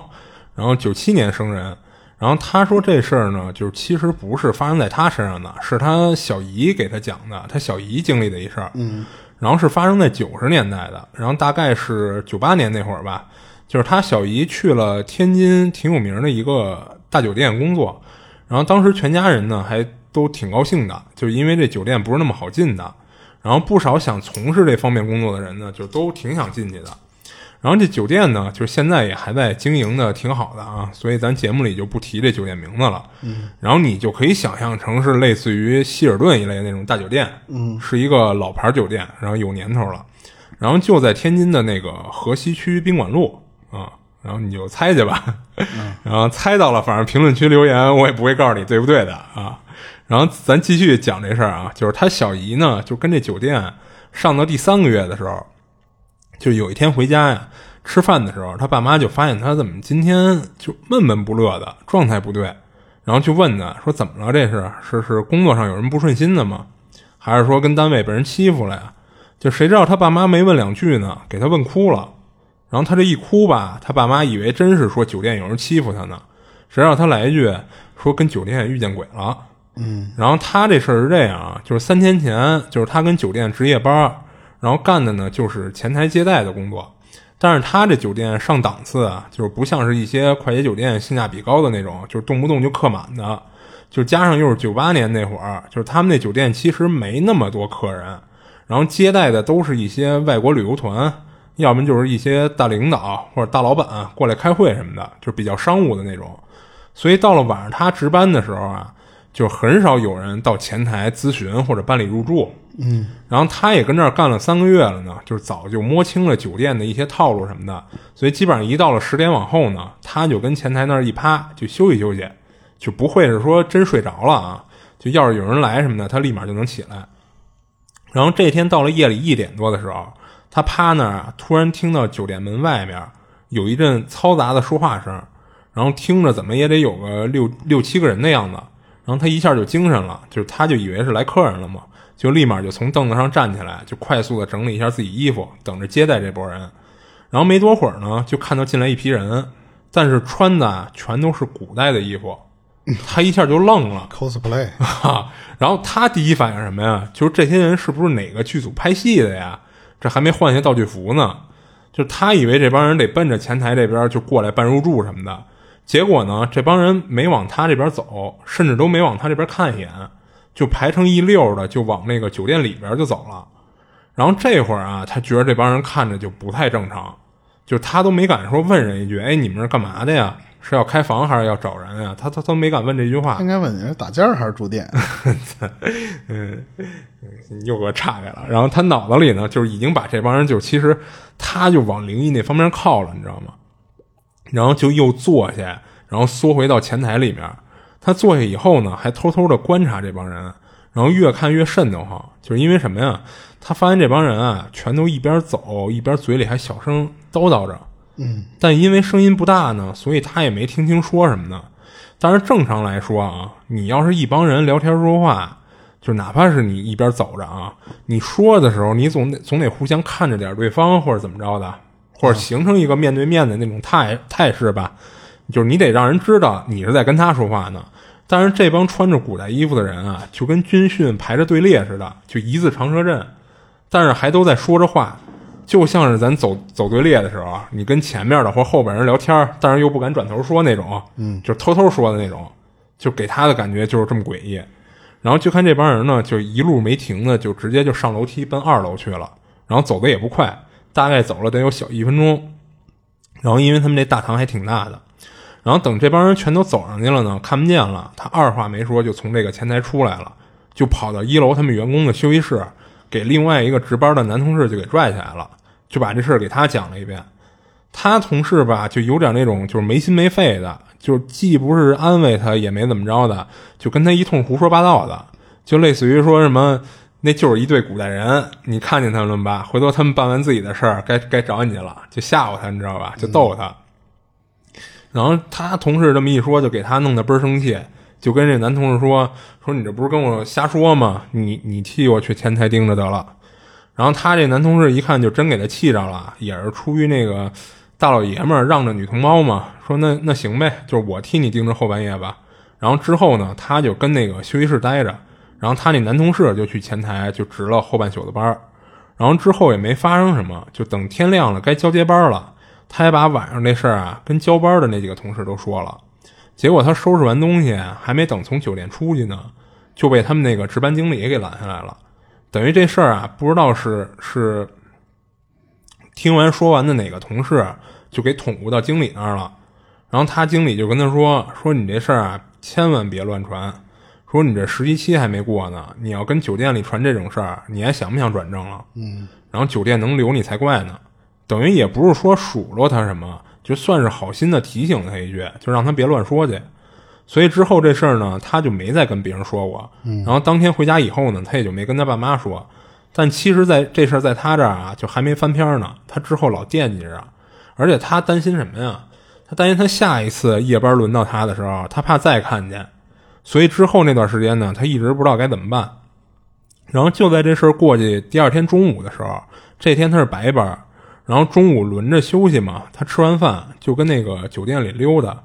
Speaker 3: 然后九七年生人。然后她说这事儿呢，就是其实不是发生在她身上的，是她小姨给她讲的，她小姨经历的一事儿。嗯，然后是发生在九十年代的，然后大概是九八年那会儿吧，就是她小姨去了天津挺有名的一个大酒店工作，然后当时全家人呢还都挺高兴的，就是因为这酒店不是那么好进的，然后不少想从事这方面工作的人呢，就都挺想进去的。然后这酒店呢，就是现在也还在经营的挺好的啊，所以咱节目里就不提这酒店名字了。嗯，然后你就可以想象成是类似于希尔顿一类的那种大酒店，嗯，是一个老牌酒店，然后有年头了，然后就在天津的那个河西区宾馆路啊，然后你就猜去吧， 然后猜到了，反正评论区留言我也不会告诉你对不对的啊。然后咱继续讲这事儿啊，就是他小姨呢，就跟这酒店上到第三个月的时候，就有一天回家呀，吃饭的时候，他爸妈就发现他怎么今天就闷闷不乐的，状态不对，然后就问他说怎么了？这是是是工作上有人不顺心的吗？还是说跟单位被人欺负了呀？就谁知道他爸妈没问两句呢，给他问哭了。然后他这一哭吧，他爸妈以为真是说酒店有人欺负他呢，谁让他来一句说跟酒店遇见鬼了。嗯，然后他这事儿是这样啊，就是三天前，就是他跟酒店值夜班儿，然后干的呢就是前台接待的工作，但是他这酒店上档次啊，就是不像是一些快捷酒店性价比高的那种，啊就是动不动就客满的，就加上又是九八年那会儿，就是他们那酒店其实没那么多客人，然后接待的都是一些外国旅游团，要么就是一些大领导或者大老板过来开会什么的，就是比较商务的那种。所以到了晚上他值班的时候啊，就很少有人到前台咨询或者办理入住。嗯，然后他也跟这儿干了三个月了呢，就是早就摸清了酒店的一些套路什么的，所以基本上一到了十点往后呢，他就跟前台那儿一趴就休息休息，就不会是说真睡着了啊，就要是有人来什么的，他立马就能起来。然后这天到了夜里一点多的时候，他趴那儿啊，突然听到酒店门外面有一阵嘈杂的说话声，然后听着怎么也得有个六六七个人的样子。然后他一下就精神了，就是他就以为是来客人了嘛，就立马就从凳子上站起来，就快速的整理一下自己衣服，等着接待这波人。然后没多会儿呢，就看到进来一批人，但是穿的啊全都是古代的衣服，他一下就愣了。
Speaker 2: cosplay
Speaker 3: 啊， 然后他第一反应是什么呀？就是这些人是不是哪个剧组拍戏的呀？这还没换下道具服呢。就是他以为这帮人得奔着前台这边就过来办入住什么的，结果呢，这帮人没往他这边走，甚至都没往他这边看一眼，就排成一溜的就往那个酒店里边就走了。然后这会儿啊，他觉得这帮人看着就不太正常，就他都没敢说问人一句：“哎，你们是干嘛的呀？是要开房还是要找人啊？”他他都没敢问这句话。
Speaker 2: 应该问你是打尖儿还是住 店？
Speaker 3: 嗯，又给我岔开了。然后他脑子里呢，就是已经把这帮人，就其实他就往灵异那方面靠了，你知道吗？然后就又坐下，然后缩回到前台里面。他坐下以后呢，还偷偷的观察这帮人，然后越看越瘆得慌，就是因为什么呀？他发现这帮人啊，全都一边走一边嘴里还小声叨叨着，但因为声音不大呢，所以他也没听清说什么呢。但是正常来说啊，你要是一帮人聊天说话，就哪怕是你一边走着啊，你说的时候，你总得总得互相看着点对方或者怎么着的，或者形成一个面对面的那种态态势吧。就是你得让人知道你是在跟他说话呢。但是这帮穿着古代衣服的人啊，就跟军训排着队列似的，就一字长蛇阵。但是还都在说着话，就像是咱走走队列的时候啊，你跟前面的或后边人聊天儿，但是又不啊敢转头说那种，嗯，就是偷偷说的那种，就给他的感觉就是这么诡异。然后就看这帮人呢，就一路没停的，就直接就上楼梯奔二楼去了，然后走的也不快，大概走了得有小一分钟。然后因为他们这大堂还挺大的，然后等这帮人全都走上去了呢，看不见了，他二话没说就从这个前台出来了，就跑到一楼他们员工的休息室，给另外一个值班的男同事就给拽起来了，就把这事儿给他讲了一遍。他同事吧，就有点那种就是没心没肺的，就是既不是安慰他，也没怎么着的，就跟他一通胡说八道的，就类似于说什么那就是一对古代人，你看见他们吧，回头他们办完自己的事儿，该该找你了，就吓唬他，你知道吧？就逗他。然后他同事这么一说，就给他弄得倍儿生气，就跟这男同事说：“说你这不是跟我瞎说吗？你你替我去前台盯着得了。”然后他这男同事一看就真给他气着了，也是出于那个大老爷们儿让着女同胞嘛，说那那行呗，就是我替你盯着后半夜吧。然后之后呢，他就跟那个休息室待着，然后他那男同事就去前台就值了后半宿的班儿。然后之后也没发生什么，就等天亮了该交接班了，他还把晚上这事儿啊跟交班的那几个同事都说了。结果他收拾完东西，还没等从酒店出去呢，就被他们那个值班经理给拦下来了。等于这事儿啊，不知道是是听完说完的哪个同事就给捅咕到经理那儿了。然后他经理就跟他说：“说你这事儿啊，千万别乱传。说你这实习期还没过呢，你要跟酒店里传这种事儿，你还想不想转正了？嗯。然后酒店能留你才怪呢。等于也不是说数落他什么，就算是好心的提醒他一句，就让他别乱说去。所以之后这事儿呢，他就没再跟别人说过。然后当天回家以后呢，他也就没跟他爸妈说。但其实在这事儿在他这儿啊，就还没翻篇儿呢。他之后老惦记着，而且他担心什么呀？他担心他下一次夜班轮到他的时候，他怕再看见。所以之后那段时间呢，他一直不知道该怎么办。然后就在这事儿过去第二天中午的时候，这天他是白班儿，然后中午轮着休息嘛，他吃完饭就跟那个酒店里溜达，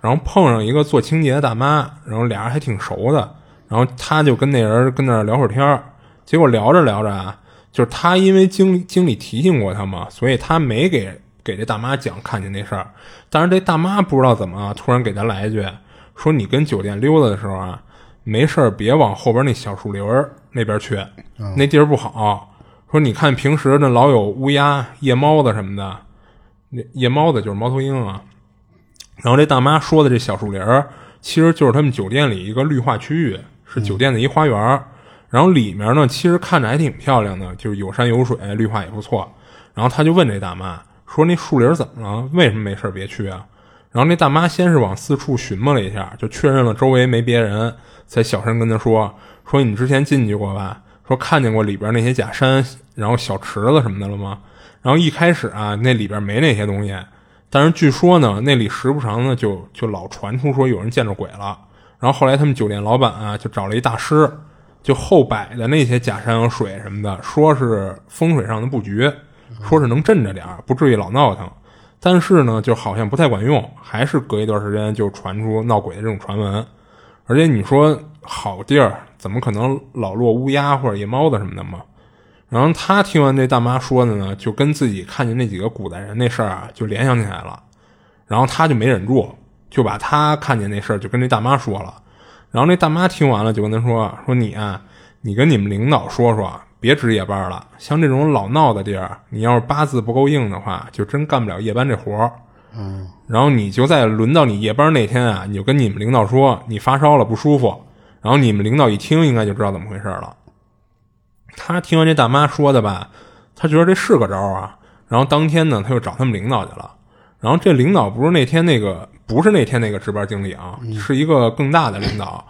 Speaker 3: 然后碰上一个做清洁的大妈，然后俩人还挺熟的，然后他就跟那人跟那儿聊会儿天儿，结果聊着聊着啊，就是他因为经理经理提醒过他嘛，所以他没给给这大妈讲看见那事儿，但是这大妈不知道怎么啊，突然给他来一句，说你跟酒店溜达的时候啊，没事儿别往后边那小树林儿那边去，那地儿不好。说你看平时那老有乌鸦、夜猫子什么的，那夜猫子就是猫头鹰啊。然后这大妈说的这小树林儿，其实就是他们酒店里一个绿化区域，是酒店的一花园儿。然后里面呢，其实看着还挺漂亮的，就是有山有水，绿化也不错。然后他就问这大妈说：“那树林儿怎么了？为什么没事儿别去啊？”然后那大妈先是往四处寻摸了一下，就确认了周围没别人，才小声跟他说：“说你之前进去过吧？说看见过里边那些假山，然后小池子什么的了吗？”然后一开始啊，那里边没那些东西，但是据说呢，那里时不常呢就就老传出说有人见着鬼了。然后后来他们酒店老板啊，就找了一大师，就后摆的那些假山和水什么的，说是风水上的布局，说是能镇着点儿，不至于老闹腾。但是呢，就好像不太管用，还是隔一段时间就传出闹鬼的这种传闻。而且你说好地儿，怎么可能老落乌鸦或者夜猫子什么的嘛？然后他听完这大妈说的呢，就跟自己看见那几个古代人那事儿啊，就联想起来了。然后他就没忍住，就把他看见那事儿就跟这大妈说了。然后那大妈听完了，就跟他说：“说你啊，你跟你们领导说说，别值夜班了。像这种老闹的地儿，你要是八字不够硬的话，就真干不了夜班这活儿。嗯，然后你就在轮到你夜班那天啊，你就跟你们领导说你发烧了不舒服，然后你们领导一听应该就知道怎么回事儿了。”他听完这大妈说的吧，他觉得这是个招儿啊。然后当天呢，他就找他们领导去了。然后这领导不是那天那个，不是那天那个值班经理啊，是一个更大的领导。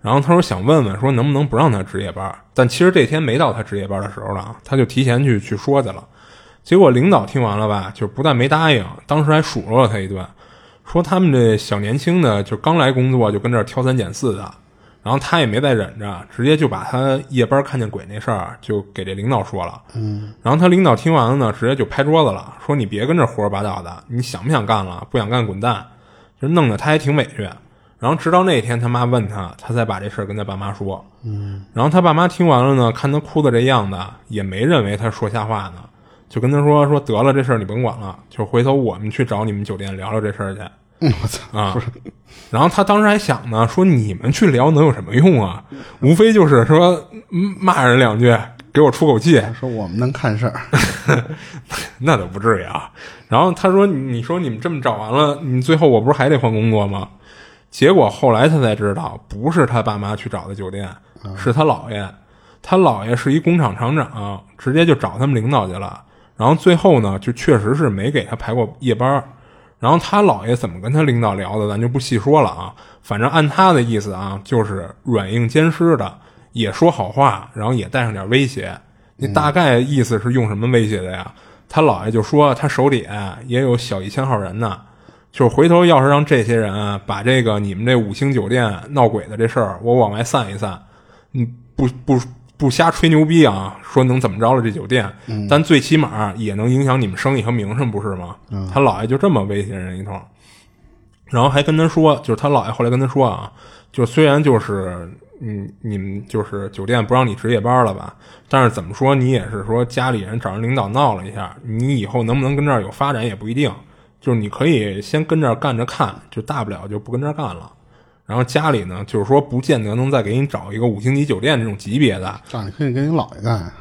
Speaker 3: 然后他说想问问，说能不能不让他值夜班儿？但其实这天没到他值夜班的时候了啊，他就提前去去说去了。结果领导听完了吧，就不但没答应，当时还数落了他一顿，说他们这小年轻的就刚来工作就跟这儿挑三拣四的，然后他也没再忍着，直接就把他夜班看见鬼那事儿就给这领导说了。嗯，然后他领导听完了呢，直接就拍桌子了，说你别跟这胡说八道的，你想不想干了？不想干滚蛋，就弄得他还挺委屈。然后直到那天他妈问他，他才把这事儿跟他爸妈说。嗯，然后他爸妈听完了呢，看他哭的这样子，也没认为他说瞎话呢，就跟他说说得了，这事儿你甭管了，就回头我们去找你们酒店聊聊这事儿去。
Speaker 2: 嗯我操
Speaker 3: 啊， 然后他当时还想呢，说你们去聊能有什么用啊？无非就是说嗯骂人两句，给我出口气，
Speaker 2: 说我们能看 事儿，
Speaker 3: 那倒不至于啊。然后他说：“你说你们这么找完了，你最后我不是还得换工作吗？”结果后来他才知道，不是他爸妈去找的酒店，是他姥爷。他姥爷是一工厂厂长，直接就找他们领导去了。然后最后呢，就确实是没给他排过夜班儿。然后他姥爷怎么跟他领导聊的，咱就不细说了啊。反正按他的意思啊，就是软硬兼施的，也说好话，然后也带上点威胁。那大概意思是用什么威胁的呀？他姥爷就说他手里啊也有小一千号人呢，就是回头要是让这些人啊把这个你们这五星酒店闹鬼的这事儿，我往外散一散，你不不不瞎吹牛逼啊，说能怎么着了这酒店，但最起码也能影响你们生意和名声，不是吗？他姥爷就这么威胁人一通，然后还跟他说，就是他姥爷后来跟他说啊，就虽然就是嗯，你们就是酒店不让你值夜班了吧，但是怎么说你也是说家里人找人领导闹了一下，你以后能不能跟这儿有发展也不一定，就是你可以先跟这儿干着看，就大不了就不跟这儿干了。然后家里呢，就是说不见得能再给你找一个五星级酒店这种级别的，
Speaker 2: 这样你可以跟你姥爷干。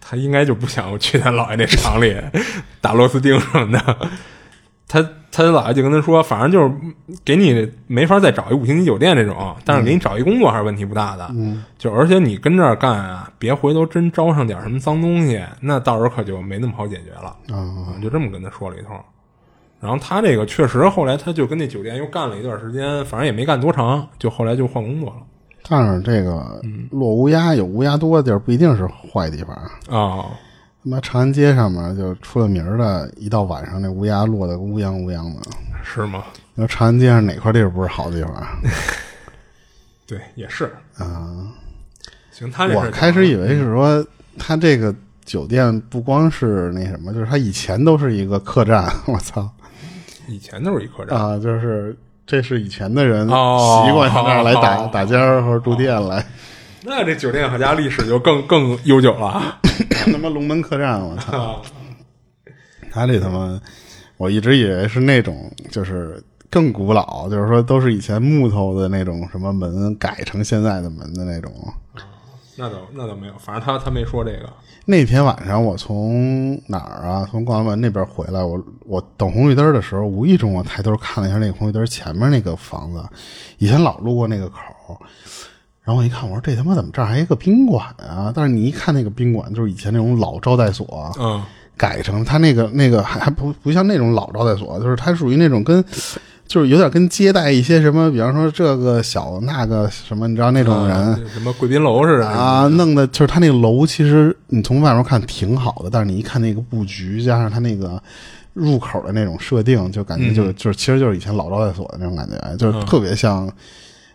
Speaker 3: 他应该就不想去他姥爷那厂里 打螺丝钉什么的。他他姥爷就跟他说，反正就是嗯给你没法再找一五星级酒店这种，但是给你找一工作还是问题不大的。嗯，就而且你跟这儿干啊，别回头真招上点什么脏东西，那到时候可就没那么好解决了。啊，就这么跟他说了一通。然后他这个确实后来他就跟那酒店又干了一段时间，反正也没干多长，就后来就换工作了。
Speaker 2: 但是这个
Speaker 3: 嗯
Speaker 2: 落乌鸦有乌鸦多的地儿，不一定是坏地方。
Speaker 3: 啊、
Speaker 2: 他妈长安街上面就出了名儿的，一到晚上那乌鸦落的乌泱乌泱的。
Speaker 3: 是吗？
Speaker 2: 你说长安街上哪块地儿不是好地方啊？
Speaker 3: 对，也是。
Speaker 2: 啊
Speaker 3: 行，他这事
Speaker 2: 我
Speaker 3: 儿
Speaker 2: 开始以为是说他这个酒店不光是那什么，就是他以前都是一个客栈。我操
Speaker 3: 以前都是一客栈。
Speaker 2: 啊，就是这是以前的人
Speaker 3: 哦
Speaker 2: 习惯上这儿来打、
Speaker 3: 哦
Speaker 2: 打尖儿或者住店来，
Speaker 3: 那这酒店可家历史就更更悠久了啊！
Speaker 2: 他妈龙门客栈，我操！ 他这他妈，我一直以为是那种就是更古老，就是说都是以前木头的那种什么门改成现在的门的那种。
Speaker 3: 那倒那倒没有，反正他他没说这个。
Speaker 2: 那天晚上我从哪儿啊？从逛完门那边回来，我我等红绿灯的时候，无意中我抬头看了一下那个红绿灯前面那个房子，以前老路过那个口儿。然后我一看，我说这他妈怎么这儿还有一个宾馆啊？但是你一看那个宾馆，就是以前那种老招待所，啊
Speaker 3: 嗯，
Speaker 2: 改成它那个那个还还不不像那种老招待所，就是它属于那种跟，就是有点跟接待一些什么，比方说这个小那个什么，你知道那种人、
Speaker 3: 呃什么贵宾楼似的
Speaker 2: 啊，弄的就是它那个楼，其实你从外面看挺好的，但是你一看那个布局，加上它那个入口的那种设定，就感
Speaker 3: 嗯
Speaker 2: 觉就、就是其实就是以前老招待所的那种感觉，就是特别像。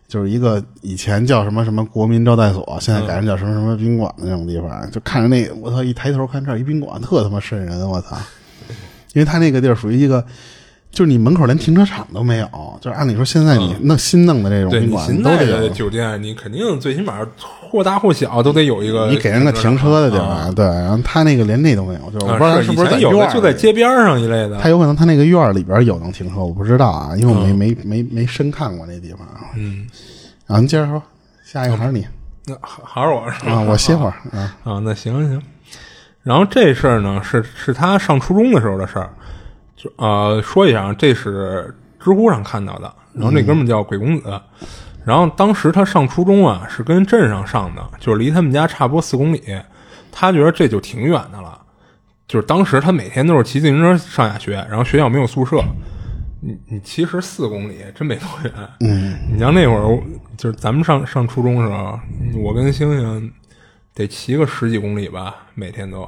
Speaker 2: 就是一个以前叫什么什么国民招待所，现在改成叫什么什么宾馆的那种地方，就看着那我操，一抬头看这儿一宾馆，特他妈瘆人，我操！因为它那个地儿属于一个，就是你门口连停车场都没有，就是按理说现在你弄新弄的这种
Speaker 3: 嗯对
Speaker 2: 宾
Speaker 3: 你
Speaker 2: 馆
Speaker 3: 现
Speaker 2: 都
Speaker 3: 在
Speaker 2: 得
Speaker 3: 的
Speaker 2: 有，
Speaker 3: 酒店，你肯定最起码或大或小都得有一个，
Speaker 2: 你给人个停车的地
Speaker 3: 啊。
Speaker 2: 儿，对，然后他那个连那都没有，就是我不知道他
Speaker 3: 啊
Speaker 2: 是
Speaker 3: 是
Speaker 2: 不是
Speaker 3: 以
Speaker 2: 在
Speaker 3: 前有
Speaker 2: 院
Speaker 3: 的
Speaker 2: 儿
Speaker 3: 就在
Speaker 2: 里
Speaker 3: 街边儿上一类的。
Speaker 2: 他有可能他那个院儿里边有能停车，我不知道啊，因为我没没没没深看过那地方。
Speaker 3: 嗯，
Speaker 2: 啊，你接着说，下一个还是你
Speaker 3: 那还还是我是吧
Speaker 2: 啊，我歇会儿啊，
Speaker 3: 啊，那行行。然后这事儿呢，是是他上初中的时候的事儿，就呃说一下啊，这是知乎上看到的。然后那哥们儿叫鬼公子，然后当时他上初中啊，是跟镇上上的，就是离他们家差不多四公里。他觉得这就挺远的了，就是当时他每天都是骑自行车上下学，然后学校没有宿舍。你你其实四公里真没多远，嗯，你像那会儿就是咱们上上初中的时候，我跟星星得骑个十几公里吧，每天都。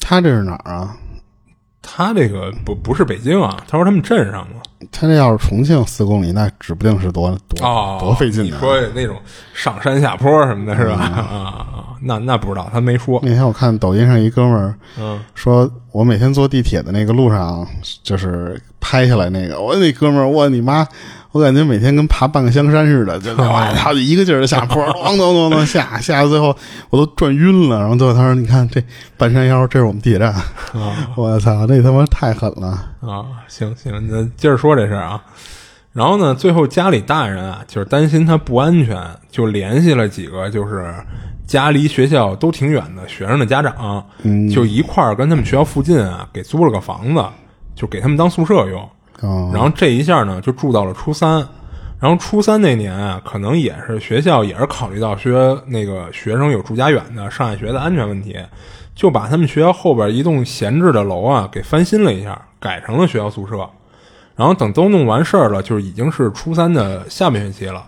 Speaker 2: 他这是哪儿啊？
Speaker 3: 他这个不不是北京啊，他说他们镇上嘛，
Speaker 2: 他这要是重庆四公里，那指不定是多多、
Speaker 3: 哦，
Speaker 2: 多费劲啊嗯
Speaker 3: 你
Speaker 2: 呢。
Speaker 3: 说那种上山下坡什么的，是吧？啊，那那不知道，他没说。
Speaker 2: 那天我看抖音上一哥们儿
Speaker 3: 嗯，
Speaker 2: 说，我每天坐地铁的那个路上，就是拍下来那个，我那哥们儿，我你妈，我感觉每天跟爬半个香山似的， 就哇，他就一个劲儿的下坡， 咣咣咣咣下，下到最后我都转晕了。然后最后他说：“你看这半山腰，这是我们地铁站。”
Speaker 3: 啊
Speaker 2: 我操，那他妈太狠了！
Speaker 3: 嗯啊，行行，那接着说这事儿啊。然后呢，最后家里大人啊，就是担心他不安全，就联系了几个就是家离学校都挺远的学生的家长，
Speaker 2: 嗯
Speaker 3: 就一块儿跟他们学校附近啊给租了个房子，就给他们当宿舍用。
Speaker 2: 哦
Speaker 3: 然后这一下呢，就住到了初三。然后初三那年啊，可能也是学校也是考虑到学那个学生有住家远的上海学的安全问题，就把他们学校后边一栋闲置的楼啊给翻新了一下，改成了学校宿舍。然后等都弄完事儿了，就是已经是初三的下半学期了。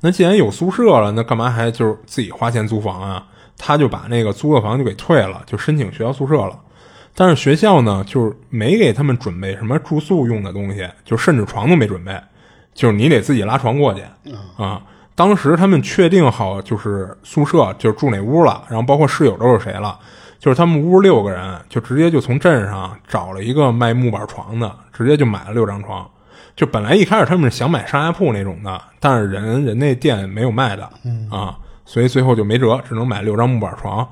Speaker 3: 那既然有宿舍了，那干嘛还就是自己花钱租房啊？他就把那个租的房就给退了，就申请学校宿舍了。但是学校呢，就是没给他们准备什么住宿用的东西，就甚至床都没准备，就是你得自己拉床过去啊。当时他们确定好就是宿舍就是住哪屋了，然后包括室友都是谁了，就是他们屋六个人，就直接就从镇上找了一个卖木板床的，直接就买了六张床。就本来一开始他们是想买上下铺那种的，但是人人那店没有卖的，啊，所以最后就没辙，只能买六张木板床。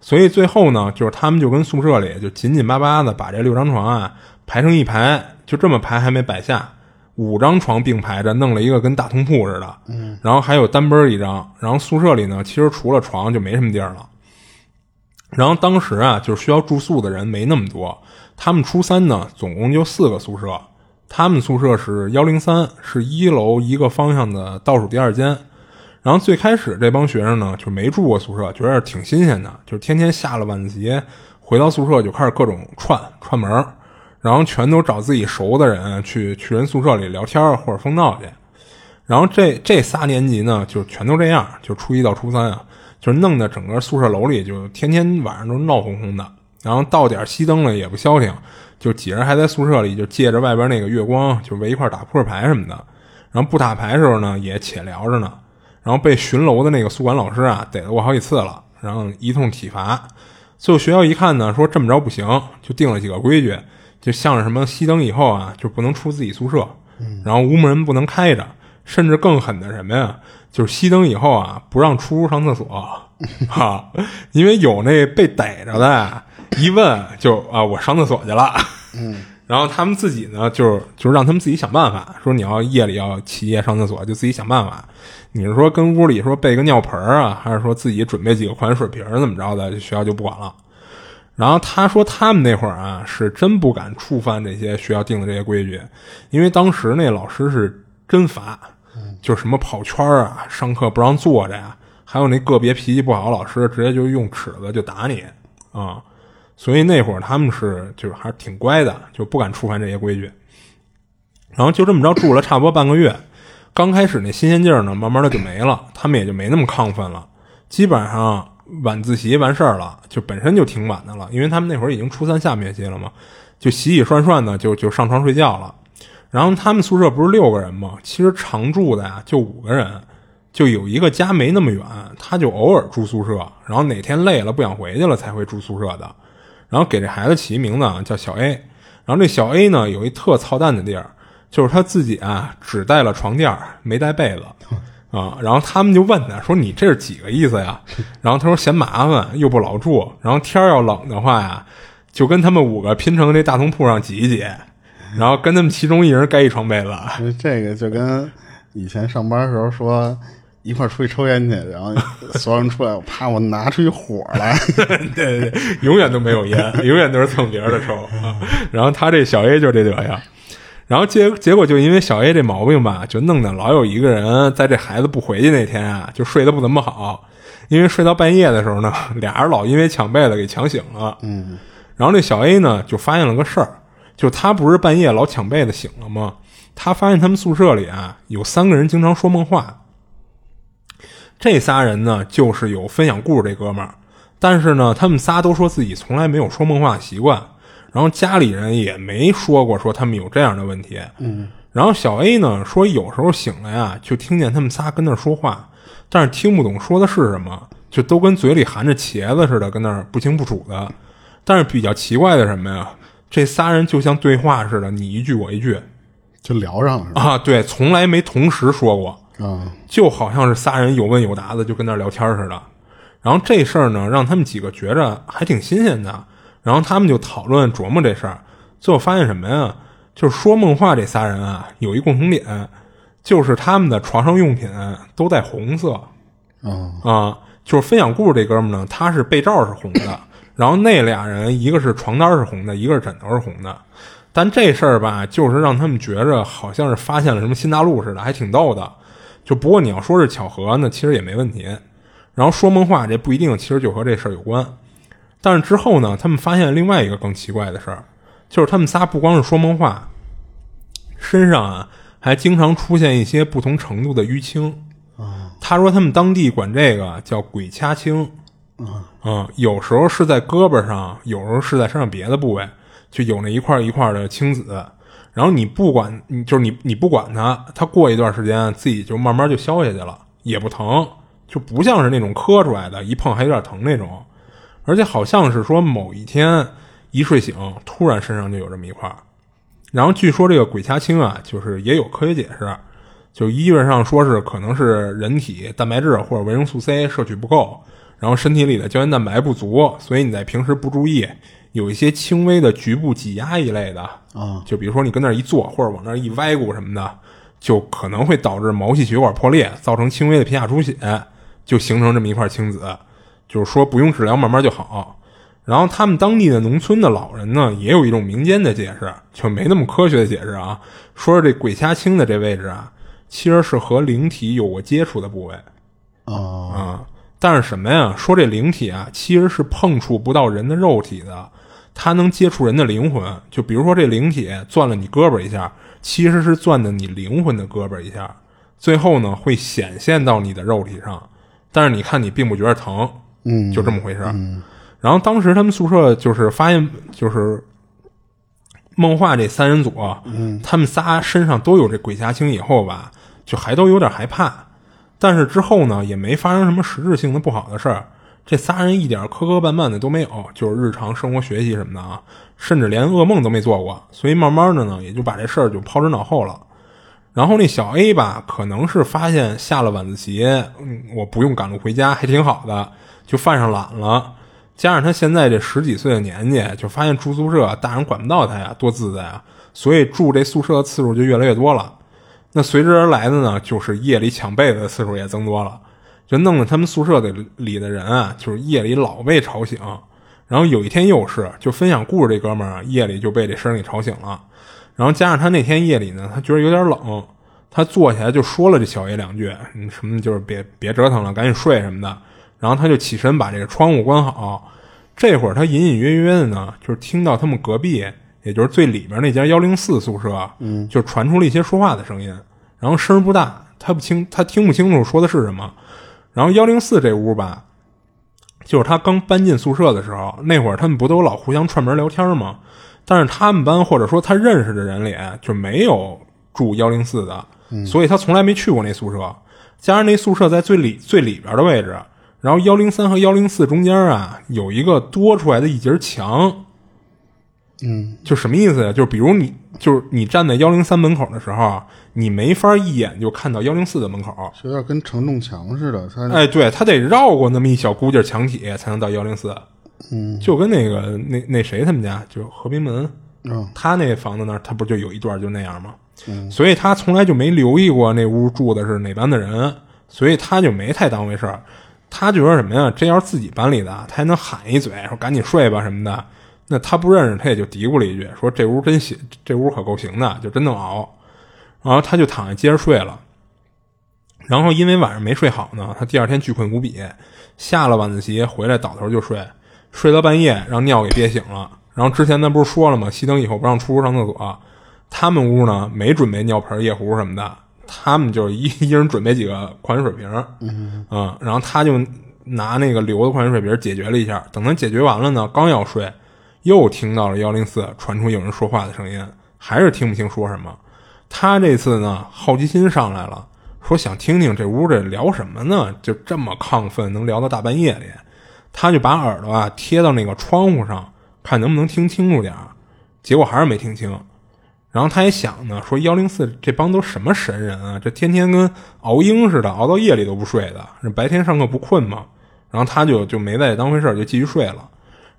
Speaker 3: 所以最后呢，就是他们就跟宿舍里就紧紧巴巴的把这六张床啊排成一排，就这么排还没摆下，五张床并排着，弄了一个跟大通铺似的，嗯，然后还有单边一张，然后宿舍里呢，其实除了床就没什么地儿了。然后当时啊，就是需要住宿的人没那么多，他们初三呢，总共就四个宿舍，他们宿舍是幺零三，是一楼一个方向的倒数第二间。然后最开始这帮学生呢，就没住过宿舍，觉得挺新鲜的，就是天天下了晚自习回到宿舍就开始各种串串门儿然后全都找自己熟的人去去人宿舍里聊天儿或者疯闹去。然后这这仨年级呢，就全都这样，就初一到初三啊，就是弄得整个宿舍楼里就天天晚上都闹哄哄的。然后到点儿熄灯了也不消停，就几人还在宿舍里就借着外边那个月光，就围一块儿打扑克牌什么的。然后不打牌时候呢，也且聊着呢。然后被巡楼的那个宿管老师啊逮了过好几次了，然后一通体罚。最后学校一看呢，说这么着不行，就定了几个规矩，就像是什么熄灯以后啊，就不能出自己宿舍，然后屋门不能开着，甚至更狠的什么呀，就是熄灯以后啊，不让出屋上厕所啊，因为有那被逮着的啊，一问就啊我上厕所去了，嗯。然后他们自己呢，就是就是让他们自己想办法，说你要夜里要起夜上厕所，就自己想办法。你是说跟屋里说备个尿盆儿啊，还是说自己准备几个矿泉水瓶儿怎么着的？学校就不管了。然后他说他们那会儿啊，是真不敢触犯这些学校定的这些规矩，因为当时那老师是真罚，就是什么跑圈儿啊，上课不让坐着呀、还有那个别脾气不好的老师，直接就用尺子就打你啊、所以那会儿他们是就是还是挺乖的，就不敢触犯这些规矩。然后就这么着住了差不多半个月，刚开始那新鲜劲儿呢，慢慢的就没了，他们也就没那么亢奋了。基本上晚自习完事儿了，就本身就挺晚的了，因为他们那会儿已经初三下半学期了嘛，就洗洗涮涮的就就上床睡觉了。然后他们宿舍不是六个人吗？其实常住的呀、就五个人，就有一个家没那么远，他就偶尔住宿舍，然后哪天累了不想回去了才会住宿舍的。然后给这孩子起一名字啊，叫小 A。然后这小 A 呢，有一特操蛋的地儿，就是他自己啊只带了床垫儿，没带被子啊。然后他们就问他说：“你这是几个意思呀？” 然后他说：“嫌麻烦，又不老住，然后天儿要冷的话呀，就跟他们五个拼成这大通铺上挤一挤，然后跟他们其中一人盖一床被子。”
Speaker 2: 所以这个就跟以前上班的时候说一块儿出去抽烟去，然 后所有人出来，我怕我拿出一火来。
Speaker 3: 对对，对， 永远都没有烟，永远都是蹭别人的抽。啊然后他这小 A 就这德行，然后结结果就因为小 A 这毛病吧，就弄得老有一个人在这孩子不回去那天啊，就睡得不怎么好，因为睡到半夜的时候呢，俩人老因为抢被子给抢醒了。嗯，然后这小 A 呢就发现了个事儿，就他不是半夜老抢被子醒了吗？他发现他们宿舍里啊有三个人经常说梦话，这仨人呢，就是有分享故事这哥们儿，但是呢，他们仨都说自己从来没有说梦话的习惯，然后家里人也没说过说他们有这样的问题。嗯，然后小 A 呢说有时候醒来啊，就听见他们仨跟那儿说话，但是听不懂说的是什么，就都跟嘴里含着茄子似的，跟那儿不清不楚的。但是比较奇怪的是什么呀？这仨人就像对话似的，你一句我一句
Speaker 2: 就聊上了是吧？
Speaker 3: 啊，对，从来没同时说过。
Speaker 2: 啊，
Speaker 3: 就好像是仨人有问有答的，就跟那儿聊天似的。然后这事儿呢，让他们几个觉着还挺新鲜的。然后他们就讨论琢磨这事儿，最后发现什么呀？就是说梦话这仨人啊，有一共同点，就是他们的床上用品都带红色
Speaker 2: 嗯
Speaker 3: 啊。就是分享故事这哥们呢，他是被罩是红的，然后那俩人一个是床单是红的，一个是枕头是红的。但这事儿吧，就是让他们觉着好像是发现了什么新大陆似的，还挺逗的。就不过你要说是巧合，那其实也没问题。然后说梦话这不一定，其实就和这事儿有关。但是之后呢，他们发现另外一个更奇怪的事儿，就是他们仨不光是说梦话，身上啊还经常出现一些不同程度的淤青。他说他们当地管这个叫“鬼掐青”，嗯，有时候是在胳膊上，有时候是在身上别的部位，就有那一块一块的青紫。然后你不管，你就是你，你不管它，它过一段时间自己就慢慢就消下去了，也不疼，就不像是那种磕出来的，一碰还有点疼那种。而且好像是说某一天一睡醒，突然身上就有这么一块儿。然后据说这个鬼掐青啊，就是也有科学解释，啊就医院上说是可能是人体蛋白质或者维生素 C 摄取不够，然后身体里的胶原蛋白不足，所以你在平时不注意，有一些轻微的局部挤压一类的
Speaker 2: 啊，
Speaker 3: 就比如说你跟那儿一坐或者往那儿一歪骨什么的，就可能会导致毛细血管破裂，造成轻微的皮下出血，就形成这么一块青紫，就是说不用治疗慢慢就好。然后他们当地的农村的老人呢，也有一种民间的解释，就没那么科学的解释啊，说是这鬼掐青的这位置啊，其实是和灵体有过接触的部位
Speaker 2: 啊
Speaker 3: 啊。但是什么呀？说这灵体啊，其实是碰触不到人的肉体的，它能接触人的灵魂。就比如说这灵体攥了你胳膊一下，其实是攥的你灵魂的胳膊一下，最后呢会显现到你的肉体上，但是你看你并不觉得疼，
Speaker 2: 嗯，
Speaker 3: 就这么回事。嗯然后当时他们宿舍就是发现，就是梦话这三人组，嗯，他们仨身上都有这鬼侠青以后吧，就还都有点害怕。但是之后呢，也没发生什么实质性的不好的事儿。这仨人一点磕磕绊绊的都没有，就是日常生活、学习什么的啊，甚至连噩梦都没做过。所以慢慢的呢，也就把这事儿就抛之脑后了。然后那小 A 吧，可能是发现下了晚自习，嗯，我不用赶路回家，还挺好的，就犯上懒了。加上他现在这十几岁的年纪，就发现住宿舍大人管不到他呀，多自在啊！所以住这宿舍的次数就越来越多了。那随之而来的呢，就是夜里抢被子的次数也增多了，就弄得他们宿舍的里的人啊，就是夜里老被吵醒。然后有一天又是，就分享故事这哥们儿啊，夜里就被这声儿给吵醒了。然后加上他那天夜里呢，他觉得有点冷，他坐起来就说了这小 A 两句，嗯什么就是别别折腾了，赶紧睡什么的。然后他就起身把这个窗户关好。这会儿他隐隐约约的呢，就是听到他们隔壁，也就是最里边那间幺零四宿舍，嗯，就传出了一些说话的声音，然后声儿不大，他不清他听不清楚说的是什么。然后幺零四这屋吧，就是他刚搬进宿舍的时候，那会儿他们不都老互相串门聊天吗？但是他们班或者说他认识的人里就没有住幺零四的，所以他从来没去过那宿舍。加上那宿舍在最里最里边的位置，然后幺零三和幺零四中间啊有一个多出来的一截墙，
Speaker 2: 嗯
Speaker 3: 就什么意思呀？就是比如你就是你站在幺零三门口的时候，你没法一眼就看到幺零四的门口，
Speaker 2: 就有点跟承重墙似的，它
Speaker 3: 哎，对，他得绕过那么一小估计墙体才能到幺零四，
Speaker 2: 嗯
Speaker 3: 就跟那个那那谁他们家，就是和平门，
Speaker 2: 嗯
Speaker 3: 他那房子那儿，他不就有一段就那样吗？所以他从来就没留意过那屋住的是哪班的人，所以他就没太当回事儿。他觉得什么呀？这要是自己班里的，他还能喊一嘴，说赶紧睡吧什么的。那他不认识，他也就嘀咕了一句，说这屋真行，这屋可够行的，就真能熬。然后他就躺下接着睡了。然后因为晚上没睡好呢，他第二天巨困无比，下了晚自习回来倒头就睡，睡到半夜让尿给憋醒了。然后之前咱不是说了吗？熄灯以后不让出屋上厕所，他们屋呢没准备尿盆、夜壶什么的，他们就是一一人准备几个矿泉水瓶儿，嗯然后他就拿那个留的矿泉水瓶儿解决了一下。等他解决完了呢，刚要睡，又听到了幺零四传出有人说话的声音，还是听不清说什么。他这次呢，好奇心上来了，说想听听这屋这聊什么呢？就这么亢奋，能聊到大半夜里。他就把耳朵啊贴到那个窗户上，看能不能听清楚点儿。结果还是没听清。然后他也想呢，说幺零四这帮都什么神人啊？这天天跟熬鹰似的，熬到夜里都不睡的，这白天上课不困吗？然后他就就没再当回事儿，就继续睡了。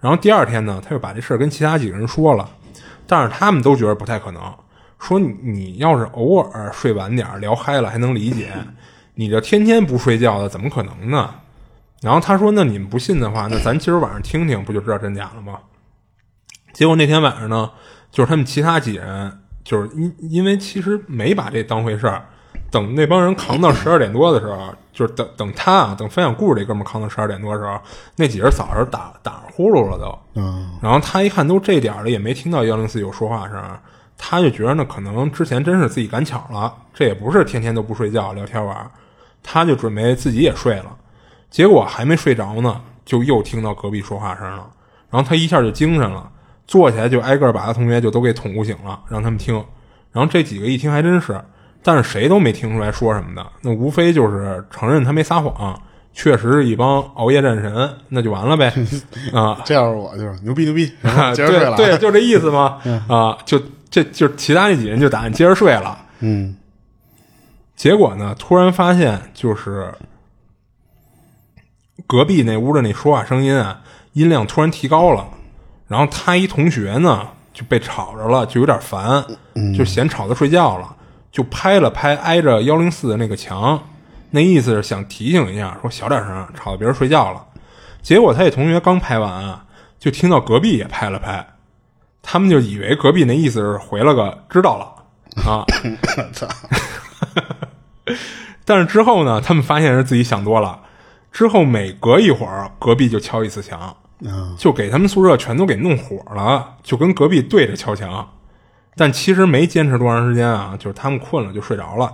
Speaker 3: 然后第二天呢，他又把这事儿跟其他几个人说了，但是他们都觉得不太可能，说你你要是偶尔睡晚点儿聊嗨了还能理解，你这天天不睡觉的怎么可能呢？然后他说：“那你们不信的话，那咱今儿晚上听听，不就知道真假了吗？”结果那天晚上呢，就是他们其他几人，就是因因为其实没把这当回事儿。等那帮人扛到十二点多的时候，就是等等他啊，等分享故事这哥们儿扛到十二点多的时候，那几人早上打打呼噜了都。
Speaker 2: 嗯，
Speaker 3: 然后他一看都这点儿了，也没听到幺零四有说话声，他就觉得那可能之前真是自己赶巧了，这也不是天天都不睡觉聊天玩儿，他就准备自己也睡了，结果还没睡着呢，就又听到隔壁说话声了，然后他一下就精神了，坐起来就挨个儿把他同学就都给捅咕醒了，让他们听，然后这几个一听还真是，但是谁都没听出来说什么的，那无非就是承认他没撒谎。确实是一帮熬夜战神，那就完了呗，啊，
Speaker 2: 这要是我就是牛逼牛逼，然
Speaker 3: 啊
Speaker 2: 后接着睡了，嗯
Speaker 3: 对对，就这意思嘛。啊，就这就其他那几人就打算接着睡了。
Speaker 2: 嗯，
Speaker 3: 结果呢，突然发现就是隔壁那屋的那说话声音啊，音量突然提高了。然后他一同学呢就被吵着了，就有点烦，
Speaker 2: 嗯
Speaker 3: 就嫌吵着睡觉了，就拍了拍挨着幺零四的那个墙，那意思是想提醒一下，说小点声，吵到别人睡觉了。结果他那同学刚拍完啊，就听到隔壁也拍了拍，他们就以为隔壁那意思是回了个知道了啊，
Speaker 2: 操，
Speaker 3: 但是之后呢，他们发现是自己想多了。之后每隔一会儿，隔壁就敲一次墙，
Speaker 2: 嗯
Speaker 3: 就给他们宿舍全都给弄火了，就跟隔壁对着敲墙。但其实没坚持多长时间啊，就是他们困了就睡着了。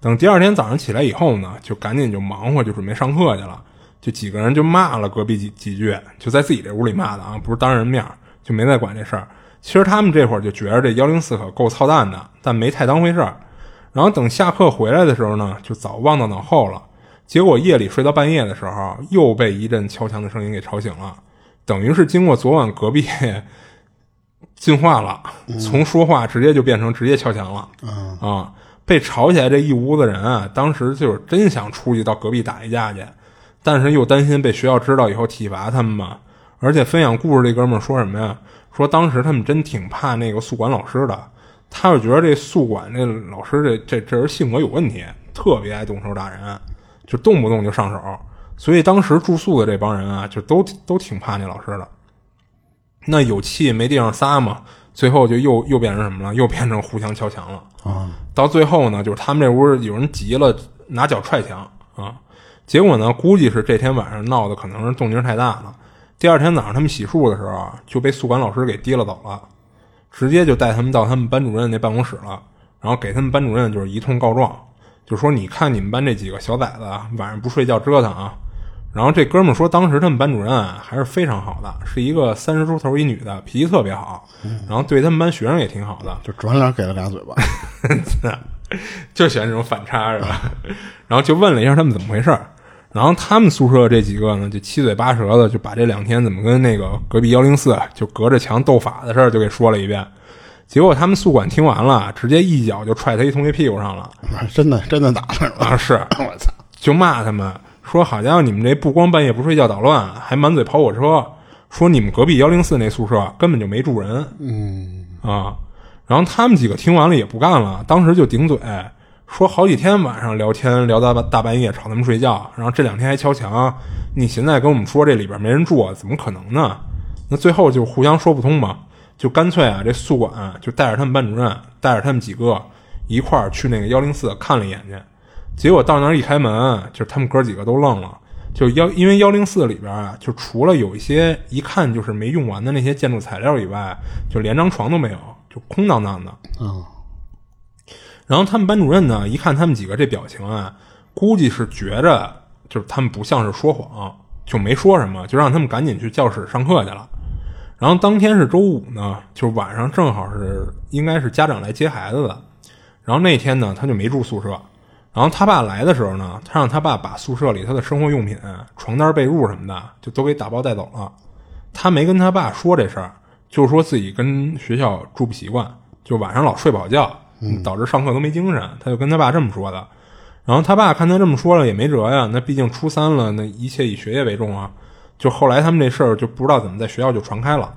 Speaker 3: 等第二天早上起来以后呢，就赶紧就忙活，就准备上课去了。就几个人就骂了隔壁几几句，就在自己这屋里骂的啊，不是当着人面儿，就没再管这事儿。其实他们这会儿就觉着这幺零四可够操蛋的，但没太当回事儿。然后等下课回来的时候呢，就早忘到脑后了。结果夜里睡到半夜的时候，又被一阵敲墙的声音给吵醒了，等于是经过昨晚隔壁 进化了，从说话直接就变成直接敲墙了。
Speaker 2: 嗯
Speaker 3: 啊，被吵起来这一屋子人啊，当时就是真想出去到隔壁打一架去，但是又担心被学校知道以后体罚他们嘛。而且分享故事这哥们儿说什么呀？说当时他们真挺怕那个宿管老师的，他就觉得这宿管这老师这这这人性格有问题，特别爱动手打人，就动不动就上手。所以当时住宿的这帮人啊，就都都挺怕那老师的。那有气没地方撒嘛，最后就又又变成什么了？又变成互相敲墙了。
Speaker 2: 啊，
Speaker 3: 到最后呢，就是他们这屋有人急了，拿脚踹墙啊。结果呢，估计是这天晚上闹的可能是动静太大了。第二天早上他们洗漱的时候啊，就被宿管老师给提了走了，直接就带他们到他们班主任那办公室了，然后给他们班主任就是一通告状，就说你看你们班这几个小崽子啊，晚上不睡觉折腾啊。然后这哥们儿说，当时他们班主任啊还是非常好的，是一个三十出头一女的，脾气特别好，然后对他们班学生也挺好的。
Speaker 2: 就转脸给了俩 嘴巴，
Speaker 3: 就喜欢这种反差是吧？然后就问了一下他们怎么回事儿，然后他们宿舍这几个呢，就七嘴八舌的就把这两天怎么跟那个隔壁幺零四啊就隔着墙斗法的事儿就给说了一遍。结果他们宿管听完了，直接一脚就踹他一同学屁股上了
Speaker 2: 真的真的打那儿了，
Speaker 3: 啊！是，
Speaker 2: 我操，
Speaker 3: 就骂他们说：“好家伙，你们这不光半夜不睡觉捣乱，还满嘴跑火车，说你们隔壁幺零四那宿舍根本就没住人。”嗯啊，然后他们几个听完了也不干了，当时就顶嘴，说好几天晚上聊天聊到大半夜，吵他们睡觉，然后这两天还敲墙，你现在跟我们说这里边没人住，啊怎么可能呢？那最后就互相说不通嘛，就干脆啊，这宿管啊就带着他们班主任，带着他们几个一块儿去那个幺零四看了一眼去。结果到那儿一开门，就是他们哥几个都愣了。就幺，因为幺零四里边啊，就除了有一些一看就是没用完的那些建筑材料以外，就连张床都没有，就空荡荡的。
Speaker 2: 嗯
Speaker 3: 然后他们班主任呢，一看他们几个这表情啊，估计是觉着就是他们不像是说谎，就没说什么，就让他们赶紧去教室上课去了。然后当天是周五呢，就是晚上正好是应该是家长来接孩子的。然后那天呢，他就没住宿舍。然后他爸来的时候呢，他让他爸把宿舍里他的生活用品、床单、被褥什么的，就都给打包带走了。他没跟他爸说这事儿，就说自己跟学校住不习惯，就晚上老睡不好觉，导致上课都没精神。他就跟他爸这么说的。然后他爸看他这么说了也没辙呀，那毕竟初三了，那一切以学业为重啊。就后来他们这事儿就不知道怎么在学校就传开了，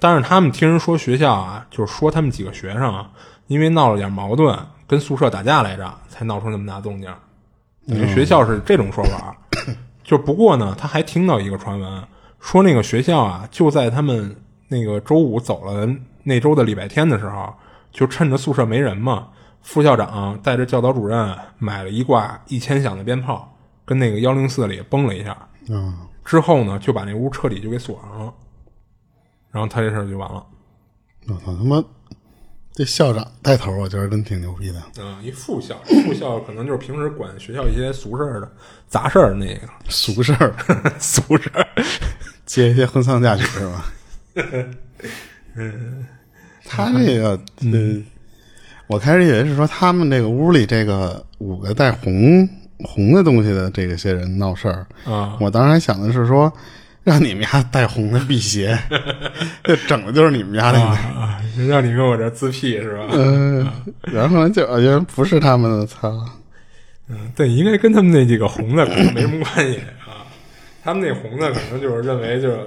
Speaker 3: 但是他们听人说学校啊，就是说他们几个学生啊，因为闹了点矛盾，跟宿舍打架来着，才闹出那么大动静。等于学校是这种说法。啊就不过呢，他还听到一个传闻，说那个学校啊，就在他们那个周五走了那周的礼拜天的时候，就趁着宿舍没人嘛，副校长带着教导主任买了一挂一千响的鞭炮，跟那个幺零四里崩了一下。
Speaker 2: 嗯，
Speaker 3: 之后呢，就把那屋彻底就给锁上了，然后他这事儿就完了。
Speaker 2: 我操他妈！这校长带头，我觉得真挺牛逼的。
Speaker 3: 嗯，一副校，副校可能就是平时管学校一些俗事儿的杂事儿那个
Speaker 2: 俗事儿，
Speaker 3: 俗事儿。
Speaker 2: 接一些婚丧嫁娶是 吧？他这个，嗯，我开始以为是说他们这个屋里这个五个带红红的东西的这个些人闹事儿
Speaker 3: 啊
Speaker 2: 我当时还想的是说，让你们家带红的辟 邪，这整的就是你们家那个。
Speaker 3: 啊， 让你跟我这儿自闭是吧？
Speaker 2: 嗯，然后就啊原来不是他们的，操！
Speaker 3: 对，应该跟他们那几个红的可能没什么关系啊。他们那红的可能就是认为就是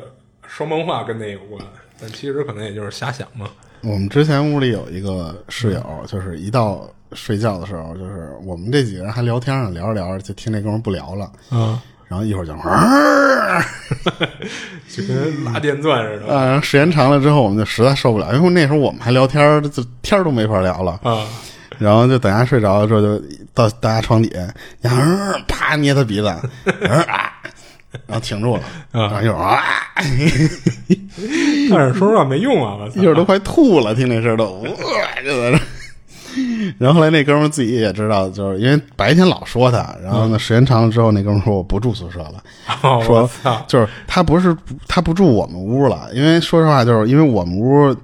Speaker 3: 说梦话跟那有关，但其实可能也就是瞎想嘛。
Speaker 2: 我们之前屋里有一个室友，就是一到睡觉的时候，就是我们这几个人还聊天呢，聊着聊着就听那哥们儿不聊了，
Speaker 3: 啊，
Speaker 2: 然后一会儿就， 啊，
Speaker 3: 就跟拉电钻似的啊
Speaker 2: 然后啊时间长了之后，我们就实在受不了，因为那时候我们还聊天，就天儿都没法聊了，
Speaker 3: 啊。
Speaker 2: 然后就等他睡着了之后，就到大家床底下，然后、呃啪捏他鼻子，呃啊，然后停住了，然后一会儿啊，
Speaker 3: 但是说实话没用啊，我操
Speaker 2: 一会！儿都快吐了，听那声儿都，呃就在那儿。 然后后来那哥们儿自己也知道，就是因为白天老说他，然后呢，时间长了之后，那哥们儿说我不住宿舍了，
Speaker 3: 哦 我
Speaker 2: 说
Speaker 3: 操，
Speaker 2: 就是他不是他不住我们屋了，因为说实话，就是因为我们屋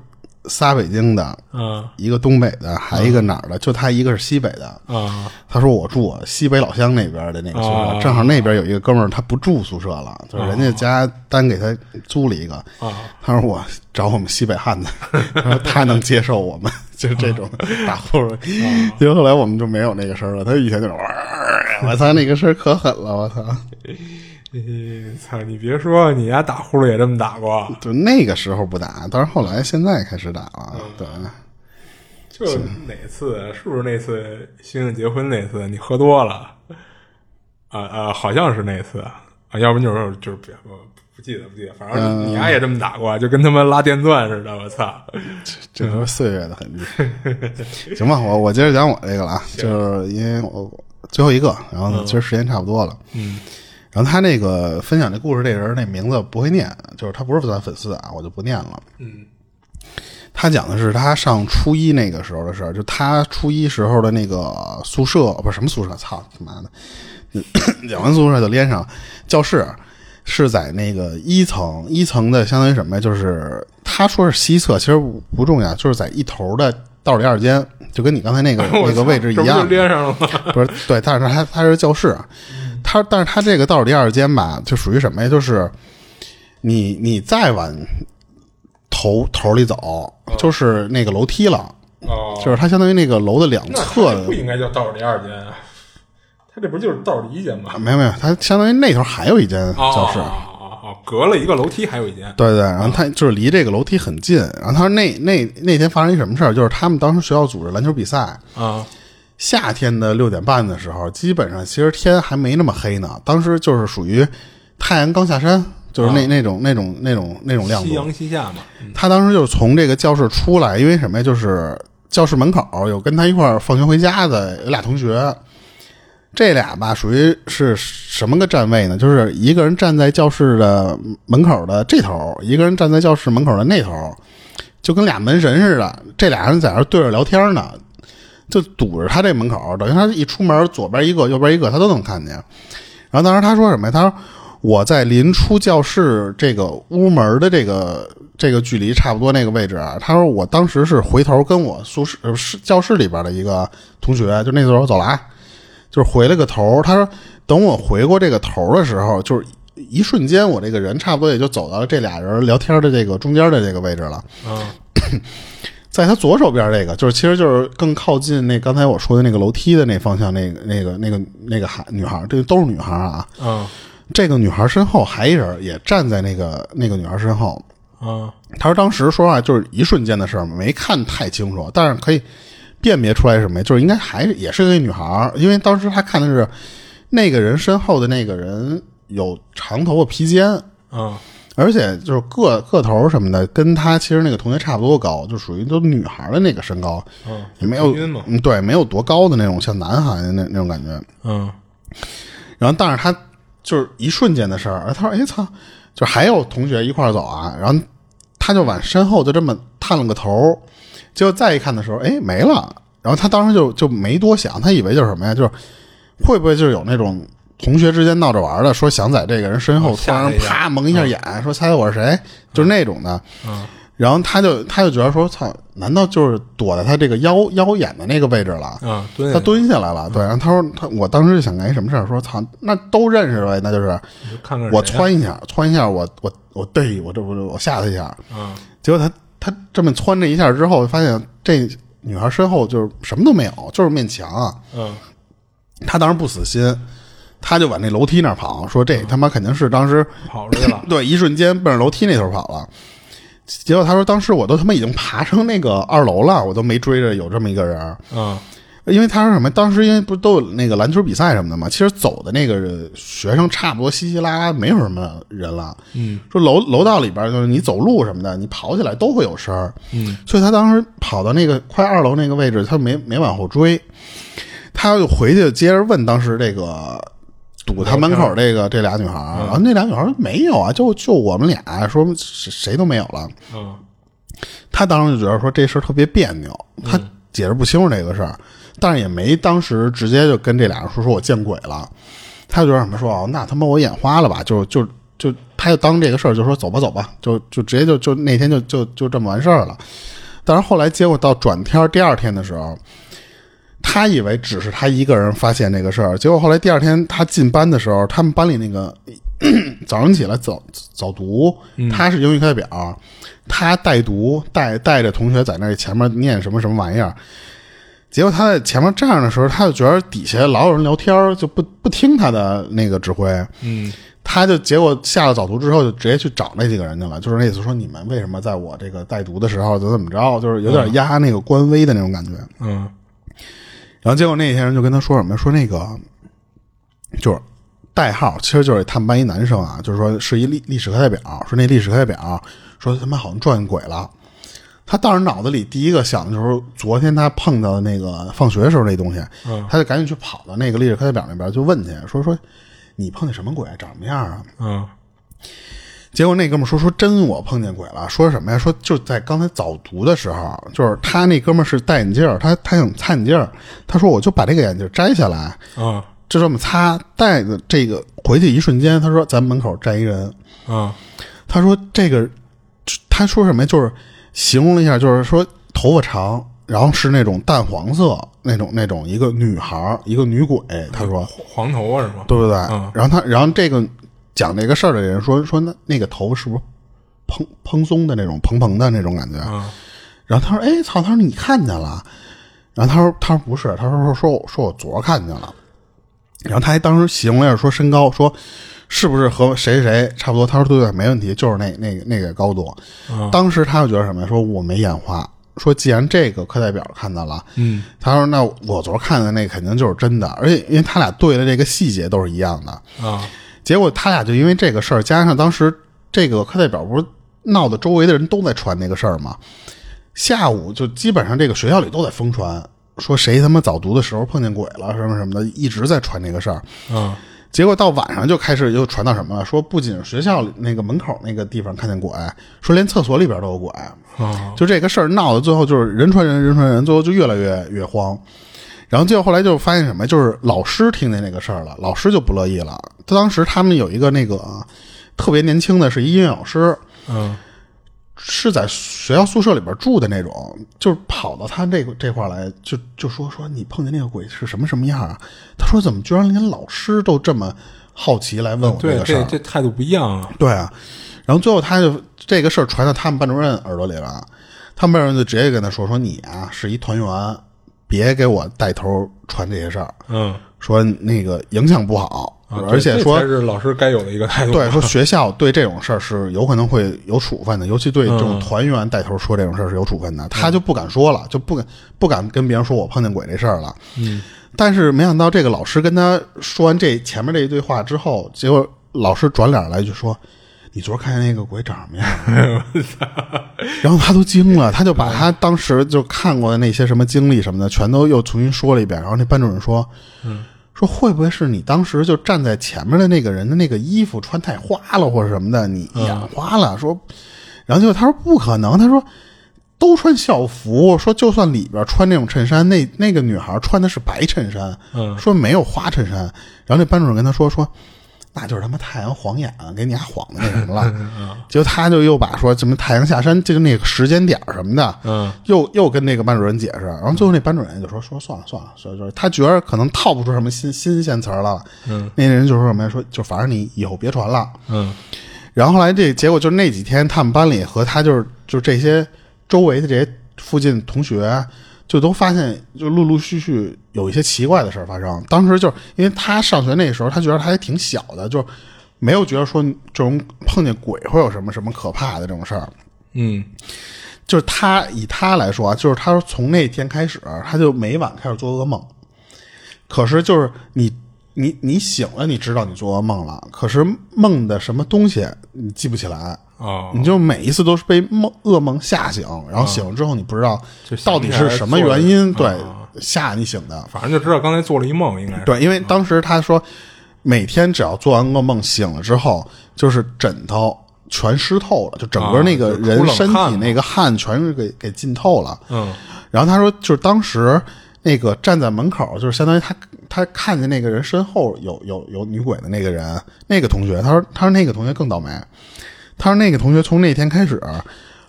Speaker 2: 仨北京的，
Speaker 3: 啊
Speaker 2: 一个东北的，还一个哪儿的，就他一个是西北的。
Speaker 3: 啊
Speaker 2: 他说我住我西北老乡那边的那个宿
Speaker 3: 啊
Speaker 2: 舍，正好那边有一个哥们儿，他不住宿舍了，就是人家家单给他租了一个。
Speaker 3: 啊！
Speaker 2: 他说我找我们西北汉子， 他说他能接受我们， 就是这种打呼
Speaker 3: 啊
Speaker 2: 噜。结果后来我们就没有那个事儿了。他以前就是，我操，那个事儿可狠了，我操。
Speaker 3: 你操！你别说，你丫打呼噜也这么打过，
Speaker 2: 就那个时候不打，但是后来现在开始打了。
Speaker 3: 嗯
Speaker 2: 对，
Speaker 3: 就哪次？是不是那次星星结婚那次？你喝多了？啊啊，好像是那次啊，要不然就是就是别不不记得不记得，
Speaker 2: 嗯
Speaker 3: 反正你丫也这么打过，就跟他妈拉电钻似的，我操！
Speaker 2: 这都是岁月的痕迹。 行吧，我我接着讲我这个了啊，就是因为我最后一个，然后
Speaker 3: 嗯
Speaker 2: 呢，其实时间差不多了。嗯。然后他那个分享这故事这人那名字不会念，就是他不是咱粉丝啊，我就不念了。
Speaker 3: 嗯。
Speaker 2: 他讲的是他上初一那个时候的事儿，就他初一时候的那个宿舍，不是什么宿舍，操他妈的！嗯讲完宿舍就连上教室，是在那个一层，一层的相当于什么呀？就是他说是西侧，其实不不重要，就是在一头的道里二间，就跟你刚才 那个那个位置一
Speaker 3: 这不
Speaker 2: 样
Speaker 3: 就。连上了吗？
Speaker 2: 不是对，但是他他是教室，
Speaker 3: 嗯
Speaker 2: 他但是他这个道里二间吧，就属于什么呀？就是你你再往头头里走，就是那个楼梯了，
Speaker 3: 哦，
Speaker 2: 就是它相当于那个楼的两
Speaker 3: 那
Speaker 2: 侧
Speaker 3: 他
Speaker 2: 的
Speaker 3: 不应该叫道第二间啊，他这不就是道第一间吗？
Speaker 2: 没有没有，它相当于那头还有一间教室。
Speaker 3: 哦哦哦哦，隔了一个楼梯还有一间。
Speaker 2: 对对，然后
Speaker 3: 哦
Speaker 2: 他就是离这个楼梯很近。然后他说那那那天发生一什么事儿，就是他们当时学校组织篮球比赛，
Speaker 3: 啊
Speaker 2: 夏天的六点半的时候，基本上其实天还没那么黑呢。当时就是属于太阳刚下山，就是那、那种那种那种那种亮
Speaker 3: 夕
Speaker 2: 度。
Speaker 3: 阳西下嘛，嗯
Speaker 2: 他当时就是从这个教室出来，因为什么呀？就是教室门口有跟他一块儿放学回家的有俩同学，这俩吧属于是什么个站位呢？就是一个人站在教室的门口的这头，一个人站在教室门口的那头，就跟俩门神似的。这俩人在那对着聊天呢，就堵着他这门口，等于他一出门，左边一个，右边一个，他都能看见。然后当时他说什么呀？他说我在临出教室这个屋门的这个这个距离差不多那个位置啊。他说我当时是回头跟我宿舍呃是教室里边的一个同学，就那时候走了啊，就是回了个头。他说等我回过这个头的时候，就是一瞬间，我这个人差不多也就走到这俩人聊天的这个中间的这个位置了。
Speaker 3: 啊
Speaker 2: 在他左手边这个，就是其实就是更靠近那刚才我说的那个楼梯的那方向，那个那个那个那个孩女孩，这个都是女孩啊。
Speaker 3: 啊
Speaker 2: 这个女孩身后还一人也站在那个那个女孩啊身后。
Speaker 3: 啊
Speaker 2: 他说当时说话就是一瞬间的事儿，没看太清楚，但是可以辨别出来是什么呀？就是应该还是也是个女孩儿，因为当时他看的是那个人身后的那个人有长头发披肩，
Speaker 3: 啊，
Speaker 2: 而且就是个个头什么的，跟他其实那个同学差不多高，就属于都女孩儿的那个身高，
Speaker 3: 嗯，
Speaker 2: 也没有
Speaker 3: 平均嘛，
Speaker 2: 嗯对，没有多高的那种像男孩的那那种感觉。
Speaker 3: 嗯
Speaker 2: 然后，但是他就是一瞬间的事儿。他说：“哎操！”就还有同学一块儿走啊，然后他就往身后就这么探了个头儿，结果再一看的时候，哎，没了。然后他当时就就没多想，他以为就是什么呀，就是会不会就是有那种同学之间闹着玩儿的，说想在这个人身后
Speaker 3: 哦
Speaker 2: 突
Speaker 3: 吓他
Speaker 2: 然
Speaker 3: 一下
Speaker 2: 啪蒙一下眼，说猜猜我是谁，就是那种的。
Speaker 3: 嗯
Speaker 2: 然后他就他就觉得说，操，难道就是躲在他这个腰腰眼的那个位置了？
Speaker 3: 啊，蹲
Speaker 2: 他
Speaker 3: 下
Speaker 2: 蹲下来了，对，然后他说他，我当时就想干一什么事儿，说操，那都认识呗，那就是
Speaker 3: 你就看看
Speaker 2: 我
Speaker 3: 谁呀，啊
Speaker 2: 窜一下，窜一下，我我我对我这我我吓他一下，
Speaker 3: 嗯
Speaker 2: 结果他他这么窜这一下之后，发现这女孩身后就是什么都没有，就是面墙啊，
Speaker 3: 嗯
Speaker 2: 他当时不死心，他就往那楼梯那儿跑，说这他妈肯定是当时，
Speaker 3: 跑出去了
Speaker 2: 对，一瞬间奔着楼梯那头跑了。结果他说，当时我都他妈已经爬上那个二楼了，我都没追着有这么一个人儿。
Speaker 3: 嗯
Speaker 2: 因为他说什么？当时因为不都有那个篮球比赛什么的嘛，其实走的那个学生差不多稀稀拉拉，没有什么人了。
Speaker 3: 嗯，
Speaker 2: 说楼楼道里边就是你走路什么的，你跑起来都会有声儿。
Speaker 3: 嗯，
Speaker 2: 所以他当时跑到那个快二楼那个位置，他没没往后追，他就回去接着问当时这个堵他门口这个这俩女孩儿，然后那俩女孩儿没有啊，就就我们俩说谁谁都没有了。
Speaker 3: 嗯
Speaker 2: 他当时就觉得说这事儿特别别扭，他解释不清楚这个事儿，但是也没当时直接就跟这俩人说说我见鬼了，他就觉得什么说哦，那他妈我眼花了吧，就就就他就当这个事儿就说走吧走吧，就就直接就就那天就就就这么完事儿了。但是后来结果到转天儿第二天的时候，他以为只是他一个人发现这个事儿，结果后来第二天他进班的时候，他们班里那个 早上起来早早读，他是英语课代表，他带读带带着同学在那前面念什么什么玩意儿。结果他在前面站着的时候，他就觉得底下老有人聊天儿，就不不听他的那个指挥。
Speaker 3: 嗯
Speaker 2: 他就结果下了早读之后，就直接去找那几个人去了，就是那意思说你们为什么在我这个带读的时候怎么怎么着，就是有点压那个官威的那种感觉。
Speaker 3: 嗯
Speaker 2: 然后结果那些人就跟他说什么呀，说那个就是代号，其实就是他们班一男生啊，就是说是一历历史课代表，说那历史课代表说他妈好像撞见鬼了。他当时脑子里第一个想的就是昨天他碰到的那个放学的时候那东西，
Speaker 3: 嗯
Speaker 2: 他就赶紧去跑到那个历史课代表那边就问去，说说你碰见什么鬼，长什么样啊？
Speaker 3: 嗯
Speaker 2: 结果那哥们儿说说真我碰见鬼了，说什么呀？说就在刚才早读的时候，就是他那哥们儿是戴眼镜儿，他他想擦眼镜儿，他说我就把这个眼镜摘下来，
Speaker 3: 嗯
Speaker 2: 就这么擦，戴的这个回去一瞬间，他说咱门口站一人，
Speaker 3: 嗯
Speaker 2: 他说这个，就他说什么呀？就是形容了一下，就是说头发长，然后是那种淡黄色那种那种一个女孩儿，一个女鬼，他说
Speaker 3: 黄头发是吗？
Speaker 2: 对不对？
Speaker 3: 嗯
Speaker 2: 然后他，然后这个讲这个事儿的人说说那那个头是不是蓬蓬松的那种蓬蓬的那种感觉？
Speaker 3: 嗯
Speaker 2: 然后他说：“哎，操！”他说：“你看见了？”然后他说：“他说不是，他说说说我说我昨儿看见了。”然后他还当时形容了一下说身高，说是不是和谁谁谁差不多？他说：“对对，没问题，就是那那个那个高度。
Speaker 3: 嗯
Speaker 2: 当时他就觉得什么呀？说我没眼花。说既然这个课代表看到了，
Speaker 3: 嗯
Speaker 2: 他说：“那我昨儿看的那肯定就是真的，而且因为他俩对的这个细节都是一样的。
Speaker 3: 啊
Speaker 2: 结果他俩就因为这个事儿，加上当时这个课代表不是闹得周围的人都在传那个事儿吗？下午就基本上这个学校里都在疯传，说谁他妈早读的时候碰见鬼了什么什么的，一直在传这个事儿。
Speaker 3: 嗯
Speaker 2: 结果到晚上就开始又传到什么了，说不仅是学校里那个门口那个地方看见鬼，说连厕所里边都有鬼。
Speaker 3: 啊
Speaker 2: 就这个事儿闹的最后就是人传人，人传人，最后就越来越越慌。然后结果后来就发现什么，就是老师听见那个事儿了，老师就不乐意了。他当时他们有一个那个呃特别年轻的，是一音乐老师，
Speaker 3: 嗯
Speaker 2: 是在学校宿舍里边住的那种，就是跑到他这个这块儿来，就就说说你碰见那个鬼是什么什么样啊？他说怎么居然连老师都这么好奇来问我
Speaker 3: 对，
Speaker 2: 个事儿
Speaker 3: 这？这态度不一样啊。
Speaker 2: 对啊，然后最后他就这个事儿传到他们班主任耳朵里了，他们班主任就直接跟他说：“说你啊是一团员，别给我带头传这些事儿。
Speaker 3: 嗯”，
Speaker 2: 说那个影响不好，
Speaker 3: 啊
Speaker 2: 而且
Speaker 3: 这
Speaker 2: 说
Speaker 3: 这才是老师该有的一个态度。
Speaker 2: 对，说学校对这种事儿是有可能会有处分的，尤其对这种
Speaker 3: 嗯
Speaker 2: 团员带头说这种事儿是有处分的，他就不敢说了，就不敢不敢跟别人说我碰见鬼这事儿了。
Speaker 3: 嗯，
Speaker 2: 但是没想到这个老师跟他说完这前面这一对话之后，结果老师转脸来就说：“你昨儿看见那个鬼长什么样 了？”然后他都惊了，他就
Speaker 3: 嗯
Speaker 2: 把他当时就看过的那些什么经历什么的，全都又重新说了一遍。然后那班主任说：“说会不会是你当时就站在前面的那个人的那个衣服穿太花了或者什么的，你眼花了？说，然后就他说不可能，他说都穿校服，说就算里边穿那种衬衫，那那个女孩穿的是白衬衫，
Speaker 3: 嗯
Speaker 2: 说没有花衬衫。然后那班主任跟他说说。那就是他妈太阳晃眼了，给你丫晃的那什么了，就他就又把说什么太阳下山，就是那个时间点儿什么的，
Speaker 3: 嗯，
Speaker 2: 又又跟那个班主任解释，然后最后那班主任就说说算了算了，所以说他觉得可能套不出什么新新鲜词儿了，嗯，那人就说什么呀说就反正你以后别传了，
Speaker 3: 嗯
Speaker 2: 然后后来这结果就是那几天他们班里和他就是就这些周围的这些附近同学就都发现就陆陆续续有一些奇怪的事儿发生，当时就是因为他上学那时候他觉得他还挺小的，就没有觉得说这种碰见鬼会有什么什么可怕的这种事儿，
Speaker 3: 嗯
Speaker 2: 就是他以他来说啊，就是他说从那天开始，啊他就每晚开始做噩梦。可是就是你你你醒了，你知道你做噩梦了，可是梦的什么东西你记不起来，
Speaker 3: 哦，
Speaker 2: 你就每一次都是被梦噩梦吓醒，然后醒了之后你不知道
Speaker 3: 就想
Speaker 2: 到
Speaker 3: 不
Speaker 2: 底
Speaker 3: 起来
Speaker 2: 是什么
Speaker 3: 做的
Speaker 2: 原因
Speaker 3: 啊
Speaker 2: 对吓你醒的。
Speaker 3: 反正就知道刚才做了一梦，应该是
Speaker 2: 对，因为当时他说，每天只要做完噩梦醒了之后，就是枕头全湿透了，就整个
Speaker 3: 啊
Speaker 2: 那个
Speaker 3: 就出
Speaker 2: 人
Speaker 3: 冷
Speaker 2: 身
Speaker 3: 汗
Speaker 2: 体
Speaker 3: 嘛
Speaker 2: 那个汗全是给给浸透了。
Speaker 3: 嗯
Speaker 2: 然后他说，就是当时那个站在门口，就是相当于他他看见那个人身后有有有女鬼的那个人，那个同学，他说他说那个同学更倒霉，他说那个同学从那天开始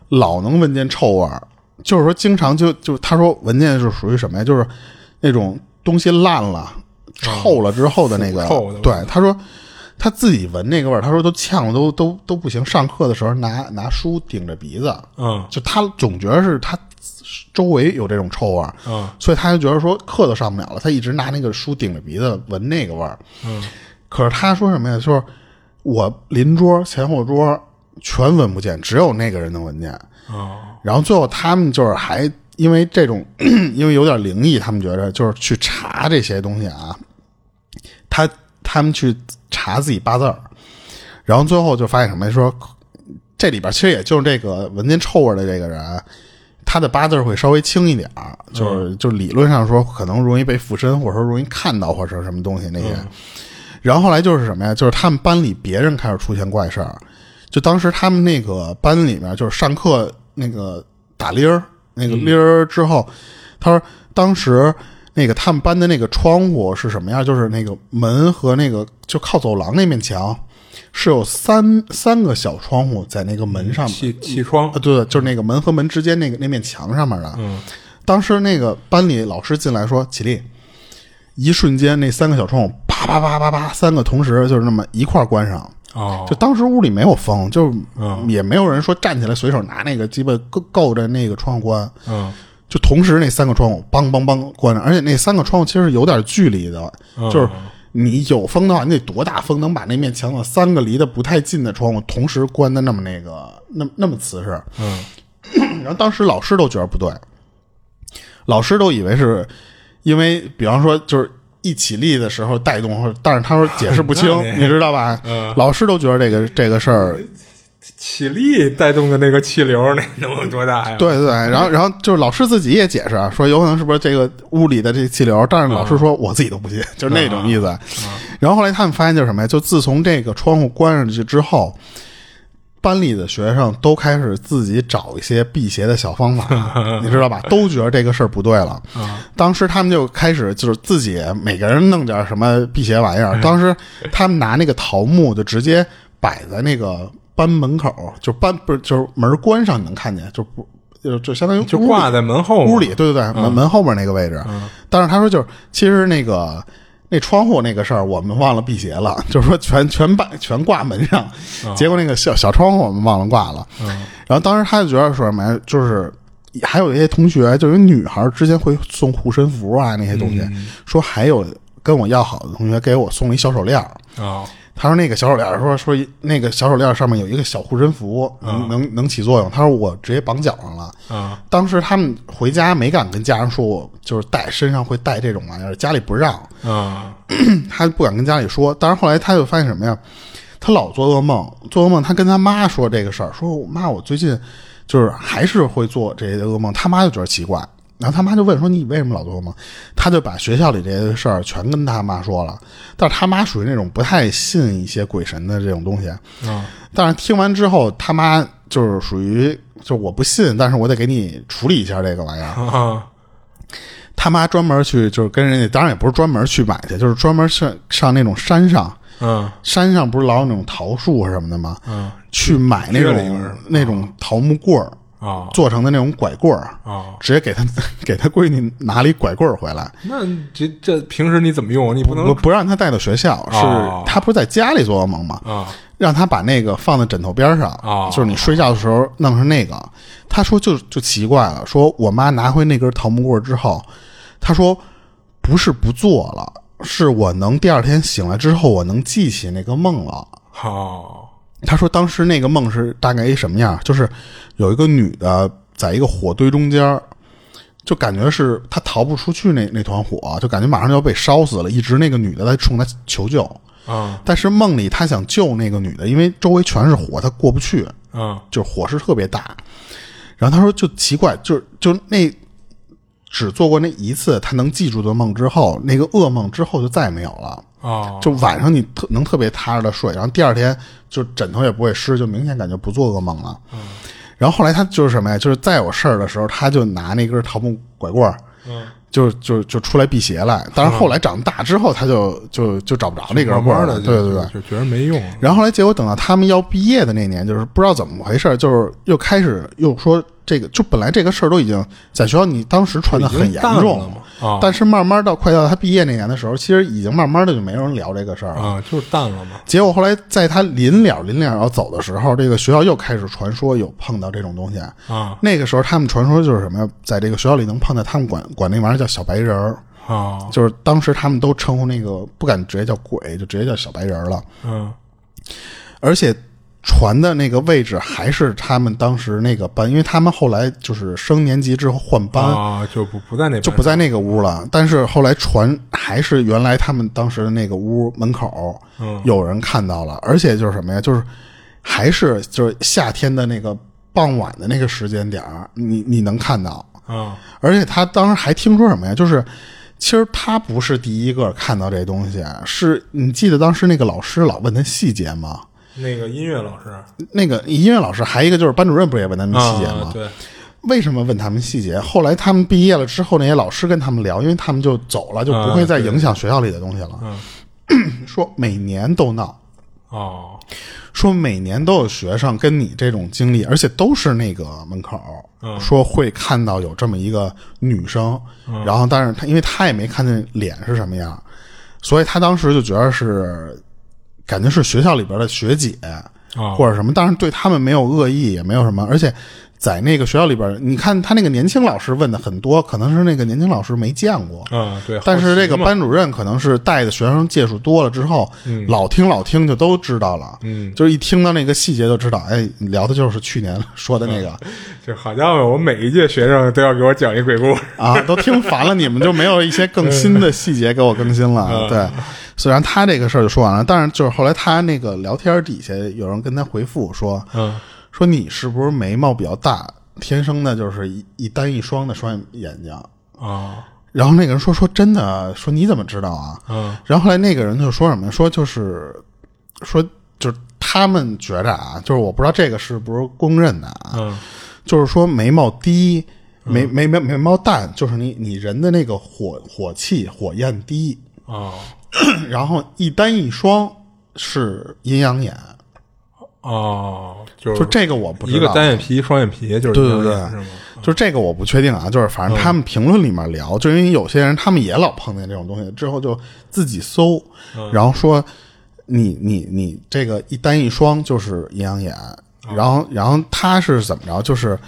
Speaker 2: 老能闻见臭味儿，就是说经常就就他说闻见是属于什么呀？就是那种东西烂了、臭了之后的那个，
Speaker 3: 啊腐臭的味儿
Speaker 2: 对他说。他自己闻那个味儿，他说都呛得都都都不行。上课的时候拿拿书顶着鼻子，
Speaker 3: 嗯
Speaker 2: 就他总觉得是他周围有这种臭味儿，
Speaker 3: 嗯
Speaker 2: 所以他就觉得说课都上不了了，他一直拿那个书顶着鼻子闻那个味儿。
Speaker 3: 嗯，
Speaker 2: 可是他说什么呀？就是我邻桌、前后桌全闻不见，只有那个人能闻见。
Speaker 3: 哦
Speaker 2: 然后最后他们就是还因为这种， 因为有点灵异，他们觉得就是去查这些东西啊，他他们去查自己八字儿，然后最后就发现什么呀？说这里边其实也就是这个闻见臭味儿的这个人，他的八字儿会稍微轻一点儿，就是、就理论上说可能容易被附身，或者说容易看到或者是什么东西那些。然后后来就是什么呀？就是他们班里别人开始出现怪事儿，就当时他们那个班里面就是上课那个打铃儿，那个铃儿之后，他说当时那个他们班的那个窗户是什么样？就是那个门和那个就靠走廊那面墙是有三三个小窗户在那个门上面，
Speaker 3: 气气窗
Speaker 2: 啊，，对对，就是那个门和门之间那个那面墙上面的。
Speaker 3: 嗯，
Speaker 2: 当时那个班里老师进来说：“起立。”一瞬间，那三个小窗户啪啪啪啪啪，三个同时就是那么一块儿关上。
Speaker 3: 哦
Speaker 2: 呃就当时屋里没有风，就是
Speaker 3: 嗯
Speaker 2: 也没有人说站起来随手拿那个鸡巴够够着那个窗户关，
Speaker 3: 嗯
Speaker 2: 就同时那三个窗户梆梆梆关上，而且那三个窗户其实有点距离的，
Speaker 3: 嗯
Speaker 2: 就是你有风的话，你得多大风能把那面墙的三个离得不太近的窗户同时关的那么那个那那么瓷实？
Speaker 3: 嗯
Speaker 2: 然后当时老师都觉得不对，老师都以为是因为，比方说就是一起立的时候带动，或者但是他说解释不清
Speaker 3: 那，你嗯
Speaker 2: 你知道吧？老师都觉得这个这个事儿，
Speaker 3: 起力带动的那个气流，那能有多大呀？
Speaker 2: 对对。然后然后就是老师自己也解释啊，说有可能是不是这个屋里的这气流，但是老师说我自己都不信，就是那种意思。然后后来他们发现就是什么呀？就自从这个窗户关上去之后。班里的学生都开始自己找一些辟邪的小方法，你知道吧？都觉得这个事儿不对了。当时他们就开始就是自己每个人弄点什么辟邪玩意 儿。当时他们拿那个桃木就直接摆在那个班门口，就班不是就是门关上你能看见，就不就就相当于
Speaker 3: 就
Speaker 2: 屋里
Speaker 3: 挂在门后嘛
Speaker 2: 屋里，对对对，门、门后面那个位置。但是他说就是，其实那个那窗户那个事儿，我们忘了辟邪了， 就是说全全把全挂门上，结果那个小小窗户我们忘了挂了。然后当时他就觉得说什么呀，就是。还有一些同学，就有女孩之间会送护身符啊，那些东西，说还有跟我要好的同学给我送了一小手链儿，
Speaker 3: 啊
Speaker 2: 他说那个小手链儿说说一那个小手链儿上面有一个小护身符，能能能起作用。他说我直接绑脚上了。
Speaker 3: 啊
Speaker 2: 当时他们回家没敢跟家人说，我就是带身上会带这种玩意儿，家里不让，
Speaker 3: 啊
Speaker 2: 他不敢跟家里说。但是后来他就发现什么呀？他老做噩梦，做噩梦，他跟他妈说这个事儿，说妈，我最近就是还是会做这些噩梦。他妈就觉得奇怪，然后他妈就问说你为什么老做噩梦？他就把学校里这些事儿全跟他妈说了，但是他妈属于那种不太信一些鬼神的这种东西，
Speaker 3: 啊！
Speaker 2: 但是听完之后，他妈就是属于就我不信，但是我得给你处理一下这个玩意儿。
Speaker 3: 啊
Speaker 2: 他妈专门去就是跟人家，当然也不是专门去买去，就是专门上上那种山上，
Speaker 3: 嗯
Speaker 2: 山上不是老有那种桃树啊什么的吗？
Speaker 3: 嗯
Speaker 2: 去买那
Speaker 3: 撅了一根
Speaker 2: 种
Speaker 3: 儿
Speaker 2: 那种桃木棍儿
Speaker 3: 啊
Speaker 2: 做成的那种拐棍儿，
Speaker 3: 啊！
Speaker 2: 直接给他 给他闺女拿了一拐棍儿回来，
Speaker 3: 那这这平时你怎么用？你不
Speaker 2: 不
Speaker 3: 能
Speaker 2: 不让他带到学校，
Speaker 3: 嗯哦
Speaker 2: 是他不是在家里做噩梦吗？
Speaker 3: 啊
Speaker 2: 让他把那个放在枕头边上，
Speaker 3: 哦
Speaker 2: 就是你睡觉的时候弄上那个。他说就就奇怪了，说我妈拿回那根桃木棍之后，他说不是不做了，是我能第二天醒来之后我能记起那个梦了。
Speaker 3: 好
Speaker 2: 他说当时那个梦是大概一什么样？就是有一个女的在一个火堆中间儿，就感觉是她逃不出去那那团火，就感觉马上就要被烧死了，一直那个女的在冲她求救。
Speaker 3: 啊
Speaker 2: 但是梦里他想救那个女的，因为周围全是火，他过不去，
Speaker 3: 啊
Speaker 2: 就是火势特别大。然后他说就奇怪，就是就那只做过那一次他能记住的梦之后，那个噩梦之后就再也没有了。
Speaker 3: 啊！
Speaker 2: 就晚上你特能特别踏实的睡，然后第二天就枕头也不会湿，就明显感觉不做噩梦了。然后后来他就是什么呀？就是再有事儿的时候，他就拿那根桃木拐棍儿，
Speaker 3: 嗯
Speaker 2: 就就就出来辟邪来。但是后来长大之后，他就就就找不着那根
Speaker 3: 慢
Speaker 2: 棍儿
Speaker 3: 慢
Speaker 2: 了。
Speaker 3: 的
Speaker 2: 对对对，
Speaker 3: 就觉得没用
Speaker 2: 然后后来结果等到他们要毕业的那年，就是不知道怎么回事儿，就是又开始又说这个，就本来这个事儿都已经在学校你当时传的很严重，
Speaker 3: 啊
Speaker 2: 但是慢慢到快到他毕业那年的时候，其实已经慢慢的就没人聊这个事儿了。
Speaker 3: 啊就是淡了嘛
Speaker 2: 结果后来在他临了临了要走的时候，这个学校又开始传说有碰到这种东西。
Speaker 3: 啊
Speaker 2: 那个时候他们传说就是什么呀，在这个学校里能碰到他们管管那玩意儿叫小白人儿，
Speaker 3: 啊
Speaker 2: 就是当时他们都称呼那个不敢直接叫鬼，就直接叫小白人儿了。
Speaker 3: 嗯
Speaker 2: 而且传的那个位置还是他们当时那个班，因为他们后来就是升年级之后换班，
Speaker 3: 啊就不不在那
Speaker 2: 就不在那个屋了。但是后来传还是原来他们当时的那个屋门口
Speaker 3: 嗯
Speaker 2: 有人看到了，而且就是什么呀，就是还是就是夏天的那个傍晚的那个时间点儿，你你能看到。
Speaker 3: 啊
Speaker 2: 而且他当时还听说什么呀？就是其实他不是第一个看到这东西，是你记得当时那个老师老问他细节吗？
Speaker 3: 那个音乐老师
Speaker 2: 那个音乐老师，还有一个就是班主任，不是也问他们细节吗？
Speaker 3: 啊对
Speaker 2: 为什么问他们细节？后来他们毕业了之后，那些老师跟他们聊，因为他们就走了，就不会再影响学校里的东西了。 说每年都闹，
Speaker 3: 哦
Speaker 2: 说每年都有学生跟你这种经历，而且都是那个门口，说会看到有这么一个女生，然后但是她因为她也没看见脸是什么样，所以她当时就觉得是感觉是学校里边的学姐，
Speaker 3: 啊
Speaker 2: 或者什么，当然对他们没有恶意，也没有什么，而且在那个学校里边，你看他那个年轻老师问的很多，可能是那个年轻老师没见过，
Speaker 3: 嗯对，
Speaker 2: 但是这个
Speaker 3: 班
Speaker 2: 班主任可能是带的学生接触多了之后，老听老听就都知道了，
Speaker 3: 嗯
Speaker 2: 就是一听到那个细节就知道，哎，你聊的就是去年说的那个、
Speaker 3: 就好家伙，我每一届学生都要给我讲一鬼故事
Speaker 2: 啊，都听烦了，你们就没有一些更新的细节给我更新
Speaker 3: 嗯
Speaker 2: 了，对。虽然他这个事儿就说完了，但是就是后来他那个聊天底下有人跟他回复说，
Speaker 3: 嗯
Speaker 2: 说你是不是眉毛比较大，天生的就是一一单一双的双眼睛？
Speaker 3: 啊
Speaker 2: 然后那个人说说真的，说你怎么知道啊？
Speaker 3: 嗯
Speaker 2: 然后后来那个人就说什么呀？说就是说就是他们觉着啊，就是我不知道这个是不是公认的啊，
Speaker 3: 嗯
Speaker 2: 就是说眉毛低。眉眉眉眉毛淡，就是你你人的那个火火气火焰低，
Speaker 3: 哦
Speaker 2: 然后一单一双是阴阳眼，
Speaker 3: 哦，就
Speaker 2: 就这个我不知道
Speaker 3: 一个单眼皮，双眼皮，就是
Speaker 2: 对对
Speaker 3: 一
Speaker 2: 对
Speaker 3: 样是吗？
Speaker 2: 就这个我不确定啊，就是反正他们评论里面聊，就因为有些人他们也老碰见这种东西，之后就自己搜，然后说你你你这个一单一双就是阴阳眼，然后然后他是怎么着？就是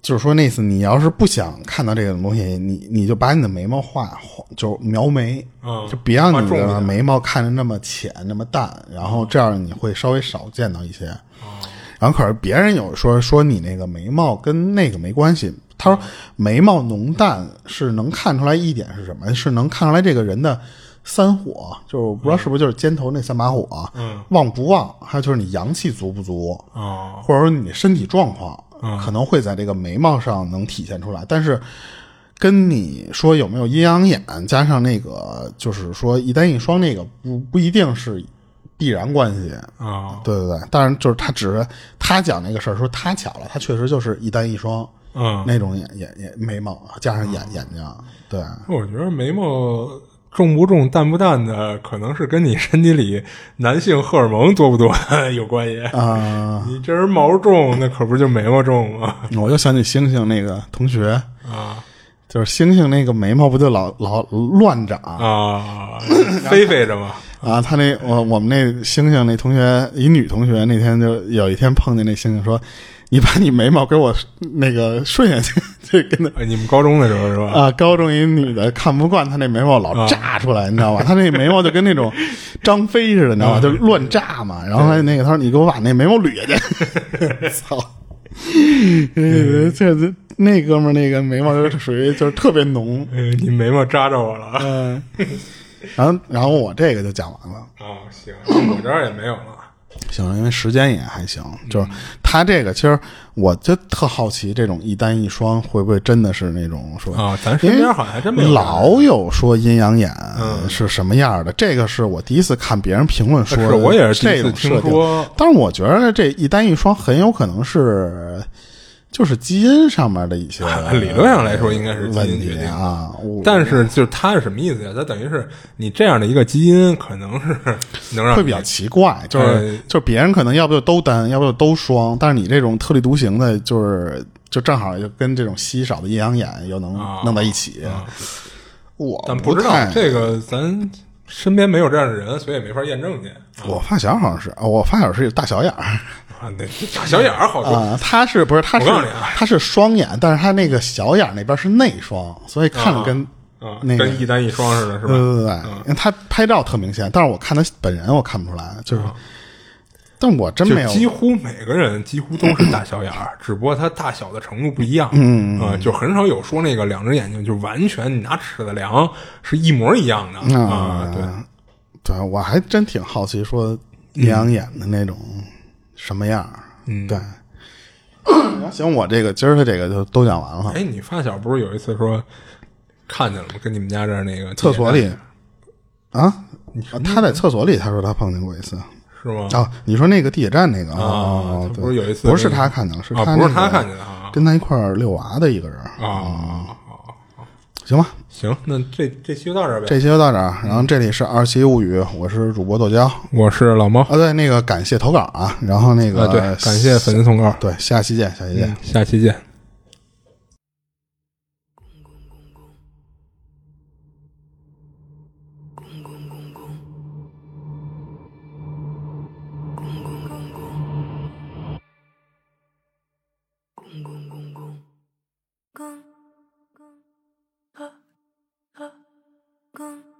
Speaker 2: 就是说那次你要是不想看到这种东西，你你就把你的眉毛画画，就描眉，
Speaker 3: 嗯
Speaker 2: 就别让
Speaker 3: 画
Speaker 2: 你
Speaker 3: 重一
Speaker 2: 的
Speaker 3: 点
Speaker 2: 眉毛看着那么浅那么淡，然后这样你会稍微少见到一些。
Speaker 3: 哦
Speaker 2: 然后可是别人有说说你那个眉毛跟那个没关系，他
Speaker 3: 嗯
Speaker 2: 说眉毛浓淡是能看出来一点是什么？是能看出来这个人的三火，就是我不知道是不是就是肩头那三把火，
Speaker 3: 嗯，
Speaker 2: 旺不旺，还有就是你阳气足不足，
Speaker 3: 哦，
Speaker 2: 或者说你身体状况，可能会在这个眉毛上能体现出来，但是。跟你说有没有阴阳眼，加上那个就是说一单一双那个不不一定是必然关系，
Speaker 3: 啊，
Speaker 2: 对对对，当然就是他只是他讲那个事儿，说他巧了，他确实就是一单一双、
Speaker 3: 嗯，
Speaker 2: 那种眼眼眼眉毛加上眼、眼睛，对，
Speaker 3: 我觉得眉毛重不重、淡不淡的，可能是跟你身体里男性荷尔蒙多不 多有关系。
Speaker 2: 啊、
Speaker 3: 你这人毛重，那可不就眉毛重吗？
Speaker 2: 嗯我又想起星星那个同学，嗯
Speaker 3: 啊
Speaker 2: 就是星星那个眉毛不就老老乱长
Speaker 3: 啊，飞飞着嘛，
Speaker 2: 啊？他那我我们那星星那同学，一女同学那天就有一天碰见那星星说：“你把你眉毛给我那个顺下去。” 这跟他
Speaker 3: 哎你们高中的时候是吧？
Speaker 2: 啊，高中一女的看不惯她那眉毛老炸出来，你知道吧？她那眉毛就跟那种张飞似的，你知道吧？就乱炸嘛。然后那个她说：“你给我把那眉毛捋下去。” 操！这这那哥们儿那个眉毛就是属于就是特别浓，
Speaker 3: 嗯、你眉毛扎着我了啊！
Speaker 2: 嗯。然后然后我这个就讲完了，
Speaker 3: 哦，行，我这儿也没有了。
Speaker 2: 行，因为时间也还行。
Speaker 3: 嗯
Speaker 2: 就是他这个，其实我就特好奇，这种一单一双会不会真的是那种说哎
Speaker 3: 啊咱身边好像还真没有
Speaker 2: 老有说阴阳眼
Speaker 3: 嗯
Speaker 2: 是什么样的，这个是我第一次看别人评论说的，
Speaker 3: 啊是我也是第
Speaker 2: 这
Speaker 3: 一次
Speaker 2: 种
Speaker 3: 听
Speaker 2: 设定
Speaker 3: 说
Speaker 2: 但是我觉得这一单一双很有可能是就是基因上面的一些
Speaker 3: 啊理论上来说应该是
Speaker 2: 啊
Speaker 3: 基因
Speaker 2: 问
Speaker 3: 决
Speaker 2: 题
Speaker 3: 定
Speaker 2: 啊，我
Speaker 3: 但是就是它是什么意思呀？它等于是你这样的一个基因，可能 是能让
Speaker 2: 会
Speaker 3: 你
Speaker 2: 比较奇怪，就是、
Speaker 3: 呃
Speaker 2: 就是别人可能要不就都单，要不就都双，但是你这种特立独行的，就是就正好就跟这种稀少的阴阳眼又能
Speaker 3: 啊
Speaker 2: 弄在一起。我
Speaker 3: 但不知道
Speaker 2: 太
Speaker 3: 这个，咱身边没有这样的人，所以也没法验证去。
Speaker 2: 我发小好像是，哦我发小是有大小眼儿
Speaker 3: 啊，那大小眼儿好多，
Speaker 2: 啊，他是不是他是
Speaker 3: 我告诉你啊
Speaker 2: 他是双眼，但是他那个小眼儿那边是内双，所以看着跟、
Speaker 3: 啊，
Speaker 2: 那个呃
Speaker 3: 跟一单一双似的，是
Speaker 2: 对
Speaker 3: 吧？
Speaker 2: 对对，因为他拍照特明显，但是我看他本人我看不出来，就是，但我真没
Speaker 3: 啊就
Speaker 2: 有
Speaker 3: 几乎每个人几乎都是大小眼儿，只不过它大小的程度不一样。嗯啊，就很少有说那个两只眼睛就完全你拿尺子量是一模一样的啊。对，
Speaker 2: 对，我还真挺好奇，说阴阳眼的那种什么样儿
Speaker 3: 嗯
Speaker 2: 对， 行，我这个今儿的这个就都讲完了。
Speaker 3: 哎，你发小不是有一次说看见了吗？跟你们家这儿那个
Speaker 2: 厕所
Speaker 3: 地
Speaker 2: 里啊，他在厕所里，他说他碰见过一次
Speaker 3: 铁站是吗？
Speaker 2: 啊。你说那个地铁站那个
Speaker 3: 啊
Speaker 2: 哦
Speaker 3: 他
Speaker 2: 对
Speaker 3: 不是有一次
Speaker 2: 不是
Speaker 3: 那个
Speaker 2: 他看见了，是
Speaker 3: 啊
Speaker 2: 他
Speaker 3: 不是
Speaker 2: 那
Speaker 3: 他
Speaker 2: 个
Speaker 3: 看见的啊
Speaker 2: 跟他一块儿遛娃的一个人
Speaker 3: 啊，
Speaker 2: 行吧，
Speaker 3: 行，那这这期就到这儿呗。
Speaker 2: 这期就到这儿。然后这里是二七物语，我是主播豆椒啊。
Speaker 3: 我是老猫啊，
Speaker 2: 对，那个感谢投稿啊，然后那个
Speaker 3: 对，感谢粉丝投稿，
Speaker 2: 对，下期见，下期见。
Speaker 3: 嗯下期见。
Speaker 1: gung, gung, ha, ha, gung.